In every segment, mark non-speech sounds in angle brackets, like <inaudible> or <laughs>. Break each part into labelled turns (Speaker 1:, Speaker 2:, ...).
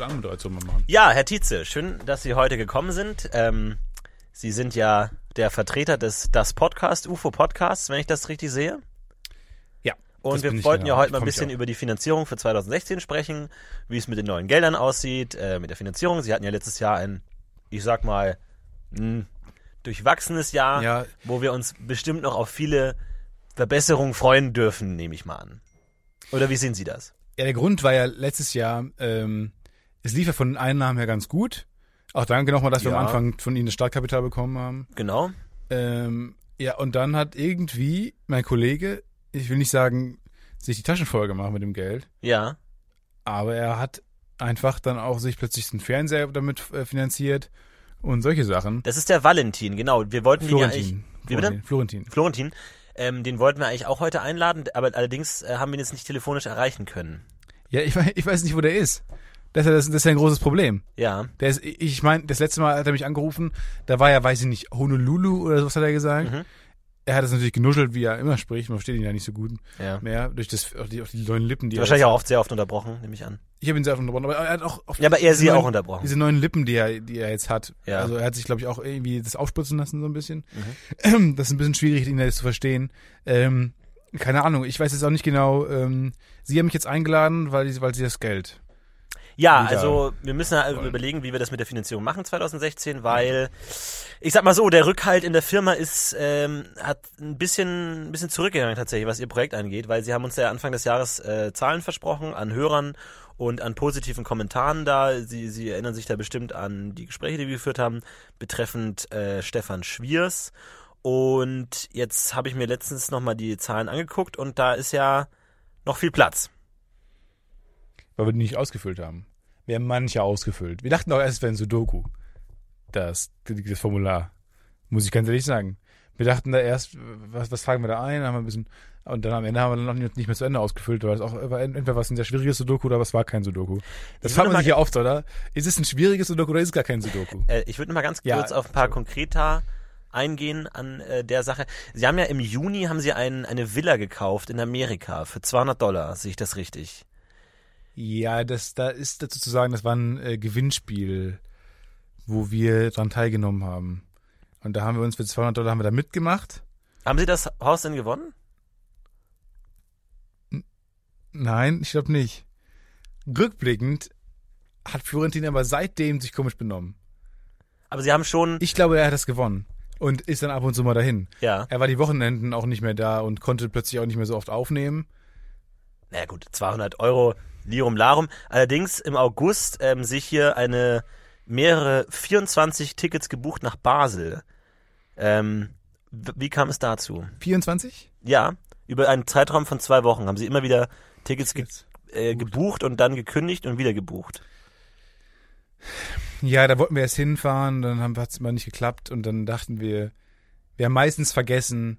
Speaker 1: Anmoderation mal machen.
Speaker 2: Ja, Herr Tietze, schön, dass Sie heute gekommen sind. Ähm, Sie sind ja der Vertreter des Das Podcast, UFO Podcasts, wenn ich das richtig sehe.
Speaker 1: Ja. das
Speaker 2: Und
Speaker 1: bin
Speaker 2: wir
Speaker 1: ich,
Speaker 2: wollten ja
Speaker 1: genau.
Speaker 2: heute mal
Speaker 1: Komm
Speaker 2: ein
Speaker 1: ich
Speaker 2: bisschen
Speaker 1: auch.
Speaker 2: über die Finanzierung für 2016 sprechen, wie es mit den neuen Geldern aussieht, äh, mit der Finanzierung. Sie hatten ja letztes Jahr ein, ich sag mal, mh, durchwachsenes Jahr,
Speaker 1: Ja.
Speaker 2: wo wir uns bestimmt noch auf viele Verbesserungen freuen dürfen, nehme ich mal an. Oder wie sehen Sie das?
Speaker 1: Ja, der Grund war ja letztes Jahr, ähm, es lief ja von den Einnahmen her ganz gut. Auch danke nochmal, dass wir
Speaker 2: Ja.
Speaker 1: am Anfang von Ihnen das Startkapital bekommen haben.
Speaker 2: Genau.
Speaker 1: Ähm, ja, und dann hat irgendwie mein Kollege, ich will nicht sagen, sich die Taschen voll gemacht mit dem Geld,
Speaker 2: Ja.
Speaker 1: aber er hat einfach dann auch sich plötzlich einen Fernseher damit äh, finanziert und solche Sachen.
Speaker 2: Das ist der Valentin, genau. Wir wollten ihn ja eigentlich.
Speaker 1: Florentin.
Speaker 2: Wie bitte?
Speaker 1: Florentin. Florentin.
Speaker 2: Florentin. Ähm, den wollten wir eigentlich auch heute einladen, aber allerdings äh, haben wir ihn jetzt nicht telefonisch erreichen können.
Speaker 1: Ja, ich, wei- ich weiß nicht, wo der ist. Das ist, ja- das ist ja ein großes Problem.
Speaker 2: Ja.
Speaker 1: Der ist, ich meine, das letzte Mal hat er mich angerufen, da war ja, weiß ich nicht, Honolulu oder sowas hat er gesagt.
Speaker 2: Mhm.
Speaker 1: Er hat es natürlich genuschelt, wie er immer spricht, man versteht ihn ja nicht so gut
Speaker 2: ja.
Speaker 1: mehr, durch das, auch die, auch die neuen Lippen, die
Speaker 2: Wahrscheinlich
Speaker 1: er
Speaker 2: auch oft sehr oft unterbrochen, nehme ich an.
Speaker 1: Ich habe ihn sehr oft unterbrochen, aber er hat auch oft
Speaker 2: Ja, aber er
Speaker 1: diese
Speaker 2: sie auch
Speaker 1: neuen-
Speaker 2: unterbrochen.
Speaker 1: Diese neuen Lippen, die er, die er jetzt hat.
Speaker 2: Ja.
Speaker 1: Also er hat sich, glaube ich, auch irgendwie das aufspritzen lassen, so ein bisschen.
Speaker 2: Mhm.
Speaker 1: <clears throat> Das ist ein bisschen schwierig, ihn das zu verstehen. Ähm, keine Ahnung, ich weiß jetzt auch nicht genau. Ähm, sie haben mich jetzt eingeladen, weil, weil sie das Geld.
Speaker 2: Ja,
Speaker 1: Wieder
Speaker 2: also wir müssen halt
Speaker 1: wollen.
Speaker 2: überlegen, wie wir das mit der Finanzierung machen 2016, weil ich sag mal so, der Rückhalt in der Firma ist ähm, hat ein bisschen ein bisschen zurückgegangen tatsächlich, was ihr Projekt angeht, weil sie haben uns ja Anfang des Jahres äh, Zahlen versprochen an Hörern und an positiven Kommentaren da. Sie sie erinnern sich da bestimmt an die Gespräche, die wir geführt haben betreffend äh, Stefan Schwiers und jetzt habe ich mir letztens noch mal die Zahlen angeguckt und da ist ja noch viel Platz.
Speaker 1: Weil wir die nicht ausgefüllt haben. Wir haben manche ausgefüllt. Wir dachten auch erst, es wäre ein Sudoku. Das, das Formular. Muss ich ganz ehrlich sagen. Wir dachten da erst, was, was fragen wir da ein? Haben wir ein bisschen, und dann am Ende haben wir dann noch nicht, nicht mehr zu Ende ausgefüllt, weil es auch war ent- entweder war es ein sehr schwieriges Sudoku oder was war kein Sudoku. Das
Speaker 2: Ich
Speaker 1: fragt
Speaker 2: würde
Speaker 1: man sich ja
Speaker 2: mal-
Speaker 1: oft, oder? Ist es ein schwieriges Sudoku oder ist es gar kein Sudoku?
Speaker 2: Äh, ich würde mal ganz
Speaker 1: Ja,
Speaker 2: kurz auf ein paar
Speaker 1: so.
Speaker 2: konkreter eingehen an äh, der Sache. Sie haben ja im Juni haben Sie ein, eine Villa gekauft in Amerika für 200 Dollar, sehe ich das richtig?
Speaker 1: Ja, das da ist dazu zu sagen, das war ein äh, Gewinnspiel, wo wir dran teilgenommen haben. Und da haben wir uns für 200 Dollar haben wir da mitgemacht.
Speaker 2: Haben Sie das Haus denn gewonnen?
Speaker 1: Nein, ich glaube nicht. Rückblickend hat Florentin aber seitdem sich komisch benommen.
Speaker 2: Aber Sie haben schon,
Speaker 1: Ich glaube, er hat das gewonnen und ist dann ab und zu mal dahin.
Speaker 2: ja,
Speaker 1: Er war die Wochenenden auch nicht mehr da und konnte plötzlich auch nicht mehr so oft aufnehmen.
Speaker 2: na gut, 200 Euro, Lirum Larum. Allerdings im August ähm, sich hier eine mehrere 24 Tickets gebucht nach Basel. Ähm, w- wie kam es dazu?
Speaker 1: 24?
Speaker 2: Ja, über einen Zeitraum von zwei Wochen haben Sie immer wieder Tickets ge
Speaker 1: Jetzt.
Speaker 2: äh, gebucht und dann gekündigt und wieder gebucht.
Speaker 1: Ja, da wollten wir erst hinfahren, dann hat es immer nicht geklappt und dann dachten wir, wir haben meistens vergessen,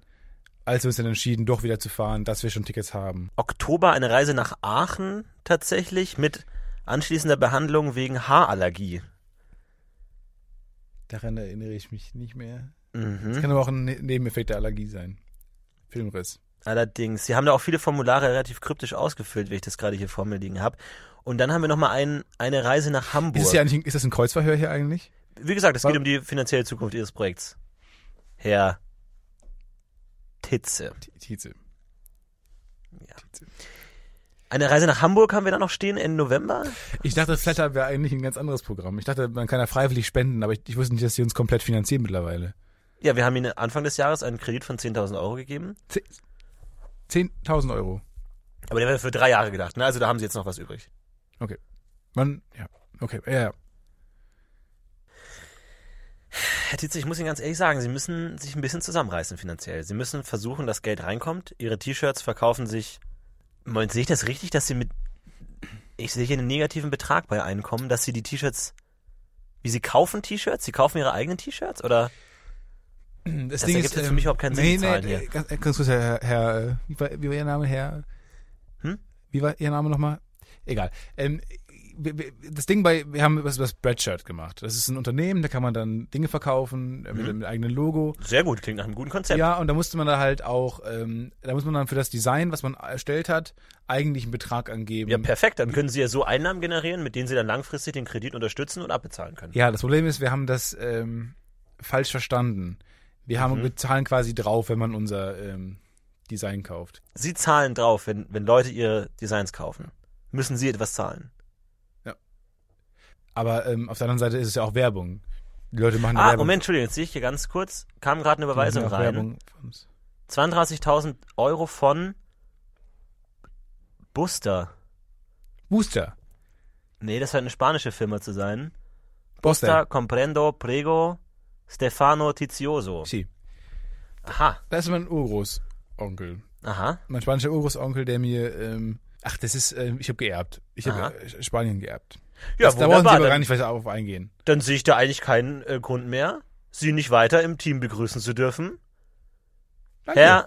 Speaker 1: als wir uns dann entschieden, doch wieder zu fahren, dass wir schon Tickets haben.
Speaker 2: Oktober eine Reise nach Aachen tatsächlich mit anschließender Behandlung wegen Haarallergie.
Speaker 1: Daran erinnere ich mich nicht mehr.
Speaker 2: Mhm.
Speaker 1: Kann aber auch ein Ne- Nebeneffekt der Allergie sein. Filmriss.
Speaker 2: Allerdings, sie haben da auch viele Formulare relativ kryptisch ausgefüllt, wie ich das gerade hier vor mir liegen habe. Und dann haben wir nochmal ein, eine Reise nach
Speaker 1: Ist,
Speaker 2: Hamburg.
Speaker 1: das hier eigentlich, ist das ein Kreuzverhör hier eigentlich?
Speaker 2: wie gesagt, es
Speaker 1: Wa-
Speaker 2: geht um die finanzielle Zukunft Ihres Projekts. Herr Titze.
Speaker 1: Tietze.
Speaker 2: Eine Reise nach Hamburg haben wir da noch stehen Ende November?
Speaker 1: Ich dachte, Flatter wäre eigentlich ein ganz anderes Programm. Ich dachte, man kann ja freiwillig spenden, aber ich, ich wusste nicht, dass sie uns komplett finanzieren mittlerweile.
Speaker 2: Ja, wir haben Ihnen Anfang des Jahres einen Kredit von 10.000 Euro gegeben.
Speaker 1: Ze- 10.000 Euro.
Speaker 2: Aber der wäre für drei Jahre gedacht, ne? Also da haben Sie jetzt noch was übrig.
Speaker 1: Man, ja, okay, ja, ja.
Speaker 2: Herr Tietze, ich muss Ihnen ganz ehrlich sagen, Sie müssen sich ein bisschen zusammenreißen finanziell. Sie müssen versuchen, dass Geld reinkommt. Ihre T-Shirts verkaufen sich. Moment, sehe ich das richtig, dass Sie mit. Ich sehe hier einen negativen Betrag bei Einkommen, dass Sie die T-Shirts. Wie Sie kaufen T-Shirts? Sie kaufen Ihre eigenen T-Shirts? Oder?
Speaker 1: Hm, Das, ähm,
Speaker 2: Das ergibt jetzt für mich überhaupt keinen Sinn, die
Speaker 1: nee,
Speaker 2: Zahlen
Speaker 1: nee,
Speaker 2: hier.
Speaker 1: Ganz, äh, ganz kurz, Herr, Herr äh, wie, war, wie war Ihr Name, Herr?
Speaker 2: Hm?
Speaker 1: Wie war Ihr Name nochmal? Egal. Ähm, wir- wir- das Ding bei, wir haben was über das Spreadshirt gemacht. Das ist ein Unternehmen, da kann man dann Dinge verkaufen
Speaker 2: Mhm.
Speaker 1: äh, mit einem eigenen Logo.
Speaker 2: Sehr gut, klingt nach einem guten Konzept.
Speaker 1: Ja, und da musste man da halt auch, ähm, da muss man dann für das Design, was man erstellt hat, eigentlich einen Betrag angeben.
Speaker 2: Ja, perfekt. Dann können Sie ja so Einnahmen generieren, mit denen Sie dann langfristig den Kredit unterstützen und abbezahlen können.
Speaker 1: Ja, das Problem ist, wir haben das ähm, falsch verstanden. Wir haben
Speaker 2: Mhm.
Speaker 1: wir zahlen quasi drauf, wenn man unser ähm, Design kauft.
Speaker 2: Sie zahlen drauf, wenn, wenn Leute ihre Designs kaufen. Müssen Sie etwas zahlen.
Speaker 1: Aber ähm, auf der anderen Seite ist es ja auch Werbung. Die Leute machen ja
Speaker 2: Ah,
Speaker 1: Werbung.
Speaker 2: Moment, Entschuldigung, jetzt sehe ich hier ganz kurz, kam gerade eine
Speaker 1: Die machen
Speaker 2: Überweisung
Speaker 1: ja auch
Speaker 2: rein.
Speaker 1: Werbung von uns.
Speaker 2: 32.000 Euro von Buster.
Speaker 1: Booster.
Speaker 2: Nee, das scheint eine spanische Firma zu sein.
Speaker 1: Booster.
Speaker 2: Buster, Comprendo, Prego, Stefano Tizioso.
Speaker 1: Sí.
Speaker 2: Aha,
Speaker 1: Das ist mein Urgroßonkel.
Speaker 2: aha.
Speaker 1: Mein spanischer Urgroßonkel, der mir, ähm, ach, das ist, ähm, ich habe geerbt. Ich
Speaker 2: Aha.
Speaker 1: habe äh, Spanien geerbt.
Speaker 2: Ja,
Speaker 1: das, da
Speaker 2: wunderbar.
Speaker 1: brauchen Sie aber
Speaker 2: dann,
Speaker 1: gar nicht weiter auf eingehen.
Speaker 2: dann sehe ich da eigentlich keinen äh, Grund mehr, Sie nicht weiter im Team begrüßen zu dürfen.
Speaker 1: Danke.
Speaker 2: Herr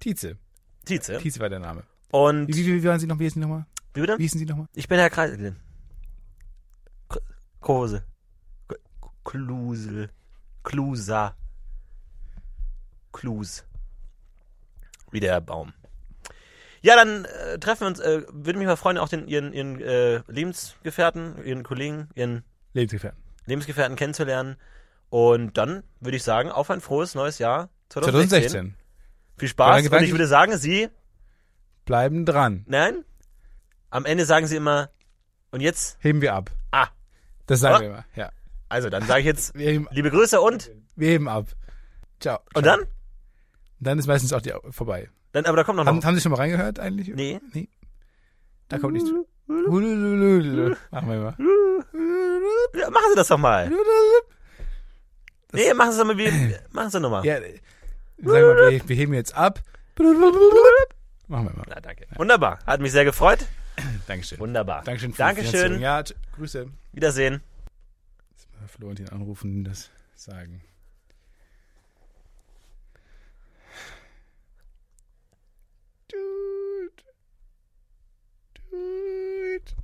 Speaker 1: Tietze.
Speaker 2: Tietze.
Speaker 1: Tietze war der Name.
Speaker 2: Und
Speaker 1: Wie, wie, wie waren Sie noch? Wie hießen Sie nochmal?
Speaker 2: wie bitte?
Speaker 1: Wie hießen Sie nochmal?
Speaker 2: Ich bin Herr Kreisel. K- Kose. K- Klusel. Klusa. Klus. Wie der Baum. Ja, dann äh, treffen wir uns. Äh, würde mich mal freuen, auch den, Ihren, ihren äh, Lebensgefährten, Ihren Kollegen, Ihren
Speaker 1: Lebensgefährten.
Speaker 2: Lebensgefährten kennenzulernen. Und dann würde ich sagen, auf ein frohes neues Jahr 2016.
Speaker 1: 2016.
Speaker 2: Viel
Speaker 1: Ja,
Speaker 2: Spaß.
Speaker 1: danke,
Speaker 2: Und ich
Speaker 1: danke.
Speaker 2: würde sagen, Sie
Speaker 1: Bleiben dran.
Speaker 2: Nein? Am Ende sagen sie immer, und jetzt?
Speaker 1: heben wir ab.
Speaker 2: Ah,
Speaker 1: Das sagen
Speaker 2: Ah.
Speaker 1: wir immer. Ja.
Speaker 2: also dann sage ich jetzt,
Speaker 1: Wir heben,
Speaker 2: liebe Grüße und,
Speaker 1: wir heben ab. Ciao.
Speaker 2: und
Speaker 1: Ciao.
Speaker 2: dann?
Speaker 1: Dann ist meistens auch die Au- vorbei.
Speaker 2: Dann, aber da kommt noch
Speaker 1: Haben,
Speaker 2: noch.
Speaker 1: haben Sie schon mal reingehört eigentlich?
Speaker 2: Oh. Nee.
Speaker 1: Nee. Da kommt nichts. Machen wir mal.
Speaker 2: Ja, machen Sie das doch mal.
Speaker 1: Hm?
Speaker 2: Nee, machen Sie doch mal, wie,
Speaker 1: <clears throat>
Speaker 2: machen Sie nochmal.
Speaker 1: Ja, äh, sagen wir, mal, wir, wir heben jetzt ab. Machen wir mal.
Speaker 2: Na, danke. Wunderbar. Hat mich sehr gefreut.
Speaker 1: Dankeschön.
Speaker 2: Wunderbar.
Speaker 1: Dankeschön. Für die Finanzierung.
Speaker 2: Dankeschön.
Speaker 1: Ja, tsch- Grüße.
Speaker 2: Wiedersehen.
Speaker 1: Jetzt mal Florentin anrufen und das sagen. Tut. Tut.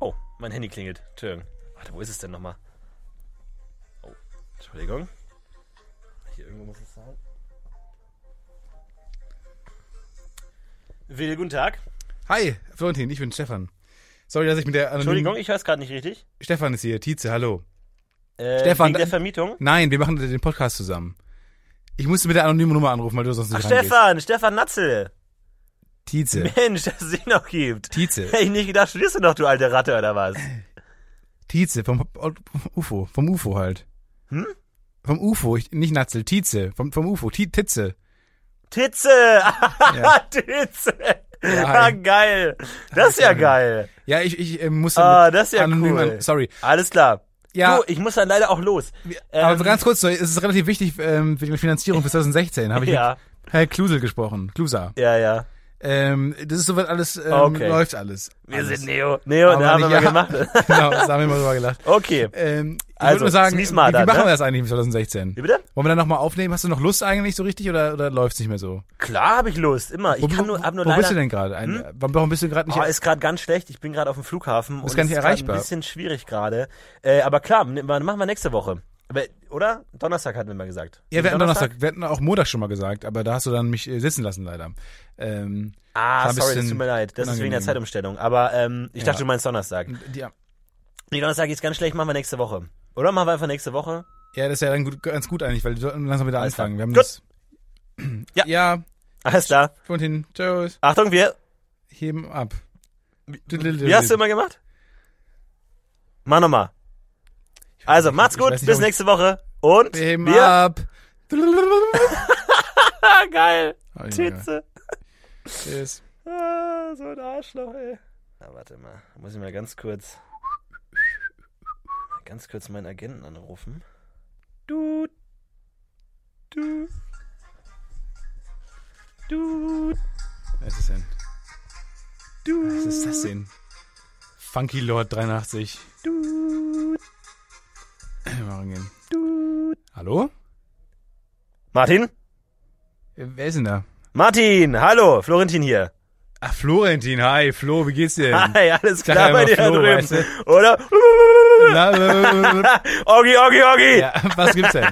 Speaker 2: Oh, mein Handy klingelt. Entschuldigung. Warte, wo ist es denn nochmal? Oh, Entschuldigung. Hier irgendwo muss es sein. Will, guten Tag.
Speaker 1: Hi, Florentin, ich bin Stefan. Sorry, dass ich mit der anonymen...
Speaker 2: Entschuldigung, ich höre es gerade nicht richtig.
Speaker 1: Stefan ist hier, Tietze, hallo.
Speaker 2: Äh,
Speaker 1: Stefan,
Speaker 2: wegen der
Speaker 1: dann-
Speaker 2: Vermietung.
Speaker 1: Nein, wir machen den Podcast zusammen. Ich musste mit der anonymen Nummer anrufen, weil du sonst
Speaker 2: Ach,
Speaker 1: nicht rangehst.
Speaker 2: Stefan, Stefan Natzel. <laughs>
Speaker 1: Tietze,
Speaker 2: Mensch, dass es ihn noch gibt.
Speaker 1: Tietze,
Speaker 2: Hätte ich nicht gedacht, studierst du noch, du alte Ratte, oder
Speaker 1: <laughs>
Speaker 2: was?
Speaker 1: Tietze, vom vom UFO, vom UFO halt.
Speaker 2: Hm?
Speaker 1: Vom UFO, ich, nicht Natzel, Tietze, vom, vom UFO, Ti- Titze.
Speaker 2: Titze!
Speaker 1: Ja.
Speaker 2: <laughs> Titze!
Speaker 1: Ja.
Speaker 2: ah, geil. Das ist ja geil.
Speaker 1: Ja, ich, ich ähm, musste
Speaker 2: Ah,
Speaker 1: mit
Speaker 2: das ist ja
Speaker 1: anonym
Speaker 2: cool.
Speaker 1: an- Sorry.
Speaker 2: Alles klar.
Speaker 1: Ja.
Speaker 2: Du, ich muss dann leider auch los. Ähm,
Speaker 1: Aber ganz kurz, so, es ist relativ wichtig ähm, für die Finanzierung für 2016. Habe ich
Speaker 2: Ja.
Speaker 1: mit Herr Klusel gesprochen. Klusa.
Speaker 2: Ja, ja.
Speaker 1: Ähm, das ist soweit alles, ähm,
Speaker 2: Okay.
Speaker 1: läuft alles.
Speaker 2: Wir
Speaker 1: alles.
Speaker 2: sind Neo. Neo,
Speaker 1: Aber
Speaker 2: da haben wir
Speaker 1: nicht- <laughs>
Speaker 2: mal
Speaker 1: ja.
Speaker 2: gemacht.
Speaker 1: genau, das haben wir mal drüber gelacht.
Speaker 2: Okay.
Speaker 1: Ähm, ich
Speaker 2: Also,
Speaker 1: wollte nur sagen, wie, wie
Speaker 2: Smith mal
Speaker 1: machen
Speaker 2: dann, ne?
Speaker 1: wir das eigentlich mit 2016?
Speaker 2: Wie bitte?
Speaker 1: Wollen wir dann nochmal aufnehmen? Hast du noch Lust eigentlich so richtig oder, oder läuft's nicht mehr so?
Speaker 2: Klar habe ich Lust, immer. Ich
Speaker 1: Wo,
Speaker 2: kann
Speaker 1: wo,
Speaker 2: nur, hab nur
Speaker 1: wo
Speaker 2: leider... Hm?
Speaker 1: bist du denn gerade? Ein- äh, Warum bist du gerade nicht?
Speaker 2: Oh, ist gerade ganz schlecht. Ich bin gerade auf dem Flughafen.
Speaker 1: Ist
Speaker 2: und
Speaker 1: gar
Speaker 2: es
Speaker 1: nicht
Speaker 2: grad
Speaker 1: erreichbar.
Speaker 2: Ein bisschen schwierig gerade. Äh, aber klar, ne- machen wir nächste Woche. Aber, oder? Donnerstag hatten wir mal gesagt.
Speaker 1: ja, wir hatten Donnerstag, wir hatten auch Montag schon mal gesagt, aber da hast du dann mich äh, sitzen lassen leider. Ähm,
Speaker 2: Ah,
Speaker 1: War ein
Speaker 2: sorry, das
Speaker 1: bisschen
Speaker 2: tut mir leid. Das ist wegen der
Speaker 1: unangenehm.
Speaker 2: Zeitumstellung. Aber ähm, ich dachte,
Speaker 1: Ja. Hm.
Speaker 2: du meinst Donnerstag.
Speaker 1: ja.
Speaker 2: Nee, Donnerstag ist ganz schlecht. Machen wir nächste Woche. Oder machen wir einfach nächste Woche?
Speaker 1: Ja, das ist ja dann gut, ganz gut eigentlich, weil wir sollten langsam wieder
Speaker 2: Alles
Speaker 1: anfangen. Wir
Speaker 2: klar.
Speaker 1: haben
Speaker 2: Gut.
Speaker 1: das.
Speaker 2: Ja.
Speaker 1: ja,
Speaker 2: Alles klar.
Speaker 1: Florentin, tschüss.
Speaker 2: Achtung, wir.
Speaker 1: Heben ab.
Speaker 2: Wie hast du immer gemacht? Mach nochmal. Also, macht's
Speaker 1: ich
Speaker 2: gut.
Speaker 1: weiß nicht,
Speaker 2: bis
Speaker 1: ob ich-
Speaker 2: nächste Woche. Und
Speaker 1: Wir heben
Speaker 2: wir. <laughs>
Speaker 1: ab. <laughs>
Speaker 2: Ah, geil.
Speaker 1: Ah, Junge.
Speaker 2: Titze.
Speaker 1: Tschüss.
Speaker 2: Ah, so ein Arschloch, ey. Na, warte mal. Muss ich mal ganz kurz. Ganz kurz meinen Agenten anrufen. Du. Du. Du.
Speaker 1: Was ist denn?
Speaker 2: Du.
Speaker 1: Was ist das denn? Funky Lord Äh, 83.
Speaker 2: Du.
Speaker 1: Mal rangehen.
Speaker 2: Du.
Speaker 1: Hallo?
Speaker 2: Martin?
Speaker 1: Äh, Wer ist denn da?
Speaker 2: Martin! Hallo, Florentin hier.
Speaker 1: Ach, Florentin, hi, Flo, wie geht's dir? denn?
Speaker 2: Hi, alles
Speaker 1: sag
Speaker 2: klar
Speaker 1: einfach
Speaker 2: bei dir da
Speaker 1: Flo,
Speaker 2: drüben.
Speaker 1: weißt du?
Speaker 2: Oder?
Speaker 1: Na, äh,
Speaker 2: Oggi, Oggi, Oggi.
Speaker 1: ja, was gibt's
Speaker 2: <laughs>
Speaker 1: denn?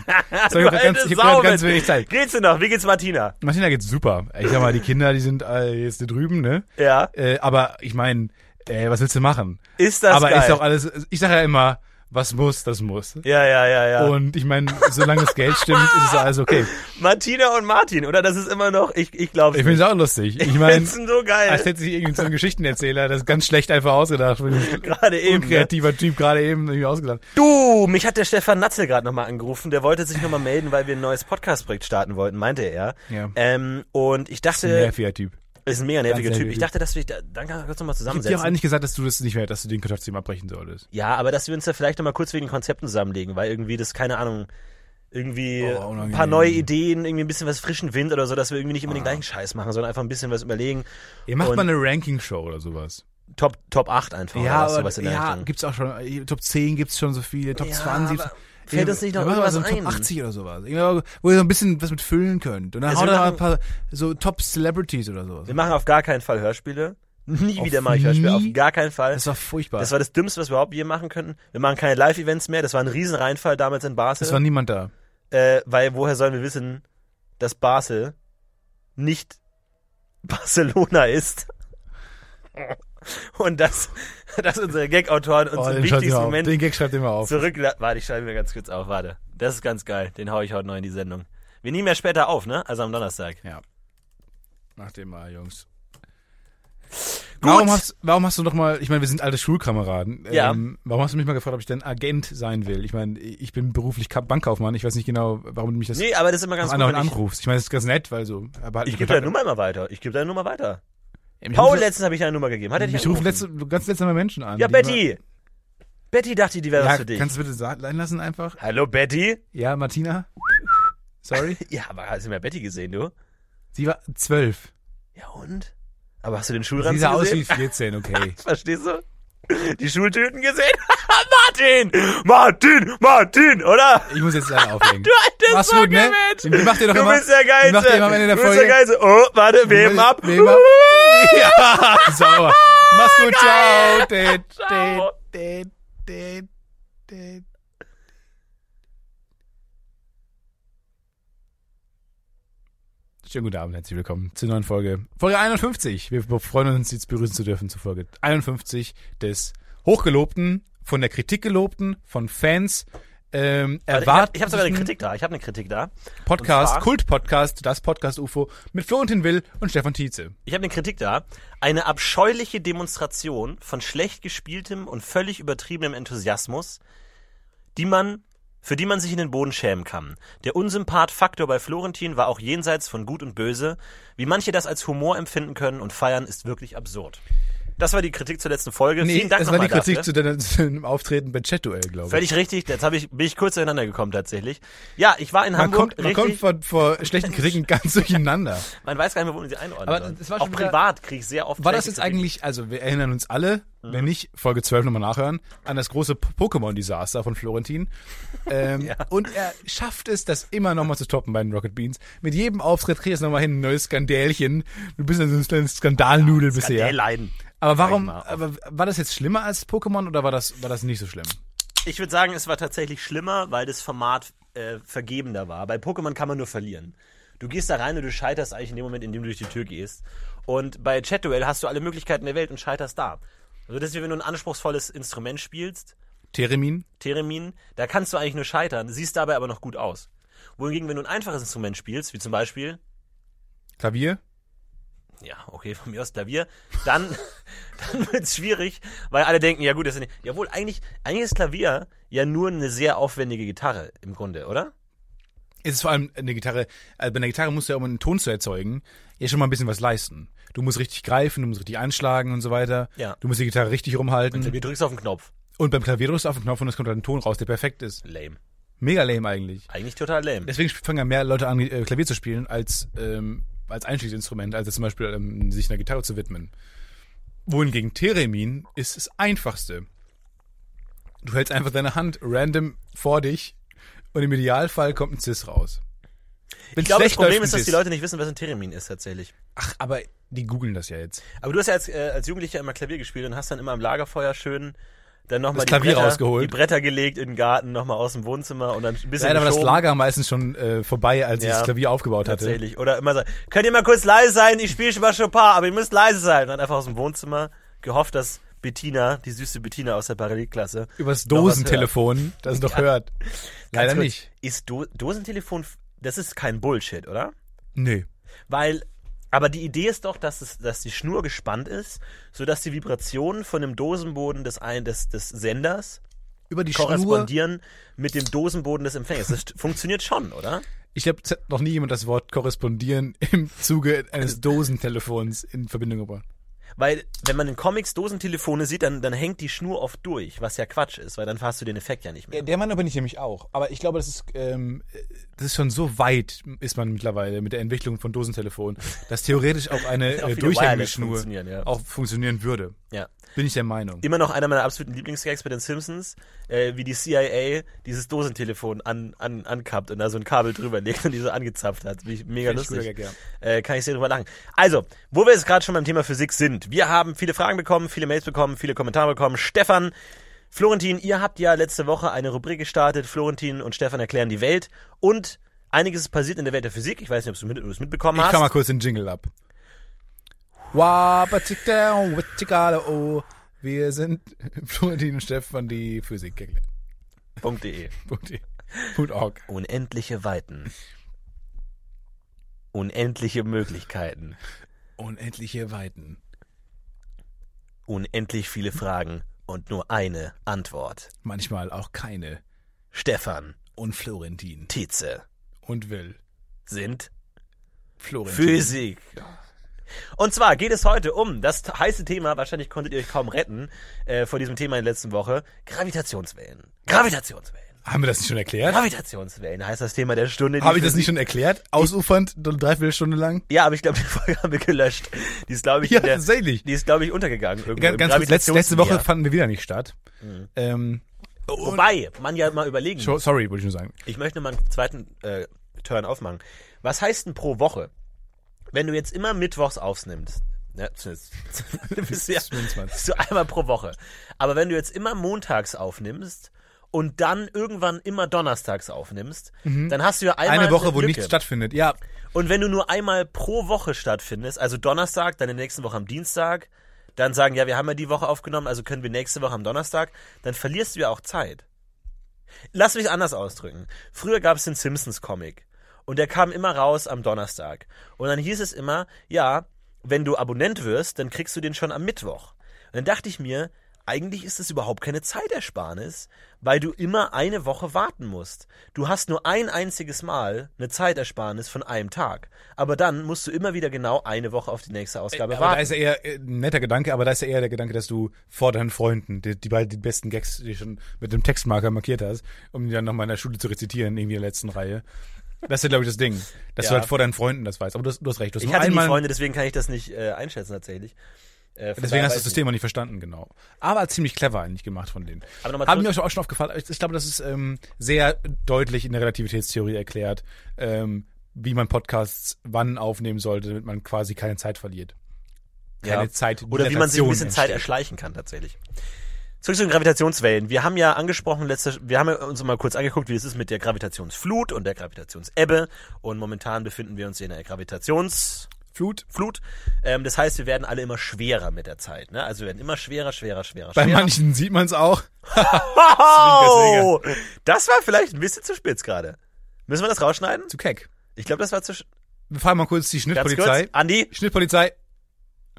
Speaker 1: So, ich hab
Speaker 2: Du
Speaker 1: grad ganz,
Speaker 2: alte
Speaker 1: ich hab grad
Speaker 2: Sau,
Speaker 1: ganz
Speaker 2: Mensch.
Speaker 1: wenig Zeit.
Speaker 2: Geht's dir noch? Wie geht's Martina?
Speaker 1: Martina geht's super. Ich sag mal, die Kinder, die sind äh, jetzt da drüben, ne?
Speaker 2: Ja.
Speaker 1: Äh, aber ich meine, äh, was willst du machen?
Speaker 2: Ist das
Speaker 1: aber
Speaker 2: geil?
Speaker 1: ist doch alles, ich sage ja immer, was muss, das muss.
Speaker 2: ja, ja, ja, ja.
Speaker 1: Und ich meine, solange das Geld stimmt, ist es alles okay.
Speaker 2: Martina und Martin, oder? Das ist immer noch, ich, ich glaube
Speaker 1: Ich find's auch lustig. Ich meine,
Speaker 2: find's so geil.
Speaker 1: als hätte sich irgendwie so ein Geschichtenerzähler das ganz schlecht einfach ausgedacht.
Speaker 2: Gerade eben. Ne?
Speaker 1: Kreativer Typ gerade eben irgendwie ausgedacht.
Speaker 2: Du, mich hat der Stefan Natzel gerade nochmal angerufen. Der wollte sich nochmal melden, weil wir ein neues Podcast-Projekt starten wollten, meinte er.
Speaker 1: Ja.
Speaker 2: Ähm, und ich dachte,
Speaker 1: Nerviger Typ.
Speaker 2: ist ein mega nerviger
Speaker 1: Ganz
Speaker 2: Typ.
Speaker 1: nerviger
Speaker 2: Ich dachte, dass wir, da- dann können wir
Speaker 1: Ich hab
Speaker 2: uns nochmal
Speaker 1: dir auch
Speaker 2: zusammensetzen.
Speaker 1: eigentlich gesagt, dass du das nicht mehr, dass du den Kontakt zu ihm abbrechen solltest.
Speaker 2: Ja, aber dass wir uns da vielleicht nochmal kurz wegen Konzepten zusammenlegen, weil irgendwie das, keine Ahnung, irgendwie
Speaker 1: Oh, unangenehm. Ah.
Speaker 2: ein paar neue Ideen, irgendwie ein bisschen was frischen Wind oder so, dass wir irgendwie nicht immer den gleichen Scheiß machen, sondern einfach ein bisschen was überlegen.
Speaker 1: Ihr macht
Speaker 2: Und- Oh,
Speaker 1: mal eine Ranking-Show oder sowas.
Speaker 2: Top, Top 8 einfach.
Speaker 1: Ja,
Speaker 2: oder
Speaker 1: aber,
Speaker 2: sowas in der
Speaker 1: ja
Speaker 2: Richtung.
Speaker 1: gibt's auch schon. äh, Top 10 gibt's schon so viele, Top
Speaker 2: Ja,
Speaker 1: 20.
Speaker 2: aber fällt uns nicht noch
Speaker 1: wir machen mal so
Speaker 2: irgendwas
Speaker 1: Top
Speaker 2: ein?
Speaker 1: 80 oder sowas. Ja, Wo ihr so ein bisschen was mit füllen könnt. Und dann
Speaker 2: Also
Speaker 1: haut
Speaker 2: wir
Speaker 1: ihr mal ein
Speaker 2: machen-
Speaker 1: paar so Top Celebrities oder sowas.
Speaker 2: Wir machen auf gar keinen Fall Hörspiele. Nie
Speaker 1: Auf
Speaker 2: wieder mache ich Hörspiele. Auf
Speaker 1: nie?
Speaker 2: gar keinen Fall.
Speaker 1: Das war furchtbar.
Speaker 2: Das
Speaker 1: Das
Speaker 2: war das Dümmste, was wir überhaupt je machen könnten. Wir machen keine Live-Events mehr. Das war ein Riesenreinfall damals in Basel.
Speaker 1: war niemand da.
Speaker 2: äh, weil woher sollen wir wissen, dass Basel nicht Barcelona ist? Und dass, dass unsere Gag-Autoren uns im
Speaker 1: Oh, den, schreibt ihr
Speaker 2: wichtigsten
Speaker 1: mal auf.
Speaker 2: Moment
Speaker 1: den Gag schreibt ihr mal auf.
Speaker 2: zurück... Warte, ich schreibe mir ganz kurz auf. Warte. Das ist ganz geil. Den hau ich heute noch in die Sendung. Wir nehmen ja später auf, ne? Also am Donnerstag.
Speaker 1: Mach den mal, Jungs.
Speaker 2: Gut.
Speaker 1: Warum hast, warum hast du noch mal, ich meine, wir sind alte Schulkameraden.
Speaker 2: Ja.
Speaker 1: Ähm, warum hast du mich mal gefragt, ob ich denn Agent sein will? Ich meine, ich bin beruflich Ka- Bankkaufmann. Ich weiß nicht genau, warum du mich das
Speaker 2: Nee, aber das ist immer ganz
Speaker 1: nach
Speaker 2: gut.
Speaker 1: anderen
Speaker 2: wenn Ich,
Speaker 1: anrufst. Ich meine, das ist ganz nett, weil so. Aber
Speaker 2: ich gebe deine Nummer immer weiter. Ich gebe deine Nummer weiter.
Speaker 1: Mich
Speaker 2: Paul,
Speaker 1: rufen-
Speaker 2: letztens habe ich deine Nummer gegeben. Hat er dich
Speaker 1: mich rufen
Speaker 2: angerufen?
Speaker 1: letzte, ganz letzte Mal Menschen an.
Speaker 2: Ja,
Speaker 1: die
Speaker 2: Betty! Betty dachte, die wäre
Speaker 1: Immer,
Speaker 2: was
Speaker 1: ja,
Speaker 2: für dich.
Speaker 1: kannst du bitte sa- sein lassen einfach?
Speaker 2: Hallo, Betty?
Speaker 1: Ja,
Speaker 2: <laughs>
Speaker 1: Martina? Sorry?
Speaker 2: Ja, aber hast du mehr Betty gesehen, du?
Speaker 1: Sie war zwölf.
Speaker 2: Ja, und? Aber hast du den
Speaker 1: Sie
Speaker 2: Schulranzen
Speaker 1: sah aus wie
Speaker 2: gesehen?
Speaker 1: 14, okay.
Speaker 2: Verstehst du? Die Schultüten gesehen? <laughs> Martin! Martin! Martin! Oder?
Speaker 1: Ich muss jetzt
Speaker 2: <laughs>
Speaker 1: leider auflegen.
Speaker 2: Du altes
Speaker 1: Mach's gut, ne?
Speaker 2: Sorgemensch!
Speaker 1: Die macht ihr doch
Speaker 2: du
Speaker 1: immer-
Speaker 2: bist der
Speaker 1: die macht ihr
Speaker 2: Geilste!
Speaker 1: immer am Ende der
Speaker 2: du bist
Speaker 1: Folge.
Speaker 2: der Geilste! Oh, warte, wir heben ab!
Speaker 1: Wem
Speaker 2: <laughs>
Speaker 1: ab. ja, sauber. Mach's gut, ciao. Dä,
Speaker 2: Oh, Ciao.
Speaker 1: dä, dä, dä, dä. Schönen guten Abend, herzlich willkommen zur neuen Folge. Folge 51. Wir freuen uns, Sie jetzt begrüßen zu dürfen zur Folge 51 des hochgelobten, von der Kritik gelobten, von Fans ähm,
Speaker 2: Warte, ich hab,
Speaker 1: erwarteten
Speaker 2: ich hab sogar eine Kritik da. Ich habe eine Kritik da. Und
Speaker 1: Podcast,
Speaker 2: zwar-
Speaker 1: Kult-Podcast, das Podcast-UFO mit Florentin Will und Stefan Tietze.
Speaker 2: Ich habe eine Kritik da. Eine abscheuliche Demonstration von schlecht gespieltem und völlig übertriebenem Enthusiasmus, die man, für die man sich in den Boden schämen kann. Der Unsympath-Faktor bei Florentin war auch jenseits von Gut und Böse. Wie manche das als Humor empfinden können und feiern, ist wirklich absurd. Das war die Kritik zur letzten Folge. Vielen Dank
Speaker 1: das war die
Speaker 2: nochmal
Speaker 1: Kritik zu
Speaker 2: dafür.
Speaker 1: deinem, zu deinem Auftreten bei Chat-Duell, glaube ich.
Speaker 2: Völlig richtig. Jetzt hab ich, bin ich kurz durcheinander gekommen tatsächlich. Ja, ich war in
Speaker 1: Man
Speaker 2: Hamburg.
Speaker 1: kommt, man kommt
Speaker 2: richtig,
Speaker 1: vor,
Speaker 2: <laughs>
Speaker 1: vor schlechten Kritiken ganz durcheinander.
Speaker 2: man weiß gar nicht mehr, wo man sie einordnet.
Speaker 1: Aber das war
Speaker 2: auch
Speaker 1: schon wieder-
Speaker 2: privat kriege ich sehr oft.
Speaker 1: War das
Speaker 2: schlechte
Speaker 1: jetzt
Speaker 2: Kritiken.
Speaker 1: eigentlich, also wir erinnern uns alle, wenn nicht, Folge 12 nochmal nachhören, an das große P- Pokémon-Desaster von Florentin.
Speaker 2: <laughs>
Speaker 1: Ähm, Und er schafft es, das immer nochmal zu toppen bei den Rocket Beans. Mit jedem Auftritt kriegt er es nochmal hin, ein neues Skandälchen. Du bist ja so ein kleines Skandalnudel bisher.
Speaker 2: Leiden.
Speaker 1: Aber warum,
Speaker 2: Sag ich mal.
Speaker 1: aber war das jetzt schlimmer als Pokémon oder war das, war das nicht so schlimm?
Speaker 2: Ich würde sagen, es war tatsächlich schlimmer, weil das Format äh, vergebender war. Bei Pokémon kann man nur verlieren. Du gehst da rein und du scheiterst eigentlich in dem Moment, in dem du durch die Tür gehst. Und bei Chat-Duell hast du alle Möglichkeiten der Welt und scheiterst da. Also das ist wie wenn du ein anspruchsvolles Instrument spielst,
Speaker 1: Theremin?
Speaker 2: Theremin, da kannst du eigentlich nur scheitern, siehst dabei aber noch gut aus. Wohingegen, wenn du ein einfaches Instrument spielst, wie zum Beispiel,
Speaker 1: Klavier?
Speaker 2: ja, okay, <laughs> von mir aus Klavier, dann, <laughs> dann wird's schwierig, weil alle denken, ja gut, das ist nicht, jawohl, eigentlich, eigentlich ist Klavier ja nur eine sehr aufwendige Gitarre im Grunde, oder?
Speaker 1: Es ist vor allem eine Gitarre, also bei einer Gitarre musst du ja, um einen Ton zu erzeugen, ja schon mal ein bisschen was leisten. Du musst richtig greifen, du musst richtig anschlagen und so weiter.
Speaker 2: Ja.
Speaker 1: Du musst die Gitarre richtig rumhalten.
Speaker 2: Du drückst auf den Knopf.
Speaker 1: und beim Klavier drückst du auf den Knopf und es kommt dann ein Ton raus, der perfekt ist.
Speaker 2: Lame.
Speaker 1: Mega lame eigentlich.
Speaker 2: Eigentlich total lame.
Speaker 1: Deswegen fangen ja mehr Leute an, äh, Klavier zu spielen, als, ähm, als Einstiegsinstrument, als jetzt zum Beispiel ähm, sich einer Gitarre zu widmen. Wohingegen Theremin ist das Einfachste. Du hältst einfach deine Hand random vor dich und im Idealfall kommt ein Cis raus. Wenn's
Speaker 2: Ich glaube, das
Speaker 1: schlecht
Speaker 2: Problem
Speaker 1: läuft,
Speaker 2: ist, dass die
Speaker 1: es-
Speaker 2: Leute nicht wissen, was ein Theremin ist tatsächlich.
Speaker 1: Ach, aber die googeln das ja jetzt.
Speaker 2: Aber du hast ja als, äh, als Jugendlicher immer Klavier gespielt und hast dann immer am Lagerfeuer schön dann nochmal
Speaker 1: Das
Speaker 2: die,
Speaker 1: Klavier
Speaker 2: Bretter-
Speaker 1: rausgeholt.
Speaker 2: die Bretter gelegt in den Garten, nochmal aus dem Wohnzimmer und dann ein bisschen
Speaker 1: Leider war das
Speaker 2: geschoben.
Speaker 1: Lager meistens schon äh, vorbei, als ich
Speaker 2: Ja,
Speaker 1: das Klavier aufgebaut hatte.
Speaker 2: Tatsächlich. Oder immer sagen, könnt ihr mal kurz leise sein, ich spiele schon mal Chopin, aber ihr müsst leise sein. Und dann einfach aus dem Wohnzimmer gehofft, dass Bettina, die süße Bettina aus der Parallelklasse.
Speaker 1: Übers
Speaker 2: Noch was
Speaker 1: Dosentelefon, das noch hört.
Speaker 2: Ganz
Speaker 1: Leider
Speaker 2: kurz,
Speaker 1: nicht.
Speaker 2: Ist Do Dosentelefon, f- das ist kein Bullshit, oder?
Speaker 1: Nee.
Speaker 2: Weil, aber die Idee ist doch, dass, es, dass die Schnur gespannt ist, sodass die Vibrationen von dem Dosenboden des, ein, des, des Senders
Speaker 1: Über die Schnur.
Speaker 2: korrespondieren mit dem Dosenboden des Empfängers. Das st- funktioniert schon, oder?
Speaker 1: Ich habe noch nie jemand das Wort korrespondieren <laughs> im Zuge eines Dosentelefons in Verbindung gebracht.
Speaker 2: Weil, wenn man in Comics Dosentelefone sieht, dann, dann hängt die Schnur oft durch, was ja Quatsch ist, weil dann hast du den Effekt ja nicht mehr.
Speaker 1: Der, der Mann aber nicht nämlich auch. Aber ich glaube, das ist, ähm, das ist schon so weit, ist man mittlerweile mit der Entwicklung von Dosentelefonen, dass theoretisch auch eine <laughs>
Speaker 2: Auch
Speaker 1: äh,
Speaker 2: viele
Speaker 1: Durchhängeschnur
Speaker 2: Wireless funktionieren, ja.
Speaker 1: auch funktionieren würde.
Speaker 2: Ja.
Speaker 1: Bin ich der Meinung.
Speaker 2: Immer noch einer meiner absoluten Lieblingsgags bei den Simpsons, äh, wie die CIA dieses Dosentelefon an, an, ankappt und da so ein Kabel drüber legt und die so angezapft hat. Wie ich, mega
Speaker 1: Finde ich
Speaker 2: lustig.
Speaker 1: guter Gag,
Speaker 2: äh, kann ich sehr drüber lachen. Also, wo wir jetzt gerade schon beim Thema Physik sind. Wir haben viele Fragen bekommen, viele Mails bekommen, viele Kommentare bekommen. Stefan, Florentin, ihr habt ja letzte Woche eine Rubrik gestartet. Florentin und Stefan erklären die Welt und einiges ist passiert in der Welt der Physik. Ich weiß nicht, ob du mit- ob du es mitbekommen
Speaker 1: Ich
Speaker 2: hast.
Speaker 1: kann mal kurz den Jingle ab. Wabatikdao, watikadao. Wir sind <laughs> Florentin und Stefan, die Physik erklären.
Speaker 2: Punkt.de.
Speaker 1: Punkt E. Punkt org.
Speaker 2: Unendliche Weiten. Unendliche Möglichkeiten.
Speaker 1: Unendliche Weiten.
Speaker 2: Unendlich viele Fragen und nur eine Antwort.
Speaker 1: Manchmal auch keine.
Speaker 2: Stefan,
Speaker 1: Und Florentin.
Speaker 2: Tietze
Speaker 1: Und Will.
Speaker 2: sind
Speaker 1: Florentin.
Speaker 2: Physik. Und zwar geht es heute um das t- heiße Thema, wahrscheinlich konntet ihr euch kaum retten äh, vor diesem Thema in der letzten Woche, Gravitationswellen. Gravitationswellen.
Speaker 1: Haben wir das nicht schon erklärt?
Speaker 2: Gravitationswellen heißt das Thema der Stunde. die
Speaker 1: Habe ich
Speaker 2: Physik-
Speaker 1: das nicht schon erklärt? Ausufernd, dreiviertel Stunde lang?
Speaker 2: Ja, aber ich glaube, die Folge haben wir gelöscht. Die ist, glaube ich,
Speaker 1: Ja,
Speaker 2: in der,
Speaker 1: tatsächlich.
Speaker 2: die ist, glaube ich, untergegangen. Irgendwo
Speaker 1: Ganz,
Speaker 2: im
Speaker 1: ganz kurz, letzte, letzte Woche
Speaker 2: Gravitationsmeer.
Speaker 1: fanden wir wieder nicht statt.
Speaker 2: Mhm.
Speaker 1: Ähm,
Speaker 2: Wobei, man ja mal überlegen
Speaker 1: so- sorry, wollte ich nur sagen.
Speaker 2: Ich möchte mal einen zweiten äh, Turn aufmachen. Was heißt denn pro Woche? Wenn du jetzt immer mittwochs aufnimmst, ne, <laughs> zumindest- du bist ja,
Speaker 1: 22.
Speaker 2: bist du einmal pro Woche. Aber wenn du jetzt immer montags aufnimmst und dann irgendwann immer donnerstags aufnimmst, dann hast du ja einmal
Speaker 1: Mhm. Eine Woche,
Speaker 2: eine
Speaker 1: wo
Speaker 2: Lücke.
Speaker 1: nichts stattfindet. Ja,
Speaker 2: Und wenn du nur einmal pro Woche stattfindest, also Donnerstag, dann in der nächsten Woche am Dienstag, dann sagen, ja, wir haben ja die Woche aufgenommen, also können wir nächste Woche am Donnerstag, dann verlierst du ja auch Zeit. Lass mich anders ausdrücken. Früher gab es den Simpsons-Comic und der kam immer raus am Donnerstag. Und dann hieß es immer, ja, wenn du Abonnent wirst, dann kriegst du den schon am Mittwoch. Und dann dachte ich mir, eigentlich ist es überhaupt keine Zeitersparnis, weil du immer eine Woche warten musst. Du hast nur ein einziges Mal eine Zeitersparnis von einem Tag. Aber dann musst du immer wieder genau eine Woche auf die nächste
Speaker 1: aber
Speaker 2: Ausgabe
Speaker 1: da
Speaker 2: warten.
Speaker 1: ist ja eher äh, ein netter Gedanke, aber da ist ja eher der Gedanke, dass du vor deinen Freunden die, die, beiden- die besten Gags, die du schon mit dem Textmarker markiert hast, um die dann nochmal in der Schule zu rezitieren, irgendwie in der letzten Reihe. Das ist ja, glaube ich, das Ding. Dass
Speaker 2: <laughs> Ja.
Speaker 1: du halt vor deinen Freunden das weißt. Aber du hast, du hast recht. Du hast
Speaker 2: Ich
Speaker 1: nur
Speaker 2: hatte nie
Speaker 1: einmal,
Speaker 2: Freunde, deswegen kann ich das nicht äh, einschätzen tatsächlich. Äh, von
Speaker 1: Deswegen
Speaker 2: daher
Speaker 1: hast du
Speaker 2: weiß
Speaker 1: das System auch nicht verstanden, genau. Aber ziemlich clever eigentlich gemacht von denen.
Speaker 2: Aber nochmal
Speaker 1: Haben mir
Speaker 2: zurück-
Speaker 1: auch schon aufgefallen, ich, ich glaube, das ist ähm, sehr deutlich in der Relativitätstheorie erklärt, ähm, wie man Podcasts wann aufnehmen sollte, damit man quasi keine Zeit verliert.
Speaker 2: Ja.
Speaker 1: Keine Zeit.
Speaker 2: Oder wie man sich ein
Speaker 1: Dilatation
Speaker 2: bisschen Zeit
Speaker 1: entsteht.
Speaker 2: erschleichen kann tatsächlich. Zurück zu den Gravitationswellen. Wir haben ja angesprochen, letzte, wir haben ja uns mal kurz angeguckt, wie es ist mit der Gravitationsflut und der Gravitationsebbe. Und momentan befinden wir uns in der Gravitations...
Speaker 1: Flut.
Speaker 2: Flut. Ähm, das heißt, wir werden alle immer schwerer mit der Zeit. Ne? Also wir werden immer schwerer, schwerer, schwerer,
Speaker 1: Bei
Speaker 2: schwerer.
Speaker 1: manchen sieht man es auch.
Speaker 2: Wow! Das war vielleicht ein bisschen zu spitz gerade. Müssen wir das rausschneiden?
Speaker 1: Zu keck.
Speaker 2: Ich glaube, das war zu... sch-
Speaker 1: Wir fahren mal kurz die
Speaker 2: Ganz
Speaker 1: Schnittpolizei.
Speaker 2: kurz. Andi,
Speaker 1: Schnittpolizei.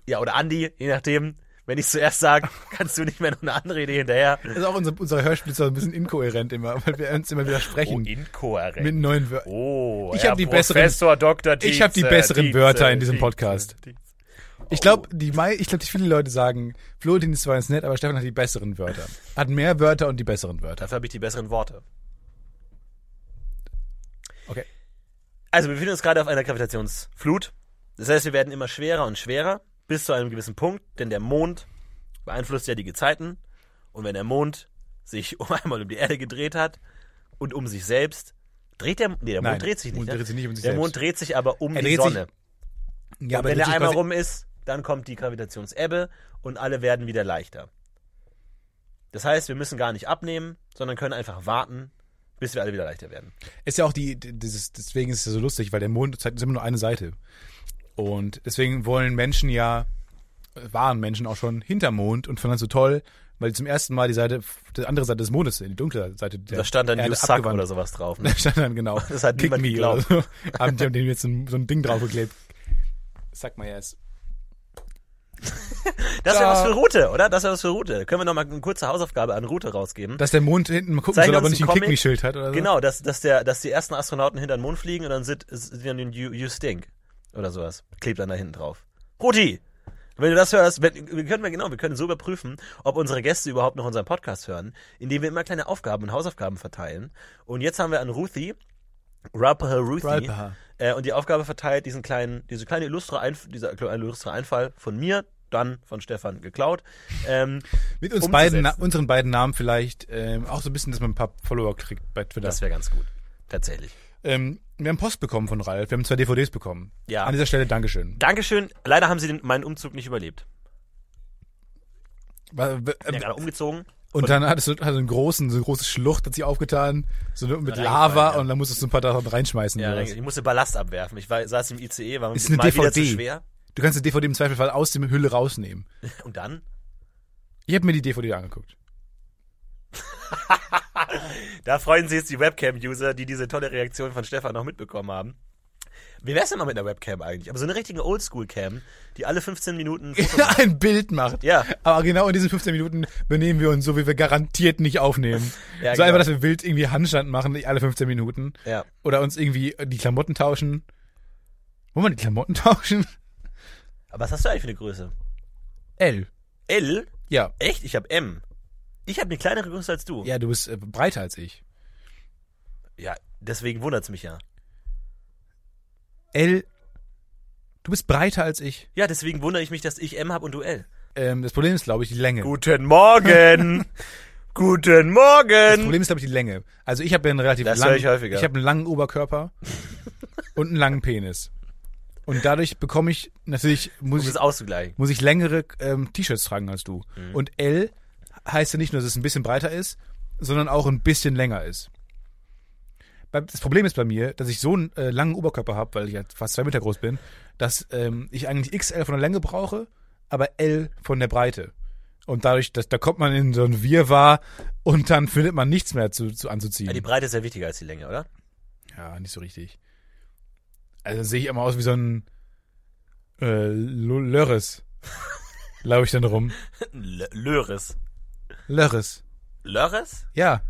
Speaker 2: Ja, oder Andi, je nachdem. Wenn ich zuerst sage, <laughs> kannst du nicht mehr noch eine Anrede hinterher.
Speaker 1: Das ist auch unser, unser Hörspiel ist auch ein bisschen inkohärent immer, weil wir uns immer wieder sprechen. mit
Speaker 2: Oh, inkohärent.
Speaker 1: neuen Wörtern.
Speaker 2: Oh,
Speaker 1: Ich
Speaker 2: Herr
Speaker 1: hab die
Speaker 2: Professor Dr. Dietze,
Speaker 1: ich hab die besseren
Speaker 2: Dietze,
Speaker 1: Wörter in diesem
Speaker 2: Dietze,
Speaker 1: Podcast.
Speaker 2: Dietze. Oh,
Speaker 1: Ich glaube, die Mai, ich glaube, viele Leute sagen, Florentin ist zwar ganz nett, aber Stefan hat die besseren Wörter. Hat mehr Wörter und die besseren Wörter.
Speaker 2: Dafür habe ich die besseren Worte.
Speaker 1: Okay.
Speaker 2: Also wir befinden uns gerade auf einer Gravitationsflut. Das heißt, wir werden immer schwerer und schwerer bis zu einem gewissen Punkt, denn der Mond beeinflusst ja die Gezeiten. <laughs> Und wenn der Mond sich um einmal um die Erde gedreht hat und um sich selbst, Dreht der, nee, der Mond
Speaker 1: Nein,
Speaker 2: dreht sich nicht.
Speaker 1: Mond
Speaker 2: ne?
Speaker 1: dreht sich nicht um sich
Speaker 2: der
Speaker 1: selbst.
Speaker 2: Mond dreht sich aber um
Speaker 1: Er
Speaker 2: die
Speaker 1: dreht sich-
Speaker 2: Sonne.
Speaker 1: ja,
Speaker 2: Wenn
Speaker 1: das
Speaker 2: er
Speaker 1: ist
Speaker 2: einmal
Speaker 1: quasi-
Speaker 2: rum ist, dann kommt die Gravitationsebbe und alle werden wieder leichter. Das heißt, wir müssen gar nicht abnehmen, sondern können einfach warten, bis wir alle wieder leichter werden.
Speaker 1: Ist ja auch die, die- dieses, deswegen ist es ja so lustig, weil der Mond zeigt uns immer nur eine Seite. Und deswegen wollen Menschen ja, äh, waren Menschen auch schon hinter Mond und fanden das so toll, weil zum ersten Mal die Seite, die andere Seite des Mondes, die dunkle Seite der
Speaker 2: da stand dann
Speaker 1: Erde
Speaker 2: You Suck
Speaker 1: abgewandt.
Speaker 2: oder sowas drauf.
Speaker 1: <laughs>
Speaker 2: Ne?
Speaker 1: Da stand dann genau.
Speaker 2: Das hat niemand
Speaker 1: me oder So. Haben die haben dem jetzt so ein, so ein Ding draufgeklebt. Sag mal yes.
Speaker 2: Das wäre
Speaker 1: Da-
Speaker 2: was für Route, oder? Das wäre was für Route. Können wir nochmal eine kurze Hausaufgabe an Route rausgeben?
Speaker 1: Dass der Mond hinten mal gucken
Speaker 2: Zeig
Speaker 1: soll, ob er
Speaker 2: uns
Speaker 1: nicht
Speaker 2: einen
Speaker 1: ein
Speaker 2: Comic.
Speaker 1: Kickme-Schild hat oder so.
Speaker 2: Genau, dass, dass, der, dass die ersten Astronauten hinter den Mond fliegen und dann sind, sind dann you, you Stink oder sowas. Klebt dann da hinten drauf. Rudi! Wenn du das hörst, wenn, wir können wir genau, wir können so überprüfen, ob unsere Gäste überhaupt noch unseren Podcast hören, indem wir immer kleine Aufgaben und Hausaufgaben verteilen. Und jetzt haben wir an Ruthie, Rapper Ruthie,
Speaker 1: Rapper.
Speaker 2: Äh, und die Aufgabe verteilt diesen kleinen, diese kleine illustre Einf dieser äh, kleine illustre Einfall von mir, dann von Stefan geklaut. Ähm,
Speaker 1: Mit uns
Speaker 2: umzusetzen.
Speaker 1: beiden, na, unseren beiden Namen vielleicht ähm, auch so ein bisschen, dass man ein paar Follower kriegt bei Twitter.
Speaker 2: <laughs> das wäre ganz gut, tatsächlich.
Speaker 1: Ähm, wir haben Post bekommen von Ralf, wir haben zwei DVDs bekommen.
Speaker 2: Ja.
Speaker 1: An dieser Stelle Dankeschön.
Speaker 2: Dankeschön. Leider haben Sie den, meinen Umzug nicht überlebt.
Speaker 1: Wa- w-
Speaker 2: bin ja
Speaker 1: ähm,
Speaker 2: gerade um- umgezogen.
Speaker 1: Und dann hattest du also einen großen, so eine große Schlucht hat sich aufgetan, so eine, mit
Speaker 2: Reingefallen,
Speaker 1: Lava
Speaker 2: ja.
Speaker 1: und dann musstest du ein paar davon reinschmeißen.
Speaker 2: Ja,
Speaker 1: oder was.
Speaker 2: ich musste Ballast abwerfen. Ich war, saß im ICE, war
Speaker 1: Ist
Speaker 2: mal
Speaker 1: eine
Speaker 2: wieder zu
Speaker 1: DVD.
Speaker 2: schwer.
Speaker 1: Du kannst die DVD im Zweifelfall aus der Hülle rausnehmen.
Speaker 2: Und dann?
Speaker 1: Ich habe mir die DVD
Speaker 2: <laughs>
Speaker 1: angeguckt.
Speaker 2: Da freuen sich jetzt die Webcam-User, die diese tolle Reaktion von Stefan noch mitbekommen haben. Wie wär's denn mal mit einer Webcam eigentlich? Aber so eine richtige Oldschool-Cam, die alle 15
Speaker 1: <laughs>
Speaker 2: Minuten. Fotos macht.
Speaker 1: ein Bild macht.
Speaker 2: Ja.
Speaker 1: Aber genau in diesen 15 Minuten benehmen wir uns so, wie wir garantiert nicht aufnehmen.
Speaker 2: Ja,
Speaker 1: so
Speaker 2: genau.
Speaker 1: einfach, dass wir wild irgendwie Handstand machen, nicht alle 15 Minuten.
Speaker 2: ja.
Speaker 1: Oder uns irgendwie äh, die Klamotten tauschen. Wollen wir die Klamotten <laughs> tauschen?
Speaker 2: Aber was hast du eigentlich für eine Größe?
Speaker 1: L.
Speaker 2: L?
Speaker 1: Ja.
Speaker 2: Echt? Ich habe M. Ich habe eine kleinere Größe als du.
Speaker 1: Ja, du bist äh, breiter als ich.
Speaker 2: ja deswegen wundert's mich ja.
Speaker 1: L. Du bist breiter als ich.
Speaker 2: Ja, deswegen wundere ich mich, dass ich M habe und du L.
Speaker 1: Ähm, das Problem ist, glaube ich, die Länge.
Speaker 2: Guten <laughs> Morgen! Guten
Speaker 1: Das
Speaker 2: Morgen!
Speaker 1: Problem ist, glaube ich, die Länge. Also ich habe ja einen relativ
Speaker 2: Das
Speaker 1: langen,
Speaker 2: höre ich häufiger.
Speaker 1: habe einen langen
Speaker 2: <laughs>
Speaker 1: Oberkörper und einen langen Penis. Und dadurch bekomme ich natürlich muss
Speaker 2: Um
Speaker 1: ich,
Speaker 2: das auszugleichen.
Speaker 1: muss ich längere ähm, T-Shirts tragen als du.
Speaker 2: Mhm.
Speaker 1: Und L heißt ja nicht nur, dass es ein bisschen breiter ist, sondern auch ein bisschen länger ist. Bei- Das Problem ist bei mir, dass ich so einen äh, langen Oberkörper habe, weil ich ja fast zwei Meter groß bin, dass ähm, ich eigentlich XL von der Länge brauche, aber L von der Breite. Und dadurch, dass, da kommt man in so ein Wirrwarr und dann findet man nichts mehr zu, zu
Speaker 2: Ja, die
Speaker 1: anzuziehen.
Speaker 2: Breite ist ja wichtiger als die Länge, oder?
Speaker 1: Ja, nicht so richtig. Also sehe ich immer aus wie so ein äh, Lo-
Speaker 2: <laughs>
Speaker 1: Lörres. Laufe ich dann rum.
Speaker 2: <laughs> L Löres.
Speaker 1: Lörres.
Speaker 2: Lörres?
Speaker 1: Ja.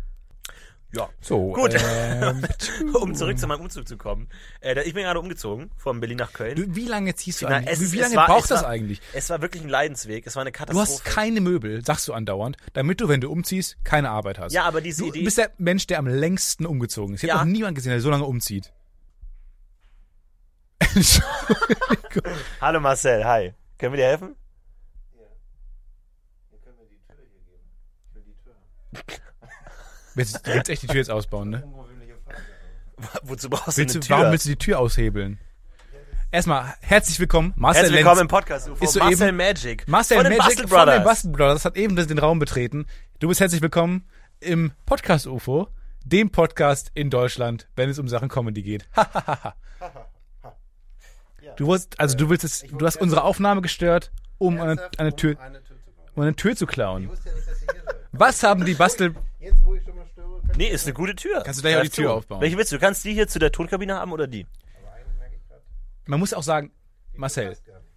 Speaker 2: Ja.
Speaker 1: So.
Speaker 2: Gut. <laughs>
Speaker 1: Ähm,
Speaker 2: Um zurück zu meinem Umzug zu kommen. Äh, da- ich bin gerade umgezogen von Berlin nach Köln.
Speaker 1: du, wie lange ziehst du
Speaker 2: Na,
Speaker 1: eigentlich?
Speaker 2: es ist-
Speaker 1: wie
Speaker 2: es
Speaker 1: lange
Speaker 2: war- es
Speaker 1: braucht das
Speaker 2: war-
Speaker 1: eigentlich?
Speaker 2: Es war wirklich ein Leidensweg. Es war eine
Speaker 1: Du
Speaker 2: Katastrophe.
Speaker 1: hast keine Möbel, sagst du andauernd, damit du, wenn du umziehst, keine Arbeit hast.
Speaker 2: ja, aber diese
Speaker 1: du
Speaker 2: Idee.
Speaker 1: bist der Mensch, der am längsten umgezogen ist. Ich hab
Speaker 2: Ja.
Speaker 1: noch niemand gesehen, der so lange umzieht. <laughs> Entschuldigung.
Speaker 2: Hallo Marcel, hi. Können wir dir helfen?
Speaker 1: Willst, du willst echt die Tür jetzt ausbauen, ne?
Speaker 2: <laughs> Wozu brauchst
Speaker 1: Willst
Speaker 2: du
Speaker 1: du,
Speaker 2: eine Tür?
Speaker 1: warum willst du die Tür aushebeln? Erstmal, herzlich willkommen, Marcel
Speaker 2: Herzlich willkommen
Speaker 1: Lenz.
Speaker 2: im Podcast UFO.
Speaker 1: Ist
Speaker 2: Marcel
Speaker 1: soeben-
Speaker 2: Magic.
Speaker 1: Marcel
Speaker 2: von den
Speaker 1: Magic
Speaker 2: Bastel
Speaker 1: von
Speaker 2: Brothers.
Speaker 1: den Bastel Brothers hat eben den Raum betreten. Du bist herzlich willkommen im Podcast UFO, dem Podcast in Deutschland, wenn es um Sachen Comedy geht. Hahaha. du willst, also du willst es, du hast unsere Aufnahme gestört, um eine,
Speaker 3: Ernsthaft,
Speaker 1: eine Tür,
Speaker 3: Um eine Tür zu bauen.
Speaker 1: um eine Tür zu klauen.
Speaker 3: Ich wusste ja nicht, dass ihr hier seid.
Speaker 1: Was haben die Bastel?
Speaker 3: Jetzt, wo ich schon mal störe, kann
Speaker 2: Nee, ist eine gute Tür.
Speaker 1: Kannst du gleich auch die
Speaker 2: Greif zu.
Speaker 1: Tür aufbauen.
Speaker 2: Welche willst du? Du kannst die hier zu der Tonkabine haben oder die?
Speaker 1: Man muss auch sagen, Marcel,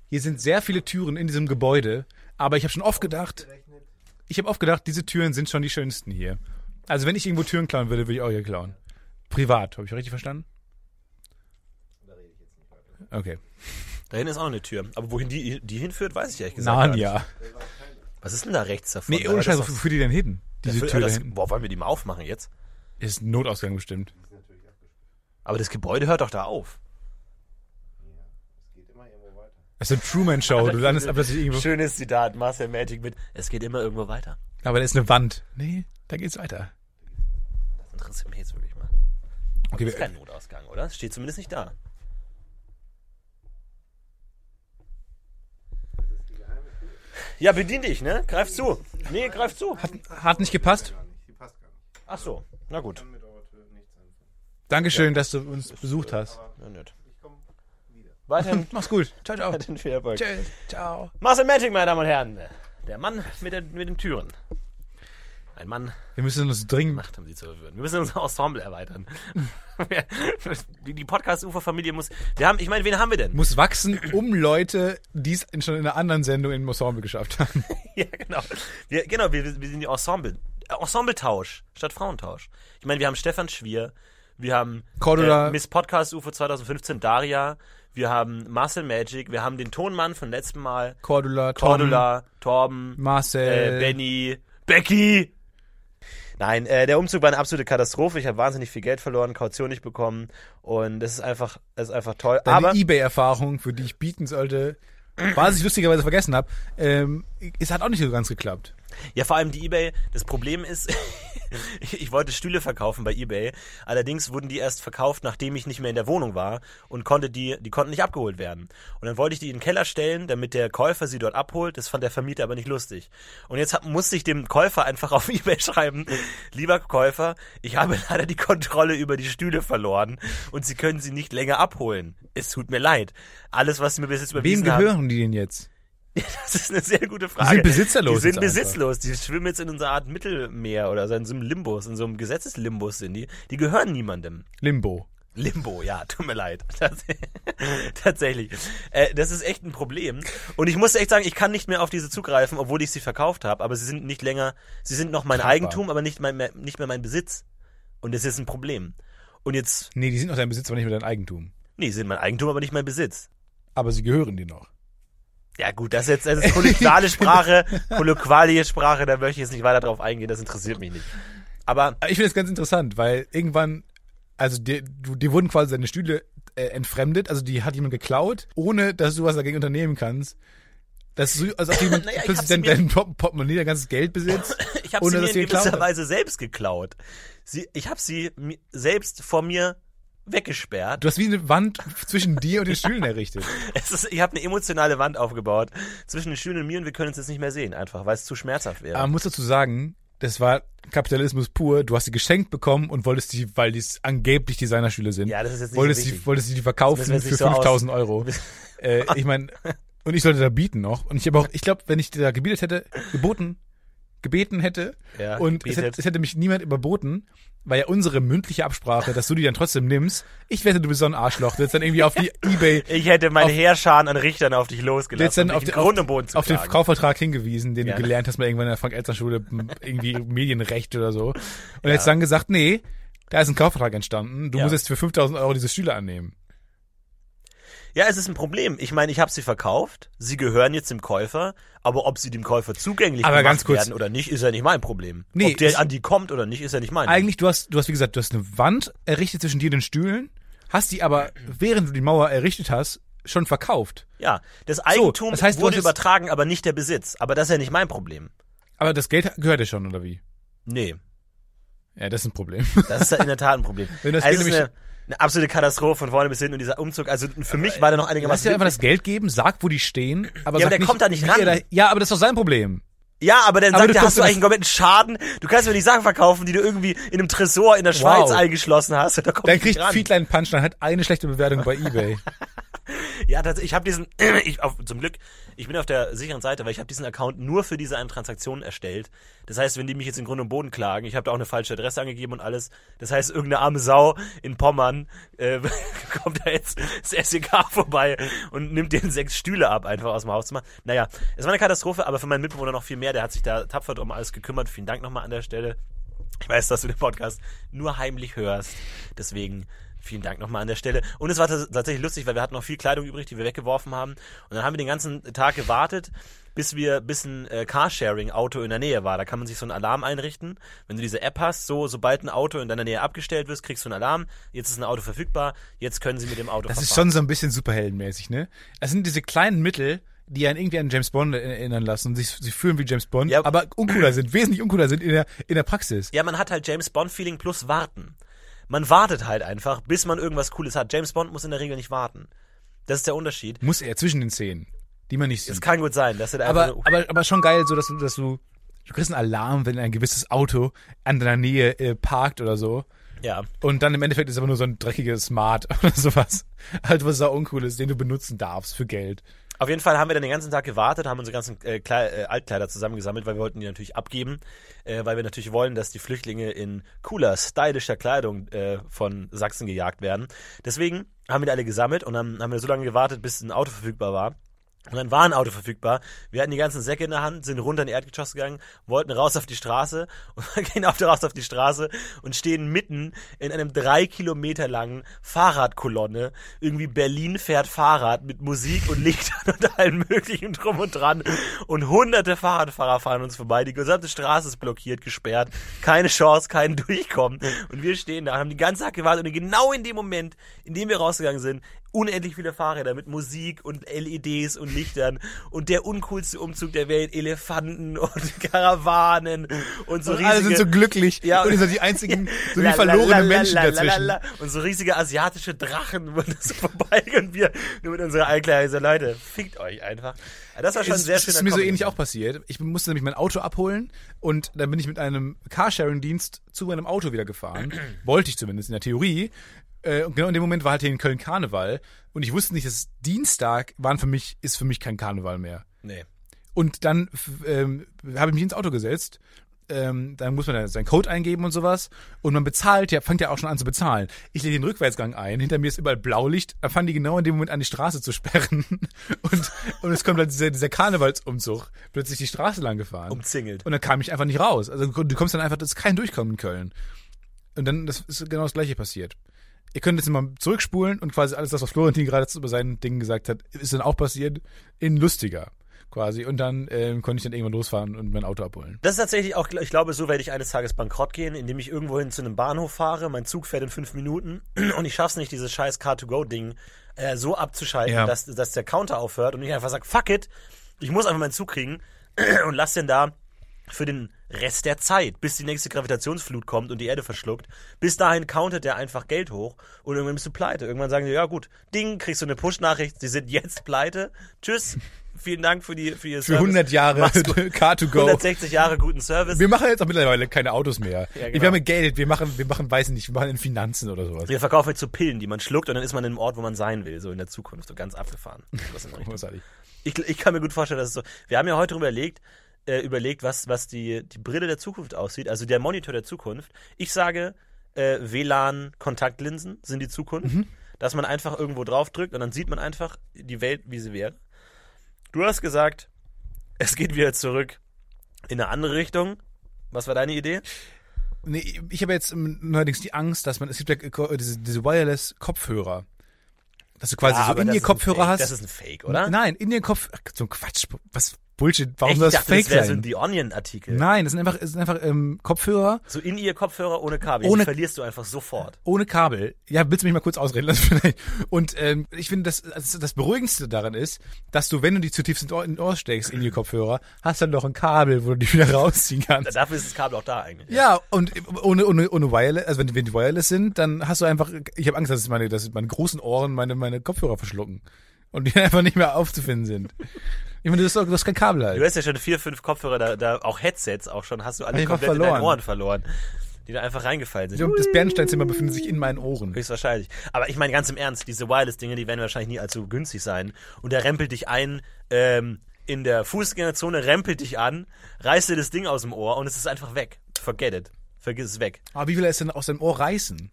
Speaker 1: hier sind sehr viele Türen in diesem Gebäude, aber ich habe schon oft gedacht, ich habe oft gedacht, diese Türen sind schon die schönsten hier. Also wenn ich irgendwo Türen klauen würde, würde ich auch hier klauen. Privat, habe ich richtig verstanden? Okay.
Speaker 2: Da hinten ist auch noch eine Tür. Aber wohin die, die hinführt, weiß ich ehrlich gesagt. gar
Speaker 1: Narnia.
Speaker 2: nicht. Was ist denn da rechts davon?
Speaker 1: Nee,
Speaker 2: Da
Speaker 1: ohne
Speaker 2: ist
Speaker 1: Scheiß,
Speaker 2: doch-
Speaker 1: wofür die denn hin? Diese
Speaker 2: Für-
Speaker 1: Tür da
Speaker 2: das,
Speaker 1: hinten.
Speaker 2: boah, wollen wir die mal aufmachen jetzt?
Speaker 1: Ist ein Notausgang bestimmt.
Speaker 2: Aber das Gebäude hört doch da auf.
Speaker 1: Das ist eine
Speaker 2: <laughs>
Speaker 1: Truman-Show, du landest aber plötzlich irgendwo.
Speaker 2: Schönes Zitat, Marcel Magic mit Es geht immer irgendwo weiter.
Speaker 1: Aber da ist eine Wand. Nee, da geht's weiter.
Speaker 2: Das interessiert mich jetzt wirklich mal.
Speaker 1: Okay,
Speaker 2: Ist
Speaker 1: wir,
Speaker 2: kein Notausgang, oder? Steht zumindest nicht da. Ja, bedien dich, ne? Greif zu. Nee, greif zu.
Speaker 1: hat, hat nicht gepasst.
Speaker 3: Gar nicht. Die passt gar nicht.
Speaker 2: Ach so, na gut.
Speaker 3: Kann mit eurer Tür nichts anfangen.
Speaker 1: Dankeschön, dass du uns besucht hast.
Speaker 2: Ja, nett.
Speaker 3: Ich komme wieder.
Speaker 2: Weiterhin, <laughs>
Speaker 1: Mach's gut. Ciao, ciao.
Speaker 2: weiterhin viel Erfolg.
Speaker 1: Tschüss. Ciao.
Speaker 2: Marcel Magic, meine Damen und Herren. Der Mann mit, der, mit den Türen. Ein Mann
Speaker 1: Wir müssen uns dringend.
Speaker 2: Macht, um sie zu verwirren. Wir müssen unser Ensemble erweitern. <laughs> Wir- die die Podcast-Ufer-Familie muss. Wir haben, ich meine, wen haben wir denn?
Speaker 1: Muss wachsen, um Leute, die es in- schon in einer anderen Sendung in Ensemble geschafft haben.
Speaker 2: <laughs> ja, genau. Wir, genau, wir, wir sind die Ensemble. äh, Ensembletausch statt Frauentausch. Ich meine, wir haben Stefan Schwier, wir haben
Speaker 1: Cordula.
Speaker 2: äh, Miss Podcast-Ufer 2015 Daria, wir haben Marcel Magic, wir haben den Tonmann von letztem Mal,
Speaker 1: <laughs> Cordula, Tom,
Speaker 2: Cordula, Torben,
Speaker 1: Marcel.
Speaker 2: äh, Benny, Becky. Nein, äh, der Umzug war eine absolute Katastrophe. Ich habe wahnsinnig viel Geld verloren, Kaution nicht bekommen und das ist einfach, das ist einfach toll.
Speaker 1: Deine
Speaker 2: Aber
Speaker 1: Ebay-Erfahrung, für die ich bieten sollte, was ich lustigerweise vergessen habe, ähm, es hat auch nicht so ganz geklappt.
Speaker 2: ja, vor allem die eBay. Das Problem ist, <laughs> ich, ich wollte Stühle verkaufen bei eBay. Allerdings wurden die erst verkauft, nachdem ich nicht mehr in der Wohnung war und konnte die, die konnten nicht abgeholt werden. Und dann wollte ich die in den Keller stellen, damit der Käufer sie dort abholt. Das fand der Vermieter aber nicht lustig. Und jetzt hab, musste ich dem Käufer einfach auf <laughs> eBay schreiben, lieber Käufer, ich habe leider die Kontrolle über die Stühle verloren und Sie können sie nicht länger abholen. Es tut mir leid. Alles, was Sie mir bis jetzt
Speaker 1: Wem
Speaker 2: überwiesen haben,
Speaker 1: gehören die denn jetzt?
Speaker 2: Das ist eine sehr gute Frage.
Speaker 1: Die sind besitzerlos
Speaker 2: Die
Speaker 1: jetzt
Speaker 2: sind besitzlos. Die schwimmen jetzt in unserer Art Mittelmeer oder so in so einem Limbus, in so einem Gesetzeslimbus sind die. Die gehören niemandem.
Speaker 1: Limbo.
Speaker 2: Limbo, ja, tut mir leid. <laughs> Tats Tatsächlich. Äh, das ist echt ein Problem. Und ich muss echt sagen, ich kann nicht mehr auf diese zugreifen, obwohl ich sie verkauft habe. Aber sie sind nicht länger, sie sind noch mein
Speaker 1: Tragbar.
Speaker 2: Eigentum, aber nicht, mein, mehr, nicht mehr mein Besitz. Und das ist ein Problem. Und jetzt,
Speaker 1: Nee, die sind noch dein Besitz, aber nicht mehr dein Eigentum.
Speaker 2: nee, sie sind mein Eigentum, aber nicht mein Besitz.
Speaker 1: Aber sie gehören dir noch.
Speaker 2: Ja gut, das ist jetzt das ist kolloquiale Sprache, <laughs> kolloquiale Sprache, da möchte ich jetzt nicht weiter drauf eingehen, das interessiert mich nicht. Aber
Speaker 1: Aber Ah, Ich finde es ganz interessant, weil irgendwann, also dir, du, dir wurden quasi deine Stühle äh, entfremdet, also die hat jemand geklaut, ohne dass du was dagegen unternehmen kannst. Dass du,
Speaker 2: <laughs>
Speaker 1: also auch jemand
Speaker 2: Naja, ich hab
Speaker 1: plötzlich
Speaker 2: sie
Speaker 1: dein,
Speaker 2: mir-
Speaker 1: dein Port- Portemonnaie, dein ganzes Geld besitzt.
Speaker 2: <laughs> ich habe sie
Speaker 1: ohne
Speaker 2: mir
Speaker 1: dass
Speaker 2: in
Speaker 1: sie geklaut
Speaker 2: gewisser
Speaker 1: hat.
Speaker 2: Weise selbst geklaut. Sie, ich habe sie mi- selbst vor mir weggesperrt.
Speaker 1: Du hast wie eine Wand zwischen dir und den Stühlen errichtet.
Speaker 2: Es ist, ich habe eine emotionale Wand aufgebaut zwischen den Stühlen und mir und wir können uns jetzt nicht mehr sehen, einfach weil es zu schmerzhaft wäre.
Speaker 1: Aber man muss dazu sagen, das war Kapitalismus pur. Du hast sie geschenkt bekommen und wolltest die, weil die angeblich Designerstühle sind,
Speaker 2: Ja, das ist jetzt nicht
Speaker 1: wolltest,
Speaker 2: so wichtig.
Speaker 1: die, wolltest die
Speaker 2: Das
Speaker 1: verkaufen
Speaker 2: müssen wir
Speaker 1: für
Speaker 2: jetzt nicht so
Speaker 1: 5000
Speaker 2: <laughs>
Speaker 1: Euro. äh, ich meine, und ich sollte da bieten noch. Und ich habe auch, ich glaube, wenn ich dir da gebietet hätte, geboten, gebeten hätte
Speaker 2: Ja,
Speaker 1: und es
Speaker 2: gebetet.
Speaker 1: hätte, es hätte mich niemand überboten, war ja unsere mündliche Absprache, dass du die dann trotzdem nimmst. Ich wette, du bist so ein Arschloch, du hättest dann irgendwie auf
Speaker 2: <laughs>
Speaker 1: die Ebay
Speaker 2: ich hätte meine
Speaker 1: auf-
Speaker 2: Heerscharen an Richtern auf dich
Speaker 1: Jetzt
Speaker 2: losgelassen,
Speaker 1: dann
Speaker 2: um
Speaker 1: auf,
Speaker 2: dich
Speaker 1: den,
Speaker 2: in Grund
Speaker 1: auf,
Speaker 2: und Boden zu
Speaker 1: auf den
Speaker 2: schlagen.
Speaker 1: Kaufvertrag hingewiesen, den
Speaker 2: Ja.
Speaker 1: du gelernt hast mal irgendwann in der Frank-Elster-Schule, m-
Speaker 2: <laughs>
Speaker 1: irgendwie Medienrecht oder so. Und jetzt dann gesagt, nee, da ist ein Kaufvertrag entstanden, du
Speaker 2: Ja.
Speaker 1: musst jetzt für 5000 Euro diese Stühle annehmen.
Speaker 2: Ja, es ist ein Problem. Ich meine, ich habe sie verkauft, sie gehören jetzt dem Käufer, aber ob sie dem Käufer zugänglich
Speaker 1: Aber
Speaker 2: gemacht
Speaker 1: ganz kurz-
Speaker 2: werden oder nicht, ist ja nicht mein Problem.
Speaker 1: Nee,
Speaker 2: ob der
Speaker 1: es-
Speaker 2: an die kommt oder nicht, ist ja nicht mein.
Speaker 1: Eigentlich, du hast, du hast, wie gesagt, du hast eine Wand errichtet zwischen dir und den Stühlen, hast die aber, während du die Mauer errichtet hast, schon verkauft.
Speaker 2: Ja, das Eigentum
Speaker 1: das heißt, du hast
Speaker 2: wurde
Speaker 1: jetzt-
Speaker 2: übertragen, aber nicht der Besitz. Aber das ist ja nicht mein Problem.
Speaker 1: Aber das Geld gehört dir schon, oder wie?
Speaker 2: Nee,
Speaker 1: Ja, das ist ein Problem.
Speaker 2: das ist ja in der Tat ein Problem.
Speaker 1: <laughs> Wenn das
Speaker 2: also es
Speaker 1: geht
Speaker 2: ist eine,
Speaker 1: nämlich-
Speaker 2: eine absolute Katastrophe von vorne bis hinten und dieser Umzug. Also für mich war der noch
Speaker 1: Lass
Speaker 2: einigermaßen
Speaker 1: dir einfach das Geld geben, sag, wo die stehen, aber
Speaker 2: Ja, aber
Speaker 1: sag
Speaker 2: der
Speaker 1: nicht,
Speaker 2: kommt da nicht
Speaker 1: wie
Speaker 2: ran.
Speaker 1: er ja, aber das ist doch sein Problem.
Speaker 2: Ja, aber dann
Speaker 1: Aber
Speaker 2: sagt
Speaker 1: du
Speaker 2: er, hast
Speaker 1: kommst
Speaker 2: du
Speaker 1: in
Speaker 2: eigentlich einen kompletten Schaden. Du kannst mir nicht Sachen verkaufen, die du irgendwie in einem Tresor in der Schweiz eingeschlossen hast. Und da kommt
Speaker 1: Dann
Speaker 2: ich
Speaker 1: kriegt
Speaker 2: nicht ran.
Speaker 1: Feedline Punch, dann hat eine schlechte Bewertung bei Ebay.
Speaker 2: Ja, das, ich habe diesen, <clears throat> ich, auf, zum Glück, ich bin auf der sicheren Seite, weil ich habe diesen Account nur für diese eine Transaktion erstellt. Das heißt, wenn die mich jetzt in Grund und Boden klagen, ich habe da auch eine falsche Adresse angegeben und alles. Das heißt, irgendeine arme Sau in Pommern äh, <laughs> kommt da jetzt das SEK vorbei und nimmt den sechs Stühle ab, einfach aus dem Hauszimmer. Naja, es war eine Katastrophe, aber für meinen Mitbewohner noch viel mehr. Der hat sich da tapfer um alles gekümmert. Vielen Dank nochmal an der Stelle. Ich weiß, dass du den Podcast nur heimlich hörst. Deswegen vielen Dank nochmal an der Stelle. Und es war tats- tatsächlich lustig, weil wir hatten noch viel Kleidung übrig, die wir weggeworfen haben. Und dann haben wir den ganzen Tag gewartet, bis wir bis ein äh, Carsharing-Auto in der Nähe war. Da kann man sich so einen Alarm einrichten. Wenn du diese App hast, so sobald ein Auto in deiner Nähe abgestellt wird, kriegst du einen Alarm. Jetzt ist ein Auto verfügbar. Jetzt können sie mit dem Auto
Speaker 1: Das ist
Speaker 2: verfahren.
Speaker 1: schon so ein bisschen superheldenmäßig, ne? Das sind diese kleinen Mittel, die einen irgendwie an James Bond erinnern lassen und sich sie fühlen wie James Bond,
Speaker 2: Ja.
Speaker 1: aber uncooler sind, wesentlich uncooler sind in der, in der Praxis.
Speaker 2: Ja, man hat halt James Bond-Feeling plus Warten. man wartet halt einfach, bis man irgendwas Cooles hat. James Bond muss in der Regel nicht warten. Das ist der Unterschied.
Speaker 1: Muss er zwischen den Szenen, die man nicht
Speaker 2: Es
Speaker 1: sieht.
Speaker 2: kann gut sein, dass er da
Speaker 1: Aber,
Speaker 2: einfach nur-
Speaker 1: aber, aber schon geil, so dass du, dass du, du kriegst einen Alarm, wenn ein gewisses Auto an deiner Nähe äh, parkt oder so.
Speaker 2: ja.
Speaker 1: Und dann im Endeffekt ist aber nur so ein dreckiges Smart <laughs> oder sowas. Halt was da uncool ist, den du benutzen darfst für Geld.
Speaker 2: Auf jeden Fall haben wir dann den ganzen Tag gewartet, haben unsere ganzen äh, Kle äh, Altkleider zusammengesammelt, weil wir wollten die natürlich abgeben, äh, weil wir natürlich wollen, dass die Flüchtlinge in cooler, stylischer Kleidung äh, von Sachsen gejagt werden. Deswegen haben wir die alle gesammelt und dann haben wir so lange gewartet, bis ein Auto verfügbar war. Und dann war ein Auto verfügbar. Wir hatten die ganzen Säcke in der Hand, sind runter in den Erdgeschoss gegangen, wollten raus auf die Straße <laughs> und gehen auf der raus auf die Straße und stehen mitten in einem drei Kilometer langen Fahrradkolonne. Irgendwie Berlin fährt Fahrrad mit Musik und Lichtern <laughs> und allem möglichen drum und dran. Und hunderte Fahrradfahrer fahren uns vorbei. Die gesamte Straße ist blockiert, gesperrt. Keine Chance, kein <laughs> Durchkommen. Und wir stehen da und haben die ganze Zeit gewartet und genau in dem Moment, in dem wir rausgegangen sind, unendlich viele Fahrräder mit Musik und LEDs und Lichtern und der uncoolste Umzug der Welt, Elefanten <laughs> und Karawanen und so
Speaker 1: und
Speaker 2: riesige...
Speaker 1: alle sind so glücklich.
Speaker 2: Ja.
Speaker 1: Und ihr seid die
Speaker 2: <laughs>
Speaker 1: einzigen, so wie
Speaker 2: La, la, la,
Speaker 1: verlorene
Speaker 2: la,
Speaker 1: Menschen
Speaker 2: la, la,
Speaker 1: dazwischen.
Speaker 2: la, la. Und so riesige asiatische Drachen <laughs> wurden so vorbei und wir nur mit unserer Altkleider so, Leute, fickt euch einfach. Ja, Das war schon
Speaker 1: Es-
Speaker 2: sehr
Speaker 1: es
Speaker 2: schön.
Speaker 1: ist mir so ähnlich auch passiert. Ich musste nämlich mein Auto abholen und dann bin ich mit einem Carsharing-Dienst zu meinem Auto wieder gefahren. <clears throat> Wollte ich zumindest in der Theorie. Äh, Und genau in dem Moment war halt hier in Köln Karneval und ich wusste nicht, dass Dienstag waren für mich, ist für mich kein Karneval mehr.
Speaker 2: Nee.
Speaker 1: Und dann f- ähm, habe ich mich ins Auto gesetzt. Ähm, dann muss man ja seinen Code eingeben und sowas. Und man bezahlt, ja, fängt ja auch schon an zu bezahlen. Ich lege den Rückwärtsgang ein, hinter mir ist überall Blaulicht. Da fangen die genau in dem Moment an, die Straße zu sperren. <laughs> Und, und es kommt dann dieser, dieser Karnevalsumzug, plötzlich die Straße lang gefahren.
Speaker 2: Umzingelt.
Speaker 1: Und dann kam ich einfach nicht raus. Also du kommst dann einfach, das ist kein Durchkommen in Köln. Und dann das ist genau das gleiche passiert. Ihr könnt jetzt mal zurückspulen und quasi alles das, was Florentin gerade über sein Ding gesagt hat, ist dann auch passiert in lustiger quasi. Und dann ähm, konnte ich dann irgendwann losfahren und mein Auto abholen.
Speaker 2: Das ist tatsächlich auch, ich glaube, so werde ich eines Tages bankrott gehen, indem ich irgendwo hin zu einem Bahnhof fahre, mein Zug fährt in fünf Minuten <clears throat> und ich schaff's nicht, dieses scheiß Car-to-Go-Ding äh, so abzuschalten,
Speaker 1: Ja.
Speaker 2: dass, dass der Counter aufhört und ich einfach sage, fuck it, ich muss einfach meinen Zug kriegen <clears throat> und lass den da für den Rest der Zeit, bis die nächste Gravitationsflut kommt und die Erde verschluckt. Bis dahin countet der einfach Geld hoch und irgendwann bist du pleite. Irgendwann sagen die, ja gut, Ding, kriegst du eine Push-Nachricht, sie sind jetzt pleite. Tschüss, vielen Dank für die für ihr
Speaker 1: Für 100 Jahre
Speaker 2: Mach's
Speaker 1: <laughs>
Speaker 2: gut.
Speaker 1: Car2Go.
Speaker 2: 160 Jahre guten Service.
Speaker 1: Wir machen jetzt auch mittlerweile keine Autos mehr.
Speaker 2: genau.
Speaker 1: Wir haben Geld, wir machen, wir machen, weiß nicht, wir machen in Finanzen oder sowas.
Speaker 2: Wir verkaufen jetzt so Pillen, die man schluckt und dann ist man in einem Ort, wo man sein will, so in der Zukunft, so ganz abgefahren. Das ist noch nicht
Speaker 1: Großartig.
Speaker 2: ich, ich kann mir gut vorstellen, dass es so. Wir haben ja heute überlegt, äh, überlegt, was, was die, die Brille der Zukunft aussieht, also der Monitor der Zukunft. Ich sage, äh, WLAN-Kontaktlinsen sind die Zukunft,
Speaker 1: Mhm.
Speaker 2: dass man einfach irgendwo draufdrückt und dann sieht man einfach die Welt, wie sie wäre. Du hast gesagt, es geht wieder zurück in eine andere Richtung. Was war deine Idee?
Speaker 1: Nee, ich habe jetzt ähm, neuerdings die Angst, dass man, es gibt ja äh, diese, diese Wireless-Kopfhörer. Dass Also, du quasi
Speaker 2: Ah,
Speaker 1: so
Speaker 2: aber
Speaker 1: in
Speaker 2: das
Speaker 1: dir
Speaker 2: ist ein
Speaker 1: Kopfhörer
Speaker 2: Fake.
Speaker 1: hast.
Speaker 2: Das ist ein Fake, oder?
Speaker 1: Nein, in den Kopf. Ach, So ein Quatsch. Was Bullshit. Warum
Speaker 2: ich
Speaker 1: soll das
Speaker 2: dachte,
Speaker 1: fake
Speaker 2: das wäre so
Speaker 1: sein?
Speaker 2: ein The Onion-Artikel.
Speaker 1: Nein, das sind einfach, das sind einfach ähm, Kopfhörer
Speaker 2: So in ihr Kopfhörer ohne Kabel.
Speaker 1: Ohne-
Speaker 2: Die verlierst du einfach sofort.
Speaker 1: ohne Kabel. Ja, willst du mich mal kurz ausreden lassen <laughs> vielleicht? Und ähm, ich finde, das, das, das Beruhigendste daran ist, dass du, wenn du die zutiefst in den Ohr steckst, in die Kopfhörer, hast dann noch ein Kabel, wo du die wieder <laughs> rausziehen kannst.
Speaker 2: Dafür ist das Kabel auch da eigentlich.
Speaker 1: Ja, und ohne, ohne, ohne Wireless, also wenn, wenn die Wireless sind, dann hast du einfach, ich habe Angst, dass meine, dass meine großen Ohren meine, meine Kopfhörer verschlucken. Und die <laughs> einfach nicht mehr aufzufinden sind. Ich meine, du hast, doch- du hast kein Kabel halt.
Speaker 2: Du hast ja schon vier, fünf Kopfhörer, da, da auch Headsets auch schon, hast du alle
Speaker 1: Hab ich mal
Speaker 2: komplett in deinen
Speaker 1: verloren.
Speaker 2: Ohren verloren, die da einfach reingefallen sind.
Speaker 1: Das Bernsteinzimmer befindet sich in meinen Ohren.
Speaker 2: Höchstwahrscheinlich. Aber ich meine ganz im Ernst, diese Wireless-Dinge, die werden wahrscheinlich nie allzu günstig sein. Und der rempelt dich ein, ähm, in der Fußgängerzone rempelt dich an, reißt dir das Ding aus dem Ohr und es ist einfach weg. Forget it. Vergiss es weg.
Speaker 1: Aber wie will er es denn aus deinem Ohr reißen?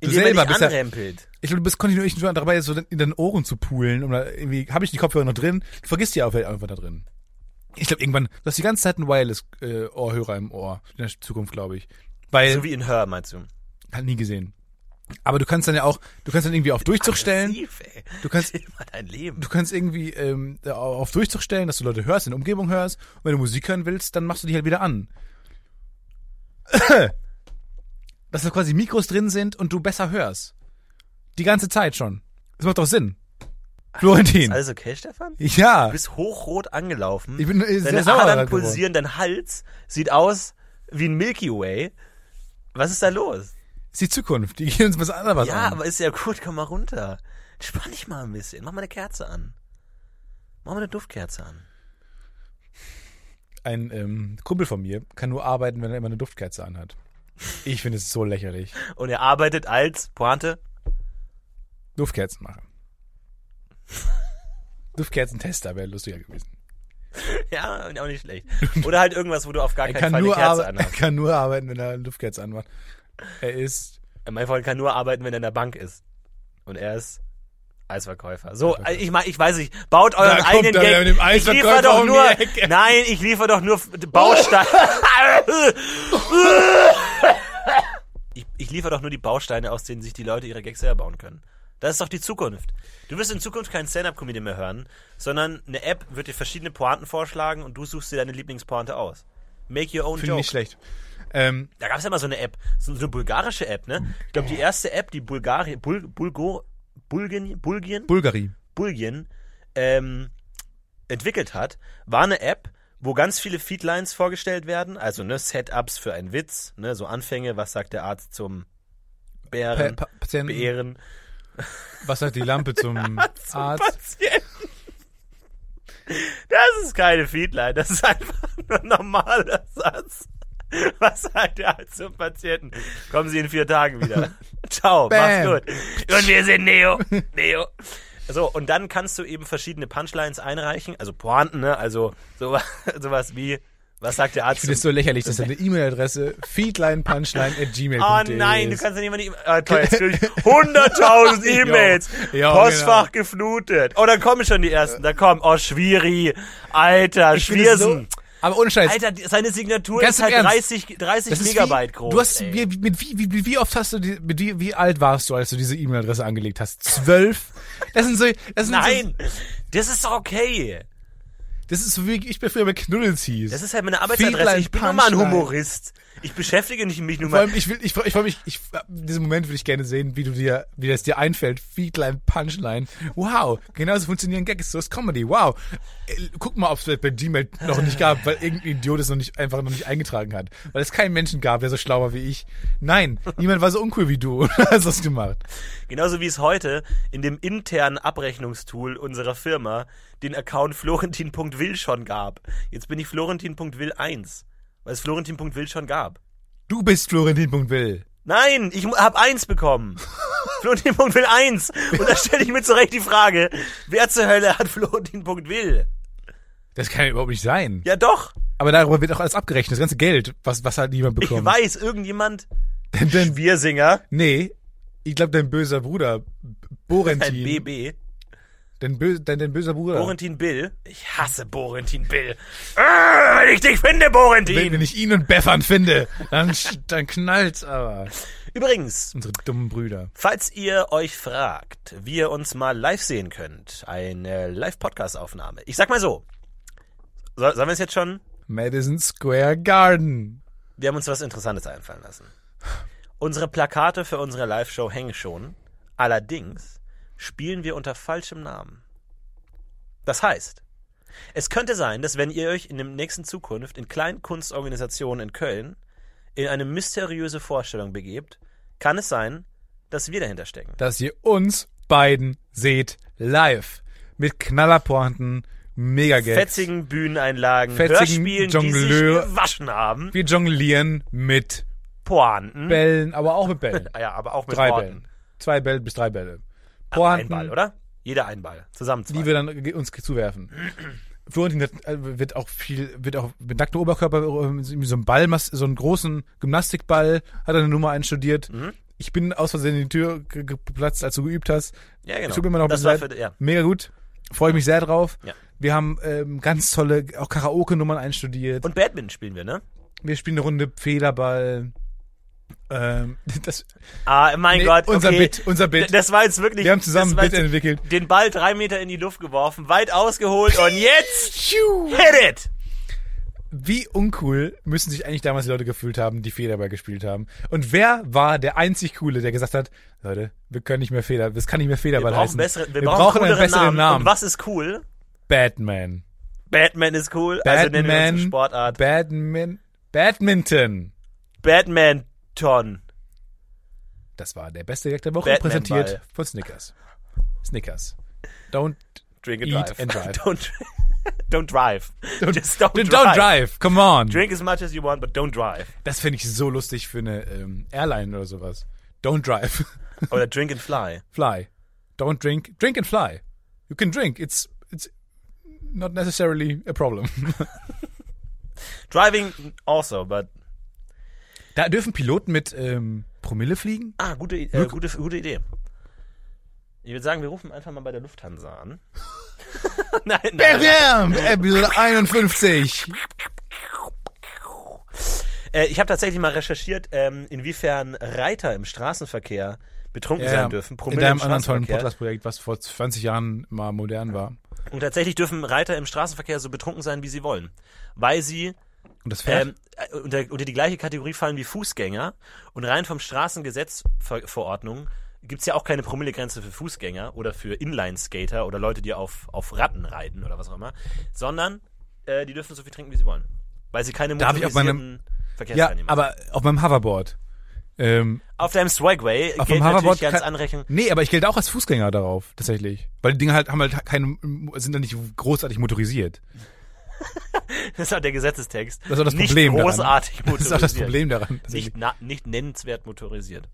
Speaker 1: Du
Speaker 2: Indem er
Speaker 1: selber
Speaker 2: dich
Speaker 1: bist ja,
Speaker 2: anrempelt.
Speaker 1: ich glaube, du bist kontinuierlich nur dabei, so in deinen Ohren zu poolen. Um da irgendwie, habe ich die Kopfhörer noch drin? Du vergisst die auch vielleicht einfach da drin. Ich glaube, irgendwann, du hast die ganze Zeit einen Wireless-Ohrhörer im Ohr. In der Zukunft, glaube ich. Weil,
Speaker 2: So wie in Her, meinst du.
Speaker 1: hat nie gesehen. Aber du kannst dann ja auch, du kannst dann irgendwie auf Durchzug stellen.
Speaker 2: Aggressiv, ey.
Speaker 1: Du kannst-
Speaker 2: Chill mal dein Leben.
Speaker 1: Du kannst irgendwie ähm, auf Durchzug stellen, dass du Leute hörst, in der Umgebung hörst. Und wenn du Musik hören willst, dann machst du die halt wieder an. <coughs> Dass da quasi Mikros drin sind und du besser hörst. Die ganze Zeit schon. Das macht doch Sinn.
Speaker 2: Ist
Speaker 1: Florentin.
Speaker 2: alles also, okay, Stefan?
Speaker 1: Ja.
Speaker 2: Du bist hochrot angelaufen.
Speaker 1: Ich bin äh, sehr
Speaker 2: Deine
Speaker 1: sauer.
Speaker 2: Adern
Speaker 1: daran geworden.
Speaker 2: pulsieren, dein Hals sieht aus wie ein Milky Way. Was ist da los?
Speaker 1: Ist die Zukunft. Die gehen uns was anderes
Speaker 2: ja,
Speaker 1: an.
Speaker 2: aber ist ja gut, komm mal runter. Spann dich mal ein bisschen. Mach mal eine Kerze an. Mach mal eine Duftkerze an.
Speaker 1: Ein ähm, Kumpel von mir kann nur arbeiten, wenn er immer eine Duftkerze anhat. Ich finde es so lächerlich.
Speaker 2: Und er arbeitet als Pointe. <laughs>
Speaker 1: Duftkerzen machen. <laughs> Duftkerzentester wäre lustiger gewesen.
Speaker 2: Ja, auch
Speaker 1: <laughs>
Speaker 2: nicht schlecht. Oder halt irgendwas, wo du auf gar
Speaker 1: Er
Speaker 2: keinen
Speaker 1: kann,
Speaker 2: Fall eine
Speaker 1: nur
Speaker 2: Kerze
Speaker 1: arbeiten, er
Speaker 2: anhast.
Speaker 1: <laughs> kann nur arbeiten, wenn er eine Duftkerze anmacht. Er ist
Speaker 2: Mein Freund kann nur arbeiten, wenn er in der Bank ist. Und er ist Eisverkäufer. So,
Speaker 1: Eisverkäufer.
Speaker 2: ich mein, ich weiß nicht. Baut euren
Speaker 1: kommt
Speaker 2: eigenen
Speaker 1: er wieder mit dem
Speaker 2: Gag. Ich
Speaker 1: Eisverkäufer
Speaker 2: liefer doch
Speaker 1: um die
Speaker 2: nur.
Speaker 1: Ecke.
Speaker 2: Nein, ich liefer doch nur Bausteine. <laughs> ich, ich liefer doch nur die Bausteine, aus denen sich die Leute ihre Gags selber bauen können. Das ist doch die Zukunft. Du wirst in Zukunft keinen Stand-up-Comedian mehr hören, sondern eine App wird dir verschiedene Pointen vorschlagen und du suchst dir deine Lieblingspointe aus. Make your own
Speaker 1: Finde ich
Speaker 2: joke.
Speaker 1: nicht schlecht. Ähm,
Speaker 2: Da gab es ja mal so eine App, so so eine bulgarische App, ne? Ich glaube, die erste App, die Bulgarien, Bul, Bulgo, Bulgien, Bulgien,
Speaker 1: Bulgari.
Speaker 2: Bulgien ähm, entwickelt hat, war eine App, wo ganz viele Feedlines vorgestellt werden, also ne, Setups für einen Witz, ne, so Anfänge, was sagt der Arzt zum
Speaker 1: Pa
Speaker 2: Bären,
Speaker 1: pa Patienten.
Speaker 2: Beeren,
Speaker 1: Was sagt die
Speaker 2: <laughs>
Speaker 1: Lampe zum Arzt?
Speaker 2: Patienten. Das ist keine Feedline, das ist einfach nur ein normaler Satz. Was sagt der Arzt zum Patienten? Kommen Sie in vier
Speaker 1: <laughs>
Speaker 2: Tagen wieder. Ciao,
Speaker 1: Bam.
Speaker 2: mach's gut. Und wir sind Neo. Neo. So, und dann kannst du eben verschiedene Punchlines einreichen, also Pointen, ne? Also sowas, <laughs> sowas wie, was sagt der Arzt
Speaker 1: Das ist so lächerlich, dass
Speaker 2: <laughs>
Speaker 1: eine E-Mail-Adresse feedlinepunchline.gmail.de
Speaker 2: Oh nein, du
Speaker 1: ist.
Speaker 2: kannst ja nicht mal die E-Mail. Ah, toll, jetzt krieg
Speaker 1: <laughs>
Speaker 2: ich 100.000 E-Mails.
Speaker 1: Ja,
Speaker 2: Postfach geflutet. Oh, dann kommen schon die ersten. Da kommen. Oh, Schwiri. Alter,
Speaker 1: Ich finde das so,
Speaker 2: Schwiersen.
Speaker 1: aber ohne Scheiß.
Speaker 2: Alter, die- seine Signatur
Speaker 1: Ganz
Speaker 2: ist
Speaker 1: im
Speaker 2: halt
Speaker 1: Ernst.
Speaker 2: 30, 30
Speaker 1: das ist
Speaker 2: Megabyte
Speaker 1: wie,
Speaker 2: groß.
Speaker 1: Du hast,
Speaker 2: ey.
Speaker 1: wie, mit, wie, wie, wie oft hast du, die, mit, wie, wie alt warst du, als du diese E-Mail-Adresse angelegt hast? Zwölf? Das sind so, das sind
Speaker 2: Nein, das ist doch okay.
Speaker 1: So, das ist so wie, ich bin früher mit Knuddels hieß.
Speaker 2: Das ist halt meine Arbeitsadresse. Ich bin nur mal ein
Speaker 1: Punchline.
Speaker 2: Humorist. Ich beschäftige nicht mich nur
Speaker 1: vor
Speaker 2: mal.
Speaker 1: allem, ich will, ich, freu- ich freue mich, ich, diesen Moment würde ich gerne sehen, wie du dir, wie das dir einfällt. Feedline, Punchline. Wow. Genauso funktionieren Gags. So ist Comedy. Wow. Äh, Guck mal, ob es bei Gmail noch nicht gab, weil irgendein Idiot es noch nicht, einfach noch nicht eingetragen hat. Weil es keinen Menschen gab, der so schlau war wie ich. Nein. Niemand war so uncool wie du. <laughs> Hast das gemacht.
Speaker 2: Genauso wie es heute in dem internen Abrechnungstool unserer Firma den Account florentin.will schon gab. Jetzt bin ich florentin.will 1, weil es florentin.will schon gab.
Speaker 1: Du bist Florentin.will.
Speaker 2: Nein, ich mu- hab
Speaker 1: <laughs>
Speaker 2: 1 bekommen. florentin.will 1. Und da stelle ich mir zurecht die Frage, wer zur Hölle hat florentin.will?
Speaker 1: Das kann ja überhaupt nicht sein.
Speaker 2: Ja doch,
Speaker 1: Aber darüber wird auch alles abgerechnet. Das ganze Geld, was, was halt niemand
Speaker 2: ich
Speaker 1: bekommt.
Speaker 2: weiß, irgendjemand,
Speaker 1: Denn, denn,
Speaker 2: Biersinger,
Speaker 1: nee. Ich glaube, dein böser Bruder, B-
Speaker 2: ein
Speaker 1: Borentin.
Speaker 2: BB,
Speaker 1: Dein, bö dein, dein böser Bruder.
Speaker 2: Borentin Bill. Ich hasse Borentin Bill. Ah, wenn ich dich finde, Borentin.
Speaker 1: Wenn, wenn ich ihn und Beffern finde, dann, sch- dann knallt's aber.
Speaker 2: Übrigens,
Speaker 1: Unsere dummen Brüder.
Speaker 2: Falls ihr euch fragt, wie ihr uns mal live sehen könnt, eine Live-Podcast-Aufnahme. Ich sag mal so. So- Sollen wir es jetzt schon?
Speaker 1: Madison Square Garden.
Speaker 2: Wir haben uns was Interessantes einfallen lassen. Unsere Plakate für unsere Live-Show hängen schon. Allerdings spielen wir unter falschem Namen. Das heißt, es könnte sein, dass wenn ihr euch in der nächsten Zukunft in Kleinkunstorganisationen in Köln in eine mysteriöse Vorstellung begebt, kann es sein, dass wir dahinter stecken.
Speaker 1: Dass ihr uns beiden seht live. Mit Knallerpointen, Megageld.
Speaker 2: fetzigen Bühneneinlagen,
Speaker 1: Fetzigen
Speaker 2: Hörspielen, die
Speaker 1: Jongleur.
Speaker 2: sich gewaschen haben,
Speaker 1: Wir jonglieren mit
Speaker 2: Pointen,
Speaker 1: Bällen, aber auch mit
Speaker 2: <laughs>
Speaker 1: Bällen.
Speaker 2: Ah ja, aber auch mit
Speaker 1: Drei
Speaker 2: Worten.
Speaker 1: Bällen. Zwei Bälle bis drei Bälle.
Speaker 2: Ein
Speaker 1: Pointen,
Speaker 2: Ball, oder? Jeder ein Ball, zusammen zwei.
Speaker 1: die wir dann ge- uns zuwerfen. Florentin hat, äh, wird auch viel, wird auch mit nacktem Oberkörper äh, so einen Ball, so einen großen Gymnastikball, hat er eine Nummer einstudiert.
Speaker 2: Mhm.
Speaker 1: Ich bin aus Versehen in die Tür ge- geplatzt, als du geübt hast.
Speaker 2: ja, genau.
Speaker 1: Tut mir immer noch ein
Speaker 2: das
Speaker 1: bisschen
Speaker 2: war
Speaker 1: leid.
Speaker 2: für, ja.
Speaker 1: Mega gut. Freue ich mich sehr drauf.
Speaker 2: Ja.
Speaker 1: Wir haben ähm, ganz tolle, auch Karaoke-Nummern einstudiert.
Speaker 2: Und Badminton spielen wir, ne?
Speaker 1: wir spielen eine Runde Federball. Ähm, <laughs> das,
Speaker 2: Ah, mein
Speaker 1: nee,
Speaker 2: Gott,
Speaker 1: unser
Speaker 2: okay.
Speaker 1: Bit, unser
Speaker 2: D-
Speaker 1: Bit.
Speaker 2: Das war jetzt wirklich.
Speaker 1: Wir haben zusammen ein
Speaker 2: das war
Speaker 1: Bit
Speaker 2: jetzt
Speaker 1: entwickelt.
Speaker 2: Den Ball drei Meter in die Luft geworfen, weit ausgeholt und jetzt hit it!
Speaker 1: Wie uncool müssen sich eigentlich damals die Leute gefühlt haben, die Federball gespielt haben? Und wer war der einzig Coole, der gesagt hat, Leute, wir können nicht mehr Feder, das kann nicht mehr
Speaker 2: Wir
Speaker 1: Federball
Speaker 2: brauchen,
Speaker 1: heißen.
Speaker 2: bessere, wir
Speaker 1: wir
Speaker 2: brauchen,
Speaker 1: brauchen einen
Speaker 2: cooleren
Speaker 1: besseren
Speaker 2: Namen.
Speaker 1: Namen.
Speaker 2: Und was ist cool?
Speaker 1: Batman.
Speaker 2: Batman ist cool, also nennen wir
Speaker 1: Batman.
Speaker 2: unsere Sportart.
Speaker 1: Badmin, Badminton.
Speaker 2: Badminton.
Speaker 1: Das war der beste Gag der Woche,
Speaker 2: Batman
Speaker 1: präsentiert
Speaker 2: Ball.
Speaker 1: von Snickers. Snickers. Don't,
Speaker 2: Drink and
Speaker 1: Eat
Speaker 2: drive.
Speaker 1: and
Speaker 2: <laughs>
Speaker 1: drive.
Speaker 2: don't, <laughs> don't drive. Just don't,
Speaker 1: don't,
Speaker 2: drive.
Speaker 1: drive, come on.
Speaker 2: Drink as much as you want, but don't drive.
Speaker 1: Das finde ich so lustig für eine ähm, Airline oder sowas. Don't drive,
Speaker 2: Oder drink and fly.
Speaker 1: fly. Don't drink, drink and fly. You can drink, it's, it's not necessarily a problem. <laughs>
Speaker 2: Driving also, but
Speaker 1: Da dürfen Piloten mit ähm, Promille fliegen?
Speaker 2: ah, gute, I- äh, gute, gute Idee. Ich würde sagen, wir rufen einfach mal bei der Lufthansa
Speaker 1: <laughs>
Speaker 2: an. <laughs> nein, nein.
Speaker 1: Bam! Episode 51.
Speaker 2: Äh, ich habe tatsächlich mal recherchiert, ähm, inwiefern Reiter im Straßenverkehr betrunken sein dürfen.
Speaker 1: in
Speaker 2: Promille im
Speaker 1: deinem anderen tollen
Speaker 2: Straßenverkehr.
Speaker 1: Podcast-Projekt, was vor 20 Jahren mal modern war.
Speaker 2: Und tatsächlich dürfen Reiter im Straßenverkehr so betrunken sein, wie sie wollen. Weil sie
Speaker 1: Und das Pferd?
Speaker 2: ähm, äh, unter, unter die gleiche Kategorie fallen wie Fußgänger. Und rein vom Straßengesetzverordnung gibt's ja auch keine Promillegrenze für Fußgänger oder für Inline-Skater oder Leute, die auf, auf Ratten reiten oder was auch immer, sondern äh, die dürfen so viel trinken, wie sie wollen. Weil sie keine
Speaker 1: Darf ich auf meinem-
Speaker 2: motorisierten
Speaker 1: ja,
Speaker 2: Verkehrsteilnehmer
Speaker 1: aber auf meinem Hoverboard. Ähm,
Speaker 2: sind. Auf deinem Swagway
Speaker 1: Auf dem
Speaker 2: gilt natürlich
Speaker 1: Hoverboard
Speaker 2: ganz
Speaker 1: kann-
Speaker 2: anrechnen.
Speaker 1: Nee, aber ich gelte auch als Fußgänger darauf, tatsächlich. Weil die Dinger halt haben halt keine, sind dann nicht großartig motorisiert.
Speaker 2: <laughs> Das ist auch der Gesetzestext.
Speaker 1: Das ist auch das
Speaker 2: nicht
Speaker 1: Problem daran.
Speaker 2: großartig
Speaker 1: Das ist auch das
Speaker 2: motorisiert.
Speaker 1: Problem daran.
Speaker 2: Nicht, na, nicht nennenswert motorisiert.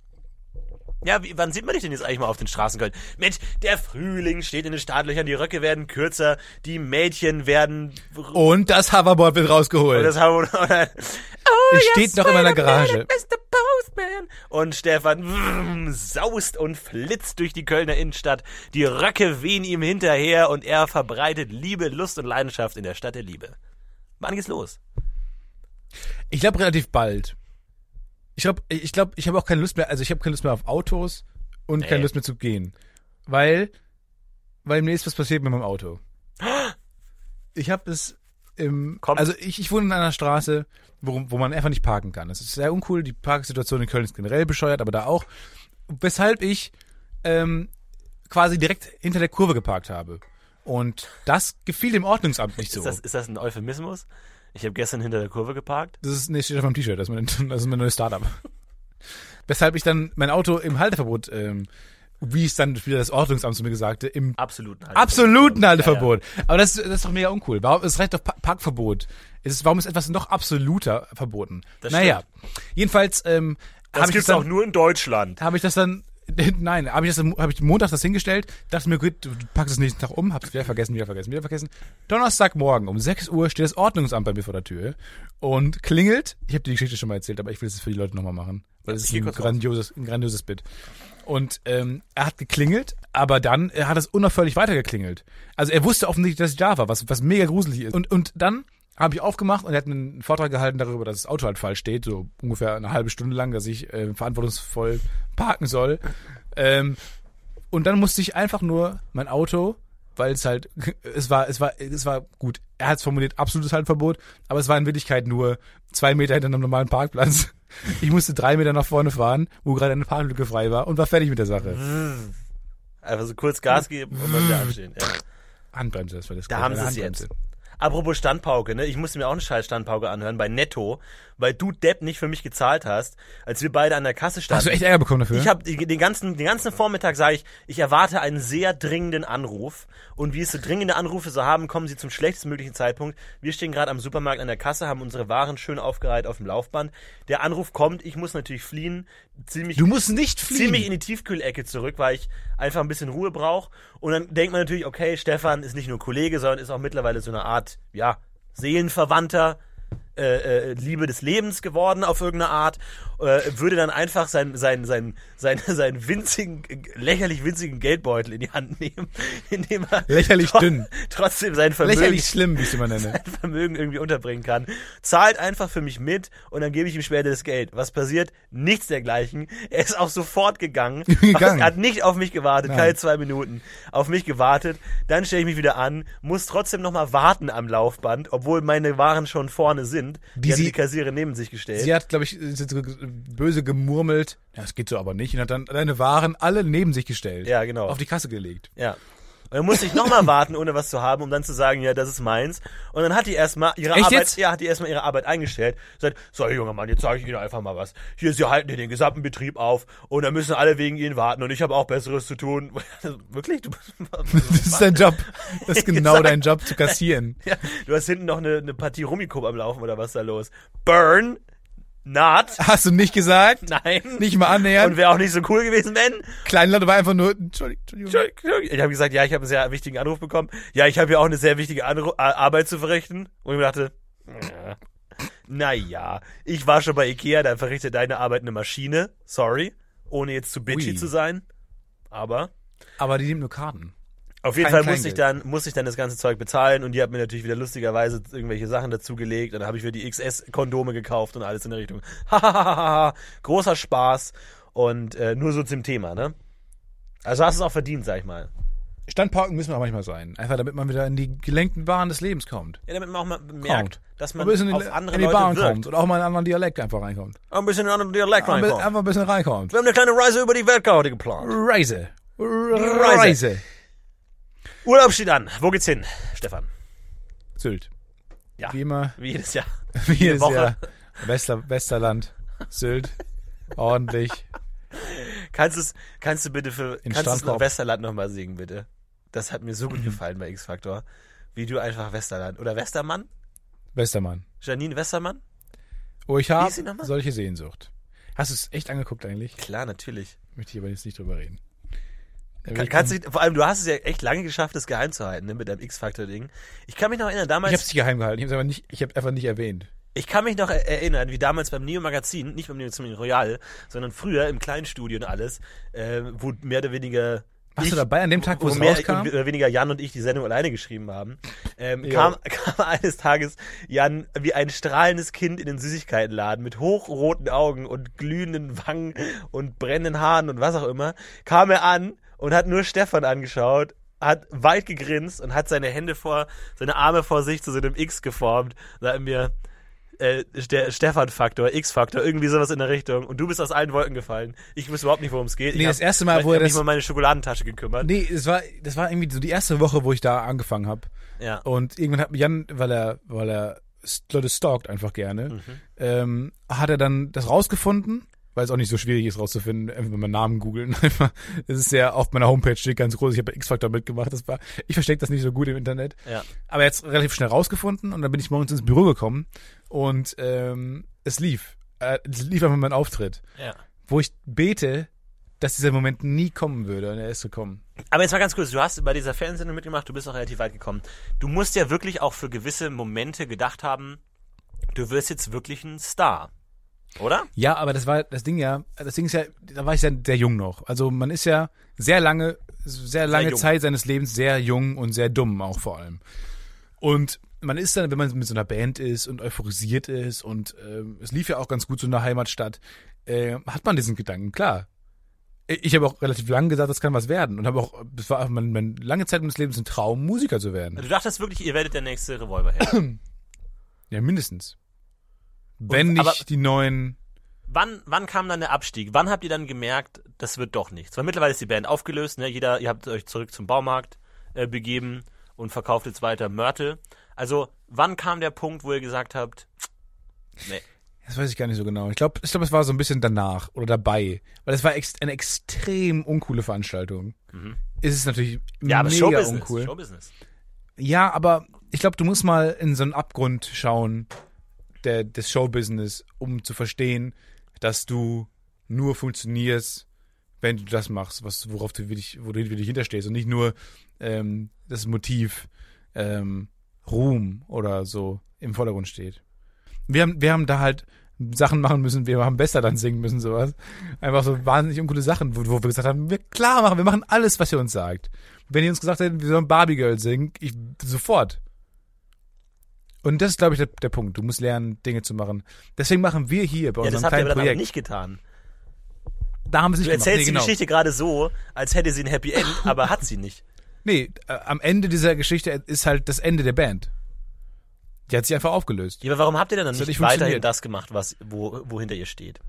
Speaker 2: Ja, wie, wann sieht man dich denn jetzt eigentlich mal auf den Straßen, Köln? Mensch, der Frühling steht in den Startlöchern, die Röcke werden kürzer, die Mädchen werden... Oh,
Speaker 1: Und das Hoverboard wird rausgeholt.
Speaker 2: das haben wir, oder, oh,
Speaker 1: Es steht noch in meiner Garage.
Speaker 2: Mr. Postman. Und Stefan vrm, saust und flitzt durch die Kölner Innenstadt. Die Röcke wehen ihm hinterher und er verbreitet Liebe, Lust und Leidenschaft in der Stadt der Liebe. Wann geht's los?
Speaker 1: ich glaube relativ bald. Ich glaube, ich glaube, ich habe auch keine Lust mehr, also ich habe keine Lust mehr auf Autos und
Speaker 2: Nee.
Speaker 1: keine Lust mehr zu gehen. Weil, weil demnächst was passiert mit meinem
Speaker 2: <gasps>
Speaker 1: Auto. Ich habe es im,
Speaker 2: Kommt.
Speaker 1: also ich, ich wohne in einer Straße, wo, wo man einfach nicht parken kann. Das ist sehr uncool, die Parksituation in Köln ist generell bescheuert, aber da auch. Weshalb ich ähm, quasi direkt hinter der Kurve geparkt habe. Und das gefiel dem Ordnungsamt nicht so.
Speaker 2: Ist, das, ist das ein Euphemismus? Ich habe gestern hinter der Kurve geparkt.
Speaker 1: Das ist, nee, steht auf meinem T-Shirt. Das ist mein, <laughs> das ist mein neues Startup. Weshalb ich dann mein Auto im Halteverbot, ähm, wie es dann wieder das Ordnungsamt zu mir gesagte, im
Speaker 2: Absoluten Halteverbot.
Speaker 1: absoluten
Speaker 2: Ja,
Speaker 1: Halteverbot. Aber das, das ist doch mega uncool. Warum es reicht doch Pa- Parkverbot? Es Ist, warum ist etwas noch absoluter verboten?
Speaker 2: Das
Speaker 1: naja, jedenfalls ähm,
Speaker 2: Ja. Das
Speaker 1: habe ich, das
Speaker 2: gibt's auch
Speaker 1: dann-
Speaker 2: nur in Deutschland.
Speaker 1: hab ich das dann <laughs> Nein, habe ich das hab ich montags das hingestellt, dachte mir, gut, du packst es nächsten Tag um, hab's wieder vergessen, wieder vergessen, wieder vergessen. Donnerstagmorgen um 6 Uhr steht das Ordnungsamt bei mir vor der Tür und klingelt. Ich habe die Geschichte schon mal erzählt, aber ich will es für die Leute nochmal machen, weil es ist
Speaker 2: Hier
Speaker 1: ein
Speaker 2: kurz raus.
Speaker 1: grandioses, ein grandioses Bit. Und ähm, er hat geklingelt, aber dann äh, hat es unaufhörlich weitergeklingelt. Also er wusste offensichtlich, dass ich da war, was, was mega gruselig ist. Und, und dann habe ich aufgemacht und er hat einen Vortrag gehalten darüber, dass das Auto halt falsch steht, so ungefähr eine halbe Stunde lang, dass ich äh, verantwortungsvoll parken soll. Ähm, und dann musste ich einfach nur mein Auto, weil es halt, <laughs> es war, es war, es war gut. Er hat es formuliert, absolutes Haltverbot, aber es war in Wirklichkeit nur zwei Meter hinter einem normalen Parkplatz. <laughs> Ich musste drei Meter nach vorne fahren, wo gerade eine Parklücke frei war und war fertig mit der
Speaker 2: Mhm.
Speaker 1: Sache.
Speaker 2: Einfach so kurz Gas geben und dann wieder anstehen. Ja.
Speaker 1: Handbremse, das war das.
Speaker 2: Mhm. Da
Speaker 1: Gute,
Speaker 2: haben
Speaker 1: eine
Speaker 2: sie es
Speaker 1: Handbremse.
Speaker 2: jetzt. Apropos Standpauke, ne? Ich musste mir auch eine scheiß Standpauke anhören bei Netto, weil du Depp nicht für mich gezahlt hast, als wir beide an der Kasse standen.
Speaker 1: Hast du echt Ärger bekommen dafür?
Speaker 2: Ich habe den ganzen, den ganzen Vormittag sage ich, ich erwarte einen sehr dringenden Anruf. Und wie es so dringende Anrufe so haben, kommen sie zum schlechtestmöglichen Zeitpunkt. Wir stehen gerade am Supermarkt an der Kasse, haben unsere Waren schön aufgereiht auf dem Laufband. Der Anruf kommt, ich muss natürlich fliehen, ziemlich
Speaker 1: du musst nicht fliegen.
Speaker 2: ziemlich in die Tiefkühlecke zurück, weil ich einfach ein bisschen Ruhe brauche. Und dann denkt man natürlich, okay, Stefan ist nicht nur Kollege, sondern ist auch mittlerweile so eine Art, ja, Seelenverwandter, äh, äh, Liebe des Lebens geworden auf irgendeine Art. Äh, würde dann einfach seinen sein, sein, sein, seinen <laughs> winzigen, äh, lächerlich winzigen Geldbeutel in die Hand nehmen, <laughs> indem er
Speaker 1: Lächerlich
Speaker 2: tro-
Speaker 1: dünn.
Speaker 2: trotzdem sein Vermögen
Speaker 1: Lächerlich schlimm, wie ich es immer
Speaker 2: <laughs>
Speaker 1: nenne.
Speaker 2: mein Vermögen irgendwie unterbringen kann. Zahlt einfach für mich mit und dann gebe ich ihm später das Geld. Was passiert? Nichts dergleichen. Er ist auch
Speaker 1: <laughs>
Speaker 2: sofort gegangen.
Speaker 1: Gegangen.
Speaker 2: Er Hat nicht auf mich gewartet,
Speaker 1: Nein.
Speaker 2: keine zwei Minuten. Auf mich gewartet. Dann stelle ich mich wieder an, muss trotzdem nochmal warten am Laufband, obwohl meine Waren schon vorne sind. Die,
Speaker 1: Die
Speaker 2: hat
Speaker 1: sie-
Speaker 2: die Kassiere neben sich gestellt.
Speaker 1: Sie hat, glaube ich, äh, so ge- böse gemurmelt. Ja, das geht so aber nicht. Und hat dann deine Waren alle neben sich gestellt.
Speaker 2: Ja, genau.
Speaker 1: Auf die Kasse gelegt.
Speaker 2: ja. Und dann musste
Speaker 1: <laughs>
Speaker 2: ich nochmal warten, ohne was zu haben, um dann zu sagen, ja, das ist meins. Und dann hat die erstmal ihre
Speaker 1: Echt
Speaker 2: Arbeit,
Speaker 1: jetzt?
Speaker 2: ja, hat die erstmal ihre Arbeit eingestellt. Sagt, so, junger Mann, jetzt zeige ich Ihnen einfach mal was. Hier, Sie halten hier den gesamten Betrieb auf und dann müssen alle wegen Ihnen warten und ich habe auch Besseres zu tun. <laughs> Also, Wirklich? Du, <laughs>
Speaker 1: Das ist dein Job. Das ist genau
Speaker 2: Exakt.
Speaker 1: dein Job, zu kassieren.
Speaker 2: ja, du hast hinten noch eine, eine Partie Rummikub am Laufen oder was ist da los? Burn,
Speaker 1: <laughs>
Speaker 2: not,
Speaker 1: Hast du nicht gesagt?
Speaker 2: nein.
Speaker 1: Nicht mal
Speaker 2: und
Speaker 1: annähern.
Speaker 2: wäre auch nicht so cool gewesen, wenn.
Speaker 1: Kleinlaut war einfach nur, Entschuldigung, Entschuldigung.
Speaker 2: Ich habe gesagt, ja, ich habe einen sehr wichtigen Anruf bekommen. Ja, ich habe ja auch eine sehr wichtige Anru Ar- Arbeit zu verrichten. Und ich mir dachte, ja. naja, ich war schon bei Ikea, dann verrichtet deine Arbeit eine Maschine. Sorry, ohne jetzt zu bitchy
Speaker 1: Ui.
Speaker 2: zu sein. Aber
Speaker 1: Aber die nehmen nur Karten.
Speaker 2: auf jeden
Speaker 1: Kein
Speaker 2: Fall musste ich,
Speaker 1: Kleingeld.
Speaker 2: dann, musste ich dann das ganze Zeug bezahlen und die hat mir natürlich wieder lustigerweise irgendwelche Sachen dazugelegt und dann habe ich für die XS-Kondome gekauft und alles in der Richtung. <laughs> Hahaha, großer Spaß und äh, nur so zum Thema, ne? Also hast du es auch verdient, sag ich mal.
Speaker 1: Standparken müssen wir auch manchmal sein. Einfach damit man wieder in die gelenkten Bahnen des Lebens kommt.
Speaker 2: Ja, damit man auch mal merkt,
Speaker 1: Kommt.
Speaker 2: dass man
Speaker 1: Man ein bisschen in,
Speaker 2: auf andere
Speaker 1: in die
Speaker 2: Leute
Speaker 1: Bahn
Speaker 2: wirkt.
Speaker 1: kommt und auch mal in einen anderen Dialekt einfach reinkommt.
Speaker 2: Ein bisschen in einen anderen Dialekt
Speaker 1: Ein bi-
Speaker 2: reinkommt.
Speaker 1: Einfach ein bisschen ähm, reinkommt.
Speaker 2: Wir haben eine kleine Reise über die Welt gerade geplant.
Speaker 1: Reise.
Speaker 2: Reise.
Speaker 1: Reise.
Speaker 2: Urlaub steht an. Wo geht's hin, Stefan?
Speaker 1: Sylt.
Speaker 2: Ja.
Speaker 1: Wie immer,
Speaker 2: Wie
Speaker 1: <laughs>
Speaker 2: jedes Jahr.
Speaker 1: wie jedes
Speaker 2: Woche.
Speaker 1: Jahr. Wester, Westerland. Sylt. Ordentlich.
Speaker 2: Kannst du kannst du bitte für
Speaker 1: In
Speaker 2: kannst du
Speaker 1: Strandkorb.
Speaker 2: Westerland nochmal singen, bitte? Das hat mir so gut gefallen bei X-Factor. Wie du einfach Westerland. Oder Westermann?
Speaker 1: Westermann.
Speaker 2: Janine Westermann?
Speaker 1: Oh, ich
Speaker 2: Wie
Speaker 1: habe
Speaker 2: ist sie nochmal?
Speaker 1: solche Sehnsucht. Hast du es echt angeguckt eigentlich?
Speaker 2: Klar, natürlich.
Speaker 1: Möchte ich aber jetzt nicht drüber reden. Da will
Speaker 2: Kann,
Speaker 1: ich-
Speaker 2: kannst du, vor allem, du hast es ja echt lange geschafft, das geheim zu halten, ne, mit deinem X-Factor-Ding. Ich kann mich noch erinnern, damals.
Speaker 1: ich habe es geheim gehalten. Ich habe es nicht, ich hab's einfach nicht erwähnt.
Speaker 2: Ich kann mich noch er- erinnern, wie damals beim Neo Magazin, nicht beim Neo Magazin Royal, sondern früher im kleinen Studio und alles, äh, wo mehr oder weniger.
Speaker 1: Warst
Speaker 2: ich,
Speaker 1: du dabei an dem Tag, wo,
Speaker 2: Wo
Speaker 1: es
Speaker 2: mehr
Speaker 1: rauskam?
Speaker 2: oder weniger Jan und ich die Sendung alleine geschrieben haben, ähm,
Speaker 1: Jo.
Speaker 2: kam, <laughs> kam eines Tages Jan wie ein strahlendes Kind in den Süßigkeitenladen mit hochroten Augen und glühenden Wangen und brennenden Haaren und was auch immer, kam er an und hat nur Stefan angeschaut, hat weit gegrinst und hat seine Hände vor, seine Arme vor sich zu so einem X geformt, sagt mir, äh, der Stefan-Faktor, X-Faktor, irgendwie sowas in der Richtung. Und du bist aus allen Wolken gefallen. Ich wusste überhaupt nicht, worum es geht.
Speaker 1: Nee,
Speaker 2: ich
Speaker 1: das erste Mal, wo er
Speaker 2: ich hab mich
Speaker 1: das-
Speaker 2: mal um meine Schokoladentasche gekümmert.
Speaker 1: Nee, es war, das war irgendwie so die erste Woche, wo ich da angefangen habe.
Speaker 2: Ja.
Speaker 1: Und irgendwann hat Jan, weil er, weil er Leute stalkt einfach gerne,
Speaker 2: Mhm.
Speaker 1: ähm, hat er dann das rausgefunden, weil es auch nicht so schwierig ist rauszufinden, einfach mal Namen googeln. <laughs> Einfach. Es ist ja auf meiner Homepage steht ganz groß, ich habe bei X-Factor mitgemacht, das war, ich verstecke das nicht so gut im Internet.
Speaker 2: Ja.
Speaker 1: Aber jetzt relativ schnell rausgefunden und dann bin ich morgens ins Büro gekommen und ähm, es lief. Äh, es lief einfach mein Auftritt,
Speaker 2: ja.
Speaker 1: wo ich bete, dass dieser Moment nie kommen würde und er ist gekommen.
Speaker 2: Aber jetzt mal ganz kurz, du hast bei dieser Fernsehsendung mitgemacht, du bist auch relativ weit gekommen. Du musst ja wirklich auch für gewisse Momente gedacht haben, du wirst jetzt wirklich ein Star. Oder?
Speaker 1: Ja, aber das war das Ding ja, das Ding ist ja, da war ich ja sehr jung noch. Also man ist ja sehr lange, sehr lange
Speaker 2: jung.
Speaker 1: Zeit seines Lebens sehr jung und sehr dumm auch vor allem. Und man ist dann, wenn man mit so einer Band ist und euphorisiert ist und ähm, es lief ja auch ganz gut so in der Heimatstadt, äh, hat man diesen Gedanken, klar. Äh, Ich ich habe auch relativ lange gesagt, das kann was werden und habe auch, das war mein, mein lange Zeit meines Lebens ein Traum, Musiker zu werden.
Speaker 2: Also Du dachtest wirklich, ihr werdet der nächste Revolverheld.
Speaker 1: Ja, mindestens. Wenn
Speaker 2: aber-
Speaker 1: nicht die neuen
Speaker 2: wann, wann kam dann der Abstieg? Wann habt ihr dann gemerkt, das wird doch nichts? Weil mittlerweile ist die Band aufgelöst, ne? Jeder, ihr habt euch zurück zum Baumarkt äh, begeben und verkauft jetzt weiter Mörtel. Also, wann kam der Punkt, wo ihr gesagt habt, nee.
Speaker 1: Das weiß ich gar nicht so genau. Ich glaube, ich glaub, es war so ein bisschen danach oder dabei. Weil es war ex eine extrem uncoole Veranstaltung. Ist es natürlich
Speaker 2: Mhm. Ja, aber
Speaker 1: mega
Speaker 2: Showbusiness.
Speaker 1: uncool.
Speaker 2: Showbusiness.
Speaker 1: Ja, aber ich glaube, du musst mal in so einen Abgrund schauen der, des Showbusiness, um zu verstehen, dass du nur funktionierst, wenn du das machst, was, worauf du wirklich, wo du wirklich hinterstehst und nicht nur ähm, das Motiv ähm, Ruhm oder so im Vordergrund steht. Wir haben, wir haben da halt Sachen machen müssen, wir haben besser dann singen müssen, sowas. Einfach so wahnsinnig uncoole Sachen, wo, wo wir gesagt haben, wir klar machen, wir machen alles, was ihr uns sagt. Wenn ihr uns gesagt hättet, wir sollen Barbie Girl singen, ich sofort. Und das ist, glaube ich, der, der Punkt. Du musst lernen, Dinge zu machen. Deswegen machen wir hier bei
Speaker 2: Ja, das
Speaker 1: unserem
Speaker 2: habt ihr
Speaker 1: kleinen
Speaker 2: aber dann aber
Speaker 1: Projekt.
Speaker 2: nicht getan.
Speaker 1: da haben sie es
Speaker 2: Du
Speaker 1: nicht
Speaker 2: erzählst
Speaker 1: gemacht. Nee,
Speaker 2: die
Speaker 1: genau.
Speaker 2: Geschichte gerade so, als hätte sie ein Happy End,
Speaker 1: <laughs>
Speaker 2: aber hat sie nicht.
Speaker 1: Nee, äh, am Ende dieser Geschichte ist halt das Ende der Band. Die hat sich einfach aufgelöst.
Speaker 2: Ja, aber warum habt ihr denn dann
Speaker 1: hat
Speaker 2: nicht
Speaker 1: nicht
Speaker 2: weiterhin
Speaker 1: funktioniert.
Speaker 2: das gemacht, was, wo, wohinter ihr steht?